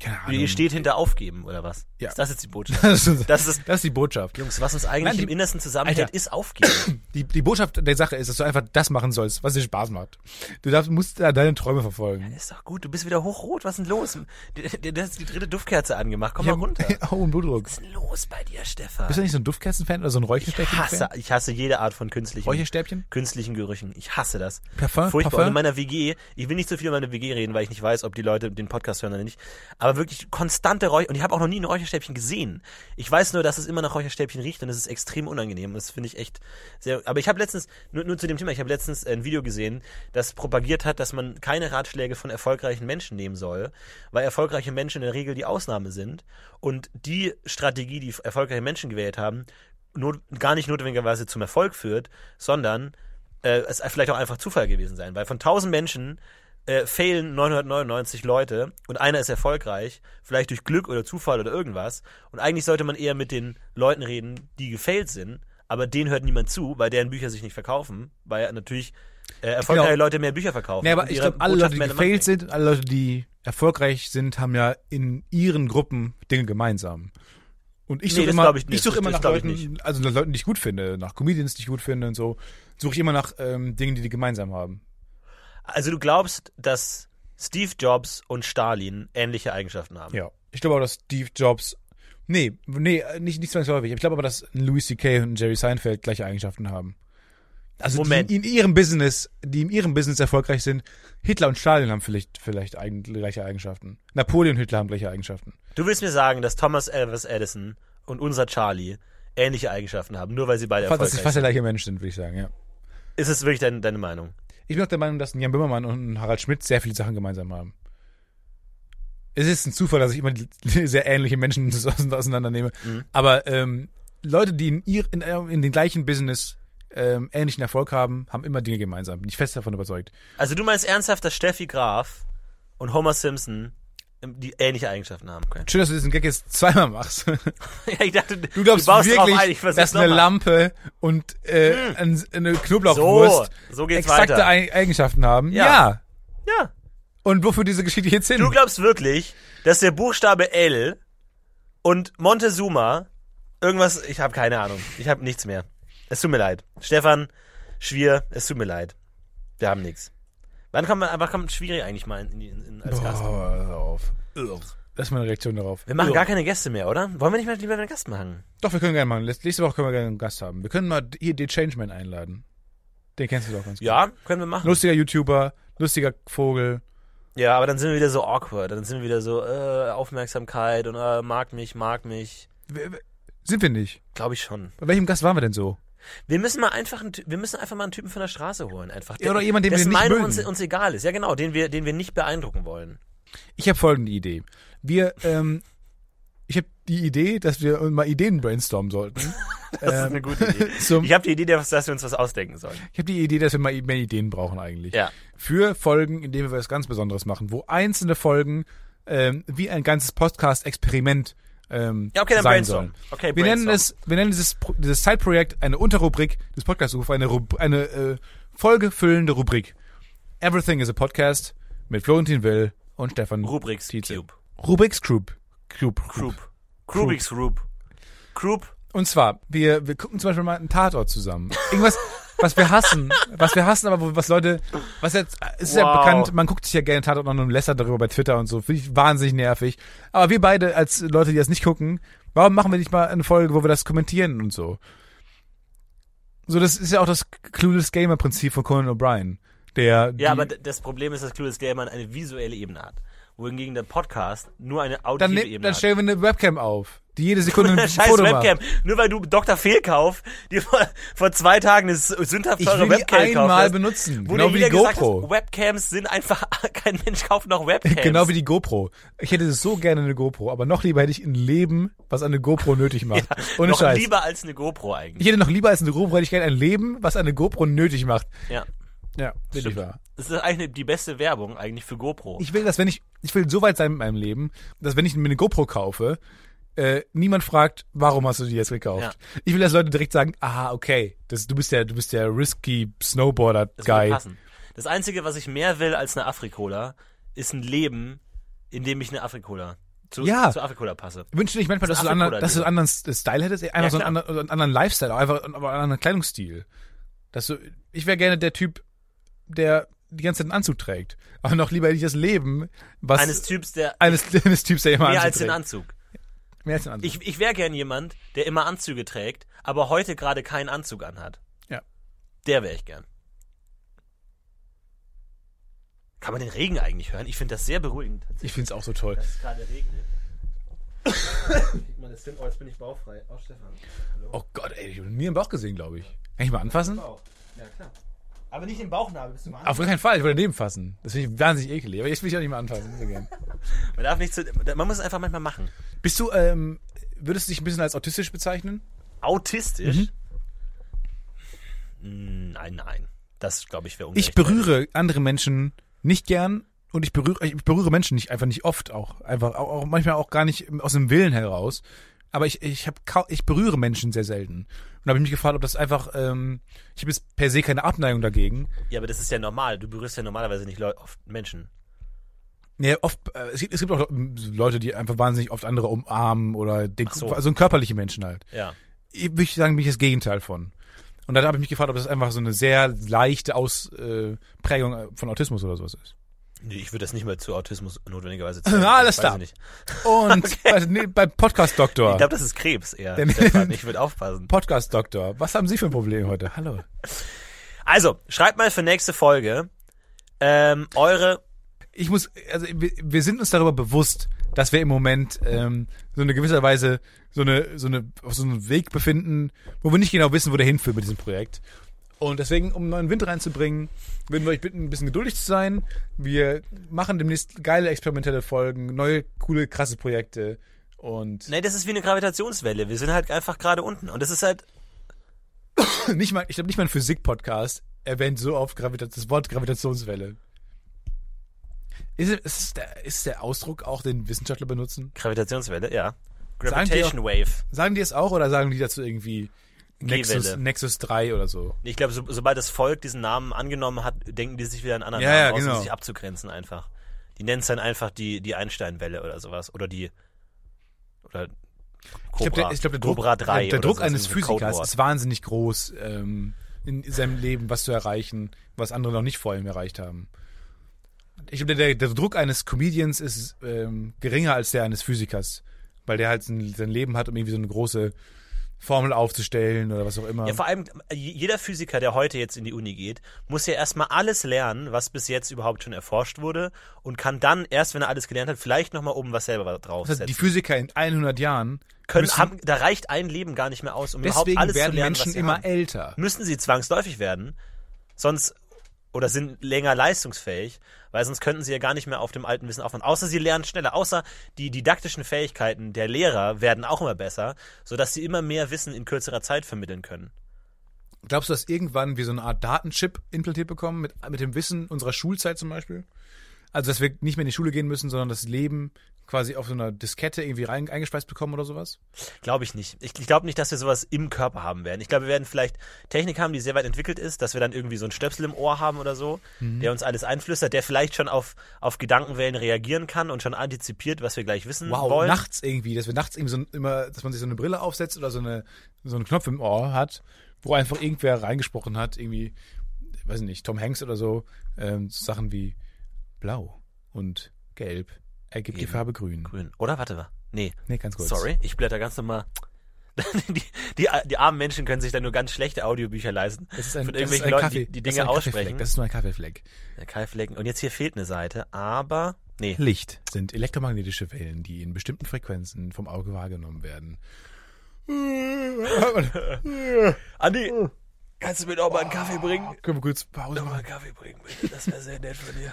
Speaker 1: Keine Ahnung.
Speaker 2: Wie steht hinter aufgeben oder was?
Speaker 1: Ja.
Speaker 2: Ist das jetzt die
Speaker 1: <laughs>
Speaker 2: Botschaft?
Speaker 1: das, ist, <laughs>
Speaker 2: Das ist,
Speaker 1: das ist die Botschaft.
Speaker 2: Jungs, was uns eigentlich
Speaker 1: Nein, die-
Speaker 2: im Innersten zusammenhält,
Speaker 1: Alter.
Speaker 2: ist aufgeben.
Speaker 1: Die, die Botschaft der Sache ist, dass du einfach das machen sollst, was dir Spaß macht. Du darfst, musst da deine Träume verfolgen.
Speaker 2: ist doch gut, du bist wieder hochrot, was ist denn los? Du hast die dritte Duftkerze angemacht, komm
Speaker 1: <laughs>
Speaker 2: mal runter. Was
Speaker 1: oh, ein Blutdruck.
Speaker 2: ist denn los bei dir, Stefan?
Speaker 1: Bist du nicht so ein Duftkerzen-Fan oder so ein
Speaker 2: ich hasse,
Speaker 1: Räucherstäbchen-Fan?
Speaker 2: ich hasse jede Art von künstlichen,
Speaker 1: Räucherstäbchen?
Speaker 2: künstlichen Gerüchen. Ich hasse das.
Speaker 1: Parfum?
Speaker 2: Furchtbar. Und in
Speaker 1: Parfum?
Speaker 2: meiner WG, ich will nicht so viel über meine WG reden, weil ich nicht weiß, ob die Leute den Podcast hören oder nicht. Aber wirklich konstante Räucher. Und ich habe auch noch nie ein Räucherstäbchen gesehen. Ich weiß nur, dass es immer nach Räucherstäbchen riecht und es ist extrem unangenehm. Das finde ich echt sehr. Aber ich habe letztens, nur, nur zu dem Thema, ich habe letztens ein Video gesehen, das propagiert hat, dass man keine Ratschläge von erfolgreichen Menschen nehmen soll, weil erfolgreiche Menschen in der Regel die Ausnahme sind. Und die Strategie, die erfolgreiche Menschen gewählt haben, not, gar nicht notwendigerweise zum Erfolg führt, sondern äh, es vielleicht auch einfach Zufall gewesen sein, weil von 1000 Menschen äh, fehlen 999 Leute und einer ist erfolgreich, vielleicht durch Glück oder Zufall oder irgendwas. Und eigentlich sollte man eher mit den Leuten reden, die gefailt sind, aber denen hört niemand zu, weil deren Bücher sich nicht verkaufen, weil natürlich äh, erfolgreiche
Speaker 1: Genau.
Speaker 2: Leute mehr Bücher verkaufen.
Speaker 1: Nee, aber
Speaker 2: und
Speaker 1: ich
Speaker 2: ihre
Speaker 1: glaube, alle
Speaker 2: Botschaft
Speaker 1: Leute, die
Speaker 2: mehr in der Macht
Speaker 1: gefailt
Speaker 2: kriegen.
Speaker 1: sind, alle Leute, die erfolgreich sind, haben ja in ihren Gruppen Dinge gemeinsam. Und ich
Speaker 2: Nee,
Speaker 1: suche
Speaker 2: das
Speaker 1: immer,
Speaker 2: glaub ich
Speaker 1: ich,
Speaker 2: nicht.
Speaker 1: suche
Speaker 2: Das-
Speaker 1: immer
Speaker 2: das
Speaker 1: nach
Speaker 2: glaub ich
Speaker 1: Leuten, also nach Leuten, die ich gut finde, nach Comedians, die ich gut finde und so, suche ich immer nach ähm, Dingen, die die gemeinsam haben.
Speaker 2: Also du glaubst, dass Steve Jobs und Stalin ähnliche Eigenschaften haben.
Speaker 1: Ja. Ich glaube auch, dass Steve Jobs, nee, nee, äh, nicht, nicht zwangsläufig. Ich glaube aber, dass ein Louis C.K. und ein Jerry Seinfeld gleiche Eigenschaften haben. Also
Speaker 2: Moment.
Speaker 1: die in ihrem Business, die in ihrem Business erfolgreich sind, Hitler und Stalin haben vielleicht, vielleicht eigen, gleiche Eigenschaften. Napoleon und Hitler haben gleiche Eigenschaften.
Speaker 2: Du willst mir sagen, dass Thomas Elvis Edison und unser Charlie ähnliche Eigenschaften haben, nur weil sie beide
Speaker 1: Fast, dass
Speaker 2: erfolgreich
Speaker 1: sie
Speaker 2: sind.
Speaker 1: fast der gleiche Mensch sind, würde ich sagen, ja.
Speaker 2: Ist es wirklich dein, deine Meinung?
Speaker 1: Ich bin auch der Meinung, dass ein Jan Böhmermann und ein Harald Schmidt sehr viele Sachen gemeinsam haben. Es ist ein Zufall, dass ich immer die- sehr ähnliche Menschen <laughs> so ause- auseinandernehme.
Speaker 2: Mhm.
Speaker 1: Aber ähm, Leute, die in, ihr, in, ihrem- in den gleichen Business ähm, ähnlichen Erfolg haben, haben immer Dinge gemeinsam. Bin ich fest davon überzeugt.
Speaker 2: Also du meinst ernsthaft, dass Steffi Graf und Homer Simpson ähm, die ähnliche Eigenschaften haben können? <laughs>
Speaker 1: Schön, dass du diesen Gag jetzt zweimal machst. <laughs>
Speaker 2: ja, ich dachte,
Speaker 1: Du glaubst
Speaker 2: baust drauf
Speaker 1: wirklich,
Speaker 2: ein, ich versuch's
Speaker 1: dass eine
Speaker 2: nochmal. Mhm.
Speaker 1: Lampe und äh, ein, eine Knoblauchwurst
Speaker 2: So, so geht's
Speaker 1: exakte
Speaker 2: weiter.
Speaker 1: Ei- Eigenschaften haben?
Speaker 2: Ja.
Speaker 1: ja.
Speaker 2: Ja.
Speaker 1: Und wofür diese Geschichte jetzt hin?
Speaker 2: Du glaubst wirklich, dass der Buchstabe L und Montezuma irgendwas. Ich habe keine Ahnung. Ich habe nichts mehr. Es tut mir leid. Stefan, Schwier, es tut mir leid. Wir haben nichts. Wann kommt, man- wann kommt Schwier eigentlich mal in, in, in, als Gast?
Speaker 1: Boah, hör auf. Das ist meine Reaktion darauf.
Speaker 2: Wir machen gar keine Gäste mehr, oder? Wollen wir nicht mal lieber einen Gast machen?
Speaker 1: Doch, wir können gerne machen. Letz- Nächste Woche können wir gerne einen Gast haben. Wir können mal d- hier den Changeman einladen. Den kennst du doch ganz gut.
Speaker 2: Ja, können wir machen.
Speaker 1: Lustiger YouTuber, lustiger Vogel.
Speaker 2: Ja, aber dann sind wir wieder so awkward. Dann sind wir wieder so äh, Aufmerksamkeit und äh, mag mich, mag mich.
Speaker 1: W- w- Sind wir nicht.
Speaker 2: Glaube ich schon.
Speaker 1: Bei welchem Gast waren wir denn so?
Speaker 2: Wir müssen mal einfach, einen, Ty- wir müssen einfach mal einen Typen von der Straße holen, einfach.
Speaker 1: Ja, oder jemand, den wir
Speaker 2: dessen
Speaker 1: nicht
Speaker 2: Meinung
Speaker 1: mögen.
Speaker 2: uns, uns egal ist. Ja, genau, den wir, den wir nicht beeindrucken wollen.
Speaker 1: Ich habe folgende Idee. Wir, ähm, ich habe die Idee, dass wir mal Ideen brainstormen sollten.
Speaker 2: <laughs>
Speaker 1: Ähm,
Speaker 2: Das ist eine gute Idee.
Speaker 1: Zum,
Speaker 2: <laughs> Ich habe die Idee, dass dass wir uns was ausdenken sollen.
Speaker 1: ich habe die Idee, dass wir mal mehr Ideen brauchen eigentlich.
Speaker 2: Ja.
Speaker 1: Für Folgen, in denen wir was ganz Besonderes machen, wo einzelne Folgen ähm, wie ein ganzes Podcast-Experiment ähm,
Speaker 2: Ja, okay, dann
Speaker 1: sein
Speaker 2: brainstorm.
Speaker 1: sollen.
Speaker 2: Okay,
Speaker 1: Wir
Speaker 2: brainstorm.
Speaker 1: nennen, es, wir nennen dieses, Pro- dieses Zeitprojekt eine Unterrubrik des Podcast-Ruf, eine, Rub- eine äh, folgefüllende Rubrik. Everything is a Podcast mit Florentin Will und Stefan
Speaker 2: Rubriks
Speaker 1: Tietze.
Speaker 2: Cube.
Speaker 1: Rubriks Group. Group.
Speaker 2: Group. Rubiks Group. Group.
Speaker 1: Und zwar, wir, wir gucken zum Beispiel mal einen Tatort zusammen. Irgendwas, was wir hassen. Was wir hassen, aber wo, was Leute, was jetzt, es ist ja
Speaker 2: Wow.
Speaker 1: bekannt, man guckt sich ja gerne Tatort an und lästert darüber bei Twitter und so. Finde ich wahnsinnig nervig. Aber wir beide als Leute, die das nicht gucken, warum machen wir nicht mal eine Folge, wo wir das kommentieren und so? So, das ist ja auch das Clueless Gamer Prinzip von Conan O'Brien. Der, die-
Speaker 2: Ja, aber d- das Problem ist, dass Clueless Gamer eine visuelle Ebene hat. Wohingegen der Podcast nur eine
Speaker 1: dann,
Speaker 2: auditive
Speaker 1: ne,
Speaker 2: Ebene
Speaker 1: dann
Speaker 2: hat.
Speaker 1: stellen wir eine Webcam auf, die jede Sekunde
Speaker 2: <laughs>
Speaker 1: ein
Speaker 2: Scheiß
Speaker 1: Foto macht.
Speaker 2: Webcam. Nur weil du Dr. Fehlkauf dir vor, vor zwei Tagen eine s- sündhaft
Speaker 1: Ich
Speaker 2: teure
Speaker 1: will die
Speaker 2: Webcam gekauft
Speaker 1: einmal
Speaker 2: hast,
Speaker 1: benutzen.
Speaker 2: Wo
Speaker 1: Genau
Speaker 2: dir
Speaker 1: wie die
Speaker 2: jeder gesagt
Speaker 1: GoPro.
Speaker 2: Hat, Webcams sind einfach, <laughs> kein Mensch kauft noch Webcams.
Speaker 1: Genau wie die GoPro. Ich hätte so gerne eine GoPro, aber noch lieber hätte ich ein Leben, was eine GoPro nötig macht.
Speaker 2: <laughs>
Speaker 1: Ohne
Speaker 2: noch
Speaker 1: Scheiß.
Speaker 2: lieber als eine GoPro eigentlich.
Speaker 1: ich hätte noch lieber als eine GoPro, hätte ich gerne ein Leben, was eine GoPro nötig macht.
Speaker 2: Ja.
Speaker 1: Ja, bin ich
Speaker 2: Stimmt.
Speaker 1: wahr.
Speaker 2: Das ist eigentlich die beste Werbung eigentlich für GoPro.
Speaker 1: Ich will, dass wenn ich, ich will so weit sein mit meinem Leben, dass wenn ich mir eine GoPro kaufe, äh, niemand fragt, warum hast du die jetzt gekauft?
Speaker 2: Ja.
Speaker 1: Ich will, dass Leute direkt sagen, aha, okay, das, du bist der, du bist der risky
Speaker 2: das würde
Speaker 1: Snowboarder-Guy.
Speaker 2: passen. Das einzige, was ich mehr will als eine Afrikola, ist ein Leben, in dem ich eine Afrikola zu,
Speaker 1: Ja.
Speaker 2: zu Afrikola passe.
Speaker 1: Ich wünschte nicht manchmal,
Speaker 2: Das
Speaker 1: dass
Speaker 2: ist
Speaker 1: du, einen anderen,
Speaker 2: Afrikola-Ding.
Speaker 1: dass du einen anderen S- Style hättest, einfach
Speaker 2: Ja,
Speaker 1: so einen
Speaker 2: klar.
Speaker 1: anderen, so einen anderen Lifestyle, auch einfach aber einen anderen Kleidungsstil. Dass du, ich wäre gerne der Typ, der die ganze Zeit einen Anzug trägt. Aber noch lieber hätte ich das Leben, was
Speaker 2: Eines Typs, der
Speaker 1: eines, <laughs> eines Typs, der immer
Speaker 2: mehr
Speaker 1: Anzug
Speaker 2: als den
Speaker 1: trägt.
Speaker 2: Anzug.
Speaker 1: mehr als den Anzug.
Speaker 2: Ich, ich wäre gern jemand, der immer Anzüge trägt, aber heute gerade keinen Anzug anhat.
Speaker 1: Ja.
Speaker 2: Der wäre ich gern. Kann man den Regen eigentlich hören? Ich finde das sehr beruhigend.
Speaker 1: ich finde es auch so toll.
Speaker 2: es gerade regnet. Kriegt man das hin? Oh, jetzt bin ich baufrei. Oh, Stefan.
Speaker 1: Oh Gott, ey, ich habe nie im Bauch gesehen, glaube ich. Kann ich mal anfassen?
Speaker 3: Oh,
Speaker 2: Bauch. Ja, klar. Aber nicht im Bauchnabel, bist du
Speaker 3: <laughs>
Speaker 2: mal
Speaker 1: Auf gar keinen Fall, ich wollte daneben fassen. Das finde ich wahnsinnig ekelig. Aber jetzt will ich auch nicht mehr anfassen. So
Speaker 2: <laughs>
Speaker 1: gern.
Speaker 2: Man darf nicht zu, man muss es einfach manchmal machen.
Speaker 1: Bist du, ähm, würdest du dich ein bisschen als autistisch bezeichnen? Mhm.
Speaker 2: Autistisch? Mm, Nein, nein. Das, glaube ich, wäre ungerecht.
Speaker 1: Ich berühre andere Menschen nicht gern und ich berühre, ich berühre Menschen nicht einfach nicht oft auch einfach auch, auch manchmal auch gar nicht aus dem Willen heraus. Aber ich ich habe ich berühre Menschen sehr selten und habe mich gefragt, ob das einfach ähm, ich habe jetzt per se keine Abneigung dagegen.
Speaker 2: Ja, aber das ist ja normal. Du berührst ja normalerweise nicht Leu oft Menschen.
Speaker 1: Ja, oft äh, es gibt es gibt auch ähm, Leute, die einfach wahnsinnig oft andere umarmen oder den,
Speaker 2: Ach so.
Speaker 1: so. also körperliche Menschen halt.
Speaker 2: Ja.
Speaker 1: Ich würde ich sagen, bin ich das Gegenteil von. Und dann habe ich mich gefragt, ob das einfach so eine sehr leichte Ausprägung äh, Prägung, äh, von Autismus oder sowas ist.
Speaker 2: Nee, ich würde das nicht mal zu Autismus notwendigerweise zählen.
Speaker 1: Na, <laughs> alles
Speaker 2: Ich weiß
Speaker 1: klar.
Speaker 2: es nicht.
Speaker 1: Und bei, nee, beim Podcast-Doktor.
Speaker 2: Ich glaube, das ist Krebs eher.
Speaker 1: Der- <laughs>
Speaker 2: Stefan. Ich würde aufpassen.
Speaker 1: Podcast-Doktor, was haben Sie für ein Problem heute? Hallo.
Speaker 2: Also, schreibt mal für nächste Folge ähm, eure.
Speaker 1: Ich muss, also wir, wir sind uns darüber bewusst, dass wir im Moment ähm, so eine gewisser Weise so eine so eine auf so einem Weg befinden, wo wir nicht genau wissen, wo der hinführt mit diesem Projekt. Und deswegen, um neuen Wind reinzubringen, würden wir euch bitten, ein bisschen geduldig zu sein. Wir machen demnächst geile experimentelle Folgen, neue coole krasse Projekte und
Speaker 2: Nee, das ist wie eine Gravitationswelle. Wir sind halt einfach gerade unten. Und das ist halt.
Speaker 1: nicht mal, ich glaube nicht mal ein Physik-Podcast erwähnt so oft Gravita das Wort Gravitationswelle. Ist, es- ist, es der, ist der Ausdruck auch, den Wissenschaftler benutzen?
Speaker 2: Gravitationswelle, ja.
Speaker 1: Sagen die
Speaker 2: Gravitation Wave.
Speaker 1: Sagen die es auch oder sagen die dazu irgendwie Nexus,
Speaker 2: G-Welle.
Speaker 1: Nexus 3 oder so?
Speaker 2: Ich glaube, so, sobald das Volk diesen Namen angenommen hat, denken die sich wieder einen anderen
Speaker 1: Ja,
Speaker 2: Namen
Speaker 1: ja,
Speaker 2: aus,
Speaker 1: genau.
Speaker 2: um sich abzugrenzen einfach. Die nennen es dann einfach die, die Einstein-Welle oder sowas. Oder die. Oder
Speaker 1: ich
Speaker 2: Cobra,
Speaker 1: glaube, der, ich glaub, der Druck,
Speaker 2: Cobra 3
Speaker 1: der, der
Speaker 2: oder
Speaker 1: Druck
Speaker 2: so,
Speaker 1: eines
Speaker 2: so ein
Speaker 1: Physikers
Speaker 2: Codewort.
Speaker 1: ist wahnsinnig groß, ähm, in seinem Leben was zu erreichen, was andere noch nicht vor ihm erreicht haben. Ich glaube, der, der Druck eines Comedians ist ähm, geringer als der eines Physikers, weil der halt sein, sein Leben hat, um irgendwie so eine große Formel aufzustellen oder was auch immer.
Speaker 2: Ja, vor allem, äh, j- jeder Physiker, der heute jetzt in die Uni geht, muss ja erstmal alles lernen, was bis jetzt überhaupt schon erforscht wurde und kann dann, erst wenn er alles gelernt hat, vielleicht nochmal oben was selber
Speaker 1: das heißt, Also die
Speaker 2: draufsetzen.
Speaker 1: Physiker in 100 Jahren
Speaker 2: Können,
Speaker 1: müssen,
Speaker 2: haben, da reicht ein Leben gar nicht mehr aus, um überhaupt
Speaker 1: deswegen
Speaker 2: alles
Speaker 1: werden
Speaker 2: zu lernen,
Speaker 1: Menschen
Speaker 2: was sie
Speaker 1: immer
Speaker 2: haben.
Speaker 1: älter.
Speaker 2: Müssen sie zwangsläufig werden, sonst oder sind länger leistungsfähig, weil sonst könnten sie ja gar nicht mehr auf dem alten Wissen aufbauen. Außer sie lernen schneller, außer die didaktischen Fähigkeiten der Lehrer werden auch immer besser, sodass sie immer mehr Wissen in kürzerer Zeit vermitteln können.
Speaker 1: Glaubst du, dass irgendwann wir so eine Art Datenchip implantiert bekommen mit, mit dem Wissen unserer Schulzeit zum Beispiel? Also, dass wir nicht mehr in die Schule gehen müssen, sondern das Leben quasi auf so einer Diskette irgendwie rein, eingespeist bekommen oder sowas?
Speaker 2: Glaube ich nicht. Ich, ich glaube nicht, dass wir sowas im Körper haben werden. Ich glaube, wir werden vielleicht Technik haben, die sehr weit entwickelt ist, dass wir dann irgendwie so einen Stöpsel im Ohr haben oder so, der uns alles einflüstert, der vielleicht schon auf, auf Gedankenwellen reagieren kann und schon antizipiert, was wir gleich wissen Mhm. wollen.
Speaker 1: nachts irgendwie, dass wir nachts irgendwie so ein, immer, dass man sich so eine Brille aufsetzt oder so, eine, so einen Knopf im Ohr hat, wo einfach irgendwer reingesprochen hat, irgendwie, weiß ich nicht, Tom Hanks oder so, ähm, so Sachen wie blau und gelb ergibt die
Speaker 2: Eben.
Speaker 1: Farbe grün.
Speaker 2: Grün. Oder? Warte mal. Nee.
Speaker 1: Nee, ganz kurz.
Speaker 2: Sorry, ich blätter ganz normal. <laughs> Die, die, die armen Menschen können sich dann nur ganz schlechte Audiobücher leisten.
Speaker 1: Das ist ein,
Speaker 2: von
Speaker 1: das ist
Speaker 2: irgendwelchen
Speaker 1: ein
Speaker 2: Leuten,
Speaker 1: Kaffee,
Speaker 2: die, die
Speaker 1: das ist
Speaker 2: Dinge
Speaker 1: ein Kaffeefleck,
Speaker 2: aussprechen.
Speaker 1: Das ist nur ein Kaffeefleck.
Speaker 2: Ja, Kaiflecken. Und jetzt hier fehlt eine Seite, aber. Nee.
Speaker 1: Licht sind elektromagnetische Wellen, die in bestimmten Frequenzen vom Auge wahrgenommen werden. <laughs>
Speaker 2: Andi, kannst du mir noch mal einen Kaffee bringen?
Speaker 1: Können wir kurz Pause
Speaker 2: Nochmal
Speaker 1: machen?
Speaker 2: einen Kaffee bringen, bitte. Das wäre sehr nett von dir.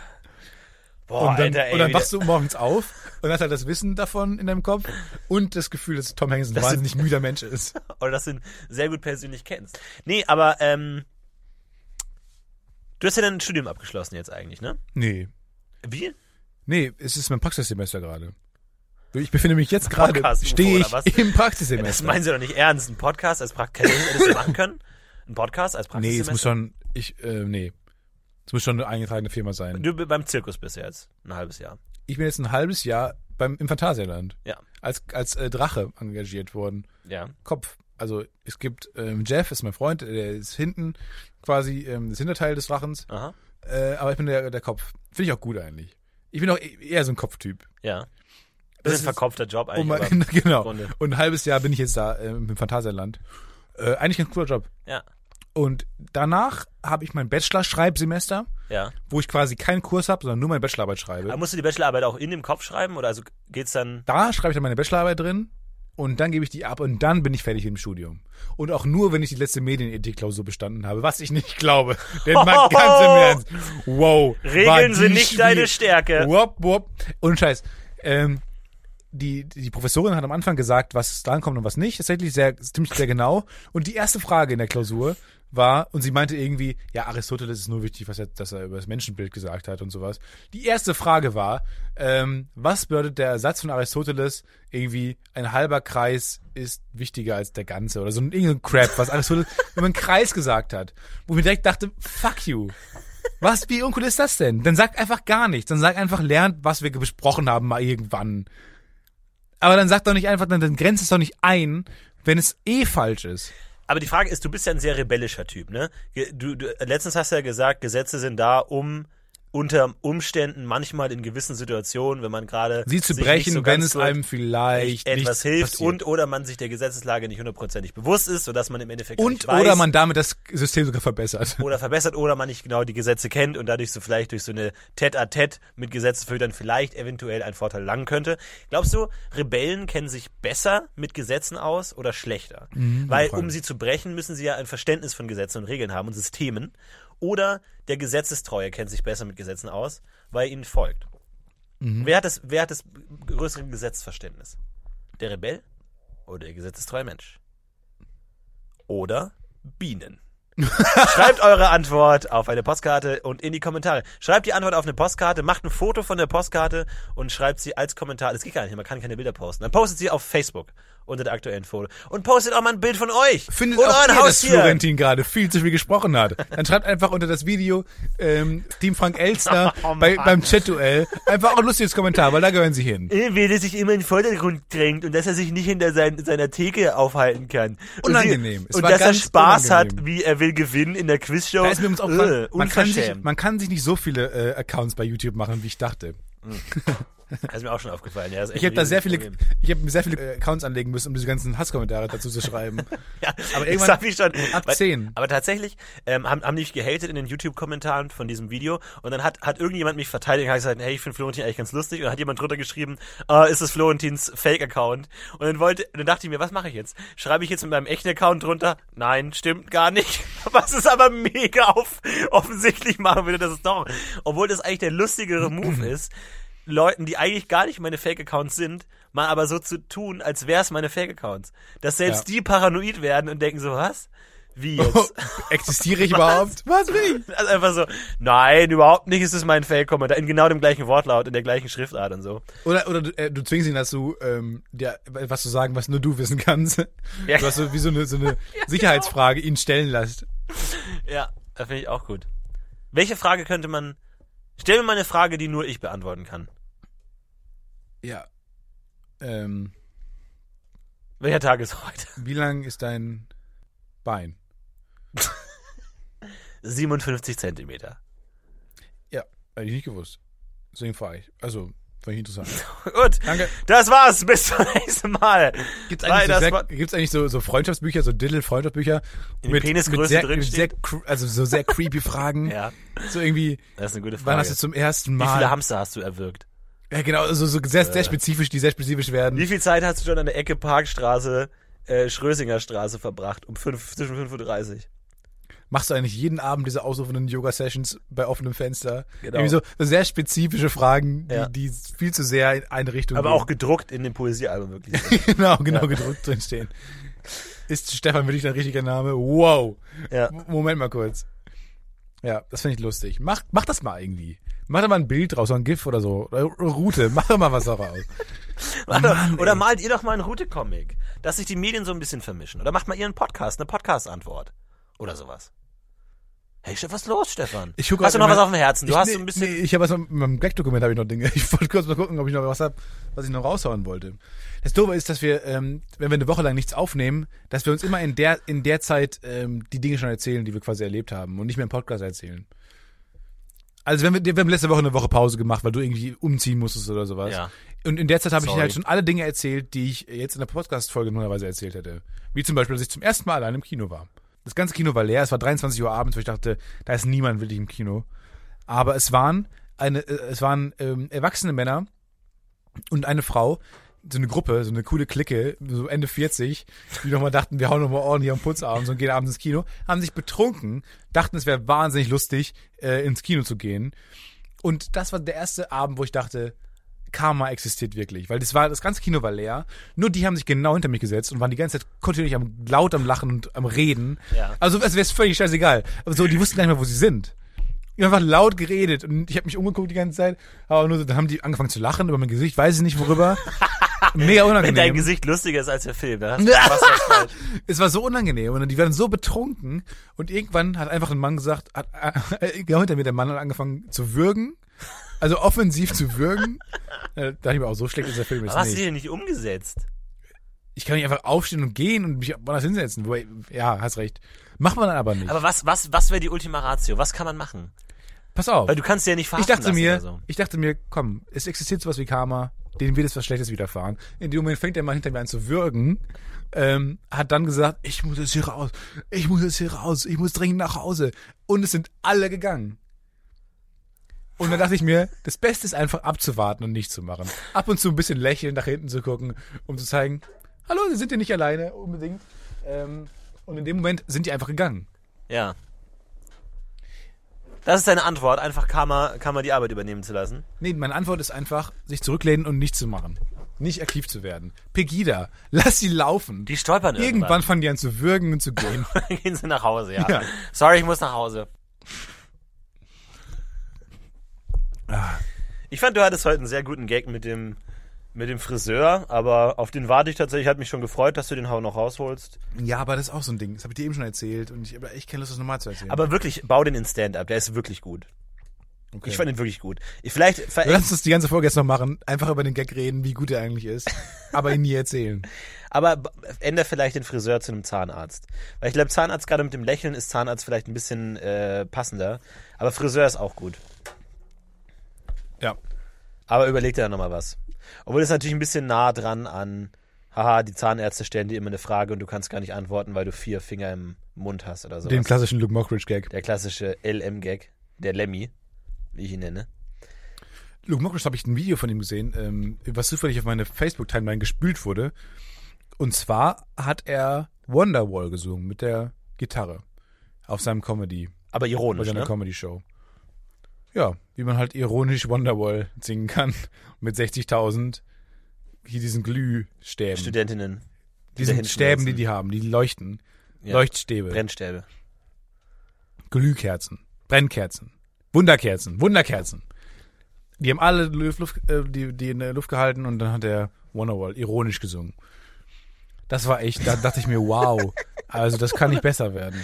Speaker 2: Boah,
Speaker 1: Und dann,
Speaker 2: Oh, Alter, ey.
Speaker 1: und dann
Speaker 2: wie
Speaker 1: wachst du morgens auf und hast halt das Wissen davon in deinem Kopf und das Gefühl, dass Tom Hanks ein wahnsinnig müder Mensch ist.
Speaker 2: der- Oder dass du ihn sehr gut persönlich kennst. Nee, aber, ähm. Du hast ja dein Studium abgeschlossen jetzt eigentlich, ne?
Speaker 1: Nee.
Speaker 2: Wie?
Speaker 1: Nee, es ist mein Praxissemester gerade. Ich befinde mich jetzt gerade,
Speaker 2: Podcast-UFO
Speaker 1: stehe
Speaker 2: oder was?
Speaker 1: ich im Praxissemester.
Speaker 2: Das meinen sie doch nicht ernst. Ein Podcast als Praktikum, hättest du machen können? Ein Podcast als Praktikum?
Speaker 1: nee, es muss schon, ich, äh, nee. Es muss schon eine eingetragene Firma sein.
Speaker 2: Du bist beim Zirkus bist du jetzt ein halbes Jahr.
Speaker 1: Ich bin jetzt ein halbes Jahr beim, im Phantasialand.
Speaker 2: Ja.
Speaker 1: Als, als äh, Drache engagiert worden.
Speaker 2: Ja.
Speaker 1: Kopf. Also es gibt, ähm, Jeff ist mein Freund, der ist hinten quasi ähm, das Hinterteil des Drachens,
Speaker 2: Aha.
Speaker 1: äh, aber ich bin der, der Kopf. Finde ich auch gut eigentlich. Ich bin auch e- eher so ein Kopftyp.
Speaker 2: Ja. Das,
Speaker 1: Das
Speaker 2: ist ein
Speaker 1: ist-
Speaker 2: verkopfter Job eigentlich.
Speaker 1: Um, <laughs>
Speaker 2: aber-
Speaker 1: genau.
Speaker 2: Grunde.
Speaker 1: Und ein halbes Jahr bin ich jetzt da äh, im Phantasialand. Äh, eigentlich ein cooler Job.
Speaker 2: Ja.
Speaker 1: Und danach habe ich mein Bachelor-Schreibsemester,
Speaker 2: Ja.
Speaker 1: wo ich quasi keinen Kurs habe, sondern nur meine Bachelorarbeit schreibe.
Speaker 2: Aber musst du die Bachelorarbeit auch in dem Kopf schreiben oder also geht's dann?
Speaker 1: da schreibe ich dann meine Bachelorarbeit drin und dann gebe ich die ab und dann bin ich fertig mit dem Studium. Und auch nur, wenn ich die letzte Medienethik-Klausur bestanden habe, was ich nicht glaube. Denn man ganz im Ernst. Wow. war
Speaker 2: Regeln
Speaker 1: die
Speaker 2: sind nicht
Speaker 1: schwierig.
Speaker 2: deine Stärke.
Speaker 1: Wop, wop. Und Scheiß. Ähm, die, die Professorin hat am Anfang gesagt, was drankommt und was nicht. Tatsächlich sehr, ziemlich sehr genau. Und die erste Frage in der Klausur war, und sie meinte irgendwie, ja, Aristoteles ist nur wichtig, was er, dass er über das Menschenbild gesagt hat und sowas. Die erste Frage war, ähm, was bedeutet der Satz von Aristoteles irgendwie, ein halber Kreis ist wichtiger als der ganze oder so ein, irgendein Crap, was Aristoteles <laughs> über einen Kreis gesagt hat. Wo ich mir direkt dachte, fuck you. Was, wie uncool ist das denn? Dann sagt einfach gar nichts. Dann sagt einfach, lernt, was wir besprochen haben, mal irgendwann. Aber dann sagt doch nicht einfach, dann, dann grenzt es doch nicht ein, wenn es eh falsch ist.
Speaker 2: Aber die Frage ist, du bist ja ein sehr rebellischer Typ, ne? Ge- Du, du letztens hast du ja gesagt, Gesetze sind da, um unter Umständen manchmal in gewissen Situationen, wenn man gerade
Speaker 1: Sie zu
Speaker 2: sich nicht
Speaker 1: brechen,
Speaker 2: so
Speaker 1: wenn
Speaker 2: ganz
Speaker 1: es
Speaker 2: so
Speaker 1: einem vielleicht
Speaker 2: etwas
Speaker 1: nichts
Speaker 2: hilft
Speaker 1: passiert.
Speaker 2: und oder man sich der Gesetzeslage nicht hundertprozentig bewusst ist, sodass man im Endeffekt gar
Speaker 1: und
Speaker 2: nicht weiß,
Speaker 1: oder man damit das System sogar
Speaker 2: <laughs>
Speaker 1: verbessert.
Speaker 2: oder verbessert oder man nicht genau die Gesetze kennt und dadurch so vielleicht durch so eine Tête-à-Tête mit Gesetzen für dann vielleicht eventuell ein Vorteil langen könnte. Glaubst du, Rebellen kennen sich besser mit Gesetzen aus oder schlechter? Weil
Speaker 1: Frage.
Speaker 2: um sie zu brechen, müssen sie ja ein Verständnis von Gesetzen und Regeln haben und Systemen. Oder der Gesetzestreue kennt sich besser mit Gesetzen aus, weil er ihnen folgt. Wer, hat das, wer hat das größere Gesetzesverständnis? Der Rebell oder der gesetzestreue Mensch? Oder Bienen? <laughs> Schreibt eure Antwort auf eine Postkarte und in die Kommentare. Schreibt die Antwort auf eine Postkarte, macht ein Foto von der Postkarte und schreibt sie als Kommentar. Das geht gar nicht, man kann keine Bilder posten. Dann postet sie auf Facebook unter der aktuellen Foto. Und postet auch mal ein Bild von euch.
Speaker 1: Findet
Speaker 2: oder
Speaker 1: auch
Speaker 2: ein
Speaker 1: ihr, dass
Speaker 2: Haustier.
Speaker 1: Florentin gerade viel zu viel gesprochen hat. Dann schreibt einfach unter das Video ähm, Team Frank Elster
Speaker 2: <laughs> Oh,
Speaker 1: bei,
Speaker 2: Mann.
Speaker 1: beim Chat-Duell einfach auch ein lustiges Kommentar, weil da gehören sie hin.
Speaker 2: Wen er Äh, sich immer in den Vordergrund drängt und dass er sich nicht hinter sein, seiner Theke aufhalten kann.
Speaker 1: Unangenehm.
Speaker 2: Und,
Speaker 1: Es
Speaker 2: sie, und
Speaker 1: war
Speaker 2: dass er
Speaker 1: ganz
Speaker 2: Spaß hat,
Speaker 1: unangenehm.
Speaker 2: wie er will gewinnen in der Quizshow.
Speaker 1: Da ist mir übrigens auch
Speaker 2: Äh,
Speaker 1: man, man, kann sich,
Speaker 2: unverschämt.
Speaker 1: man kann sich nicht so viele äh, Accounts bei YouTube machen, wie ich dachte.
Speaker 2: Das ist mir auch schon aufgefallen. Ja, das ist echt
Speaker 1: Ich habe da
Speaker 2: ein
Speaker 1: sehr viele,
Speaker 2: Riesenproblem.
Speaker 1: ich habe mir sehr viele äh, Accounts anlegen müssen, um diese ganzen Hasskommentare dazu zu schreiben.
Speaker 2: Ja, aber
Speaker 1: irgendwann
Speaker 2: sag ich schon.
Speaker 1: ab
Speaker 2: Weil-
Speaker 1: 10.
Speaker 2: Aber tatsächlich ähm, haben, haben die mich gehatet in den YouTube-Kommentaren von diesem Video und dann hat, hat irgendjemand mich verteidigt und hat gesagt, hey, ich finde Florentin eigentlich ganz lustig und dann hat jemand drunter geschrieben, äh, ist es Florentins Fake-Account? Und dann wollte, dann dachte ich mir, was mache ich jetzt? Schreibe ich jetzt mit meinem echten Account drunter? Nein, stimmt gar nicht. <laughs> Was es aber mega auf, offensichtlich machen würde, das ist doch, obwohl das eigentlich der lustigere Move ist, Leuten, die eigentlich gar nicht meine Fake-Accounts sind, mal aber so zu tun, als wäre es meine Fake-Accounts. Dass selbst die paranoid werden und denken so, was? Wie <laughs> jetzt?
Speaker 1: <laughs> Existiere ich überhaupt? Was bin ich?
Speaker 2: Also einfach so, nein, überhaupt nicht, es ist mein Fake-Kommentar. In genau dem gleichen Wortlaut, in der gleichen Schriftart und so.
Speaker 1: Oder, oder du, äh, du zwingst ihn dazu, ähm, dir was zu sagen, was nur du wissen kannst.
Speaker 2: <laughs> Ja. genau.
Speaker 1: Du hast so wie so eine, so eine Sicherheitsfrage ihn stellen lässt.
Speaker 2: Ja, das finde ich auch gut. Welche Frage könnte man. Stell mir mal eine Frage, die nur ich beantworten kann.
Speaker 1: Ja. Ähm,
Speaker 2: Welcher Tag ist heute?
Speaker 1: wie lang ist dein Bein?
Speaker 2: 57 Zentimeter.
Speaker 1: Ja, hätte ich nicht gewusst. Deswegen frage ich. Also, fand ich interessant.
Speaker 2: Gut,
Speaker 1: Danke.
Speaker 2: das war's. Bis zum nächsten Mal.
Speaker 1: Gibt's
Speaker 2: Nein,
Speaker 1: eigentlich, so
Speaker 2: das
Speaker 1: sehr,
Speaker 2: war-
Speaker 1: gibt's eigentlich so, so Freundschaftsbücher, so Diddle-Freundschaftsbücher?
Speaker 2: In den Penisgrößen
Speaker 1: mit sehr,
Speaker 2: drin
Speaker 1: mit sehr, cr- Also so sehr creepy Fragen.
Speaker 2: <laughs> Ja,
Speaker 1: So irgendwie,
Speaker 2: das ist eine gute Frage.
Speaker 1: wann hast du zum ersten
Speaker 2: Wie
Speaker 1: Mal...
Speaker 2: viele Hamster hast du erwürgt?
Speaker 1: ja, genau, so, so sehr, sehr spezifisch, die sehr spezifisch werden.
Speaker 2: Wie viel Zeit hast du schon an der Ecke Parkstraße, äh, Schrösinger Straße verbracht? Um fünf, zwischen 5.30 Uhr.
Speaker 1: Mhm. Machst du eigentlich jeden Abend diese ausrufenden Yoga-Sessions bei offenem Fenster?
Speaker 2: Genau.
Speaker 1: Irgendwie so, so sehr spezifische Fragen, die,
Speaker 2: Ja.
Speaker 1: die viel zu sehr in eine Richtung
Speaker 2: Aber
Speaker 1: gehen.
Speaker 2: auch gedruckt in dem Poesiealbum
Speaker 1: <laughs>
Speaker 2: wirklich.
Speaker 1: genau, genau
Speaker 2: Ja.
Speaker 1: gedruckt drinstehen. Ist Stefan wirklich ein richtiger Name? Wow.
Speaker 2: ja.
Speaker 1: M- Moment mal kurz. Ja, das finde ich lustig. Mach, mach das mal irgendwie. Mach da mal ein Bild draus, so ein GIF oder so. Oder Route, mach da mal was daraus.
Speaker 2: Warte,
Speaker 1: Oh
Speaker 2: oder malt ihr doch mal einen Route-Comic, dass sich die Medien so ein bisschen vermischen. Oder macht mal ihren Podcast, eine Podcast-Antwort. Oder sowas. Hey, Stefan, was ist los, Stefan?
Speaker 1: Ich guck
Speaker 2: hast du
Speaker 1: grad
Speaker 2: noch was
Speaker 1: in
Speaker 2: auf dem Herzen? <laughs> Du
Speaker 1: ich, ne-
Speaker 2: hast
Speaker 1: nee,
Speaker 2: so ein bisschen.
Speaker 1: Nee, ich habe was mit meinem Gag-Dokument habe ich noch Dinge. <laughs> Ich wollte kurz mal gucken, ob ich noch was habe, was ich noch raushauen wollte. Das Doofe ist, dass wir, ähm, wenn wir eine Woche lang nichts aufnehmen, dass wir uns immer in der, in der Zeit ähm, die Dinge schon erzählen, die wir quasi erlebt haben und nicht mehr im Podcast erzählen. Also wenn wir, wir haben letzte Woche eine Woche Pause gemacht, weil du irgendwie umziehen musstest oder sowas.
Speaker 2: Ja.
Speaker 1: Und in der Zeit habe ich
Speaker 2: Sorry.
Speaker 1: halt schon alle Dinge erzählt, die ich jetzt in der Podcast-Folge normalerweise erzählt hätte. Wie zum Beispiel, dass ich zum ersten Mal allein im Kino war. Das ganze Kino war leer, es war 23 Uhr abends, wo ich dachte, da ist niemand wirklich im Kino. Aber es waren eine, äh, es waren ähm, erwachsene Männer und eine Frau, so eine Gruppe, so eine coole Clique, so Ende 40, die nochmal dachten, wir hauen nochmal ordentlich am Putz abends und gehen abends ins Kino, haben sich betrunken, dachten, es wäre wahnsinnig lustig, äh, ins Kino zu gehen. Und das war der erste Abend, wo ich dachte, Karma existiert wirklich, weil das war das ganze Kino war leer. Nur die haben sich genau hinter mich gesetzt und waren die ganze Zeit kontinuierlich am laut am Lachen und am Reden.
Speaker 2: Ja.
Speaker 1: Also es wäre völlig scheißegal. Aber so die wussten gar nicht mehr, wo sie sind. Die haben einfach laut geredet und ich habe mich umgeguckt die ganze Zeit, aber nur so, dann haben die angefangen zu lachen über mein Gesicht, weiß ich nicht
Speaker 2: <laughs>
Speaker 1: worüber. Mega unangenehm.
Speaker 2: Wenn dein Gesicht lustiger ist als der Film, dann hast du was falsch.
Speaker 1: Es war so unangenehm und die waren so betrunken und irgendwann hat einfach ein Mann gesagt, hat, äh, genau hinter mir der Mann hat angefangen zu würgen, also offensiv zu würgen. Äh, Da dachte ich mir auch, so schlecht ist der Film jetzt
Speaker 2: Aber hast du
Speaker 1: nicht.
Speaker 2: den nicht umgesetzt?
Speaker 1: Ich kann nicht einfach aufstehen und gehen und mich woanders hinsetzen. Wobei, Ja, hast recht. Macht man dann aber nicht.
Speaker 2: Aber was, was, was wäre die Ultima Ratio? Was kann man machen?
Speaker 1: Pass auf.
Speaker 2: Weil du kannst ja nicht verhaften
Speaker 1: Ich dachte
Speaker 2: lassen
Speaker 1: mir,
Speaker 2: oder so.
Speaker 1: ich dachte mir, komm, es existiert sowas wie Karma, denen wird jetzt was Schlechtes widerfahren. In dem Moment fängt der Mann hinter mir an zu würgen, ähm, hat dann gesagt, ich muss jetzt hier raus, ich muss jetzt hier raus, ich muss dringend nach Hause. Und es sind alle gegangen. Und dann dachte ich mir, das Beste ist einfach abzuwarten und nichts zu machen. Ab und zu ein bisschen lächeln, nach hinten zu gucken, um zu zeigen, hallo, Sie sind hier nicht alleine unbedingt. Ähm, und in dem Moment sind die einfach gegangen.
Speaker 2: Ja. Das ist deine Antwort, einfach Karma, Karma die Arbeit übernehmen zu lassen.
Speaker 1: Nee, meine Antwort ist einfach, sich zurücklehnen und nichts zu machen. Nicht aktiv zu werden. Pegida, lass sie laufen.
Speaker 2: Die stolpern
Speaker 1: Irgendwann
Speaker 2: irgendwann.
Speaker 1: fangen die an zu würgen und zu <laughs> gehen.
Speaker 2: Irgendwann <laughs> gehen sie nach Hause, ja.
Speaker 1: Ja.
Speaker 2: Sorry, ich muss nach Hause.
Speaker 1: Ah.
Speaker 2: Ich fand, du hattest heute einen sehr guten Gag mit dem, mit dem Friseur, aber auf den warte ich tatsächlich. Hat mich schon gefreut, dass du den Hau noch rausholst.
Speaker 1: ja, aber das ist auch so ein Ding. Das habe ich dir eben schon erzählt und ich habe echt keine Lust, das nochmal zu erzählen.
Speaker 2: Aber wirklich, bau den in Stand-Up. Der ist wirklich gut.
Speaker 1: okay.
Speaker 2: Ich fand ihn wirklich gut. Ich vielleicht, ver-
Speaker 1: Lass uns die ganze Folge jetzt noch machen. Einfach über den Gag reden, wie gut er eigentlich <laughs> ist. aber ihn nie erzählen.
Speaker 2: aber b- änder vielleicht den Friseur zu einem Zahnarzt. Weil ich glaube, Zahnarzt gerade mit dem Lächeln ist Zahnarzt vielleicht ein bisschen äh, passender. Aber Friseur ist auch gut.
Speaker 1: Ja.
Speaker 2: Aber überleg dir da nochmal was. Obwohl das ist natürlich ein bisschen nah dran an, haha, die Zahnärzte stellen dir immer eine Frage und du kannst gar nicht antworten, weil du vier Finger im Mund hast oder so.
Speaker 1: Den klassischen Luke Mockridge-Gag.
Speaker 2: Der klassische LM-Gag, der Lemmy, wie ich ihn nenne.
Speaker 1: Luke Mockridge habe ich ein Video von ihm gesehen, ähm, was zufällig auf meine Facebook-Timeline gespült wurde. Und zwar hat er Wonderwall gesungen mit der Gitarre auf seinem Comedy.
Speaker 2: Aber
Speaker 1: bei
Speaker 2: ironisch,
Speaker 1: seiner
Speaker 2: ne?
Speaker 1: Comedy-Show. Ja, wie man halt ironisch Wonderwall singen kann <laughs> mit 60.000 hier diesen Glühstäben,
Speaker 2: Studentinnen, da
Speaker 1: diesen
Speaker 2: hinten
Speaker 1: Stäben, die
Speaker 2: sitzen.
Speaker 1: die haben, die leuchten,
Speaker 2: Ja.
Speaker 1: Leuchtstäbe,
Speaker 2: Brennstäbe.
Speaker 1: Glühkerzen, Brennkerzen, Wunderkerzen, Wunderkerzen. Die haben alle Luft, Luft, äh, die, die in der Luft gehalten und dann hat er Wonderwall ironisch gesungen. Das war echt, da dachte ich mir, wow, also das kann nicht besser werden.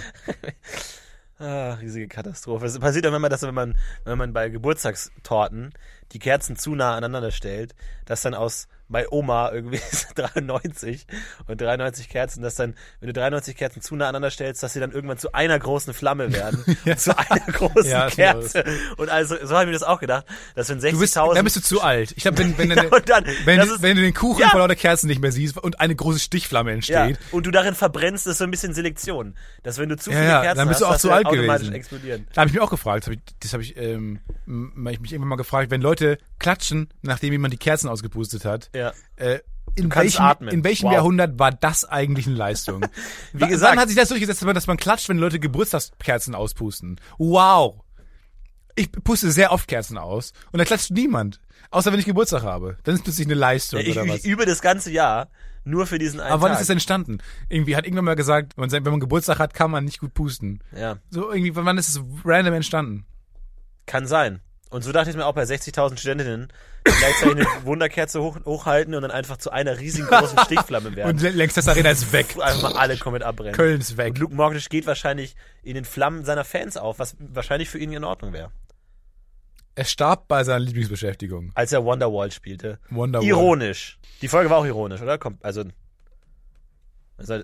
Speaker 2: Ah, riesige Katastrophe. Es passiert auch immer, dass wenn man, wenn man bei Geburtstagstorten die Kerzen zu nah aneinander stellt, dass dann aus bei Oma irgendwie <laughs> ist 93 und 93 Kerzen, dass dann, wenn du 93 Kerzen zu nah aneinander stellst, dass sie dann irgendwann zu einer großen Flamme werden.
Speaker 1: <laughs> Ja.
Speaker 2: Zu einer großen
Speaker 1: Ja, ist mir
Speaker 2: Kerze. Und also, so habe ich mir das auch gedacht, dass wenn
Speaker 1: Du bist,
Speaker 2: 60.000...
Speaker 1: dann bist du zu alt. Ich glaube, wenn,
Speaker 2: <laughs>
Speaker 1: wenn, deine-
Speaker 2: und dann,
Speaker 1: Wenn,
Speaker 2: das
Speaker 1: du-
Speaker 2: ist,
Speaker 1: wenn du den Kuchen
Speaker 2: Ja.
Speaker 1: vor lauter Kerzen nicht mehr siehst und eine große Stichflamme
Speaker 2: ja,
Speaker 1: entsteht,
Speaker 2: und du darin verbrennst, ist so ein bisschen Selektion. Dass wenn du zu
Speaker 1: Ja,
Speaker 2: viele
Speaker 1: ja,
Speaker 2: Kerzen
Speaker 1: dann bist du
Speaker 2: hast,
Speaker 1: auch
Speaker 2: dass
Speaker 1: zu
Speaker 2: sie
Speaker 1: alt
Speaker 2: automatisch
Speaker 1: gewesen.
Speaker 2: explodieren.
Speaker 1: da habe ich mich auch gefragt, das habe ich, das hab ich, ähm, m- ich mich irgendwann mal gefragt, wenn Leute klatschen, nachdem jemand die Kerzen ausgepustet hat,
Speaker 2: Ja.
Speaker 1: äh, in,
Speaker 2: kannst
Speaker 1: welchem,
Speaker 2: atmen.
Speaker 1: in welchem
Speaker 2: Wow.
Speaker 1: Jahrhundert war das eigentlich eine
Speaker 2: <laughs>
Speaker 1: Leistung? Wie
Speaker 2: gesagt-
Speaker 1: Wann hat sich das durchgesetzt, dass man- dass man klatscht, wenn Leute Geburtstagskerzen auspusten? Wow. Ich puste sehr oft Kerzen aus und da klatscht niemand. Außer wenn ich Geburtstag habe. Dann ist plötzlich eine Leistung
Speaker 2: Ich,
Speaker 1: oder was.
Speaker 2: ich übe das ganze Jahr nur für diesen einen
Speaker 1: Aber wann
Speaker 2: Tag.
Speaker 1: ist das entstanden? Irgendwie hat irgendwann mal gesagt, wenn man, wenn man Geburtstag hat, kann man nicht gut pusten.
Speaker 2: Ja,
Speaker 1: So irgendwie, wann ist es random entstanden?
Speaker 2: kann sein. Und so dachte ich mir auch bei 60.000 Studentinnen, gleichzeitig
Speaker 1: <laughs>
Speaker 2: eine Wunderkerze hoch, hochhalten und dann einfach zu einer riesigen großen Stichflamme werden.
Speaker 1: Und Lanxess Arena ist
Speaker 2: <laughs>
Speaker 1: weg.
Speaker 2: Puh, einfach mal alle komplett abbrennen.
Speaker 1: Köln ist
Speaker 2: Und
Speaker 1: weg.
Speaker 2: Luke Morgnish geht wahrscheinlich in den Flammen seiner Fans auf, was wahrscheinlich für ihn in Ordnung wäre.
Speaker 1: Er starb bei seiner Lieblingsbeschäftigung.
Speaker 2: Als er Wonderwall spielte.
Speaker 1: Wonderwall.
Speaker 2: Ironisch. Die Folge war auch ironisch, oder? Kommt, also, also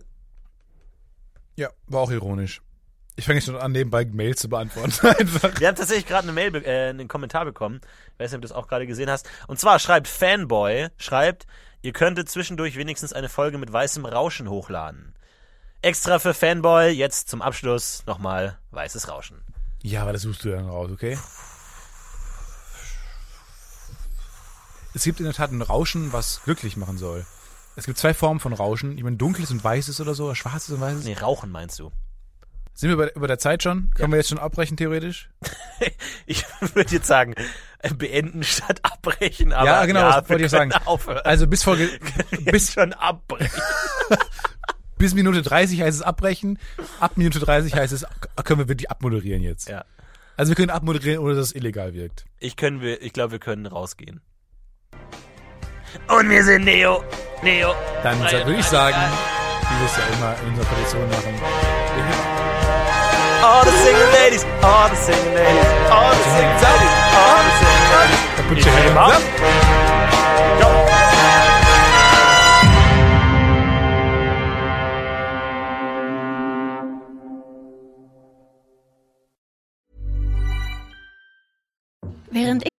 Speaker 1: Ja, war auch ironisch. Ich fange jetzt schon an, nebenbei Mails zu beantworten. <laughs> Einfach.
Speaker 2: Wir haben tatsächlich gerade eine Mail, be- äh, einen Kommentar bekommen. Ich weiß nicht, ob du das auch gerade gesehen hast. Und zwar schreibt Fanboy, schreibt, ihr könntet zwischendurch wenigstens eine Folge mit weißem Rauschen hochladen. Extra für Fanboy, jetzt zum Abschluss nochmal weißes Rauschen.
Speaker 1: Ja, aber das suchst du dann raus, okay? Es gibt in der Tat ein Rauschen, was glücklich machen soll. Es gibt zwei Formen von Rauschen. Ich meine, dunkles und weißes oder so, oder schwarzes und weißes.
Speaker 2: Nee, Rauchen meinst du?
Speaker 1: Sind wir über, über der Zeit schon? Können wir jetzt schon abbrechen, theoretisch?
Speaker 2: Ich <laughs> würde jetzt sagen, äh, beenden statt abbrechen, aber
Speaker 1: ja, genau,
Speaker 2: ja,
Speaker 1: das wollte ich sagen.
Speaker 2: Aufhören. <laughs>
Speaker 1: Also bis Folge, <laughs>
Speaker 2: bis
Speaker 1: bis,
Speaker 2: schon abbrechen.
Speaker 1: bis Minute 30 heißt es abbrechen. Ab Minute 30 heißt es, können wir wirklich abmoderieren jetzt.
Speaker 2: ja.
Speaker 1: Also wir können abmoderieren, ohne dass es illegal wirkt.
Speaker 2: Ich können wir, ich glaube, wir können rausgehen. Und wir sind Neo, Neo.
Speaker 1: Dann
Speaker 2: Freie
Speaker 1: würde ich
Speaker 2: Freiheit.
Speaker 1: sagen, wie wir es ja immer in unserer Tradition machen.
Speaker 2: All the single ladies, all the single ladies, all the single ladies, all the single
Speaker 1: Put
Speaker 2: ladies.
Speaker 1: your hands up.
Speaker 4: Während ich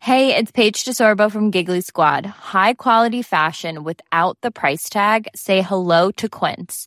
Speaker 4: Hey, it's Paige DeSorbo from Giggly Squad. High quality fashion without the price tag. Say hello to Quince.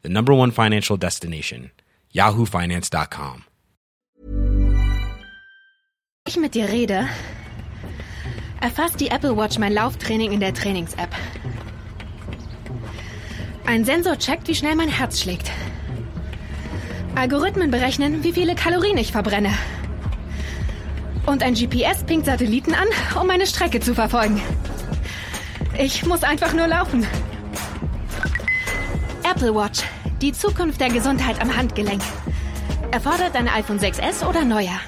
Speaker 5: the number one financial destination, yahoofinance.com.
Speaker 6: ich mit dir rede, erfasst die Apple Watch mein Lauftraining in der Trainings-App. Ein Sensor checkt, wie schnell mein Herz schlägt. Algorithmen berechnen, wie viele Kalorien ich verbrenne. Und ein GPS pinkt Satelliten an, um meine Strecke zu verfolgen. Ich muss einfach nur laufen. Apple Watch. Die Zukunft der Gesundheit am Handgelenk. Erfordert ein iPhone 6S oder neuer.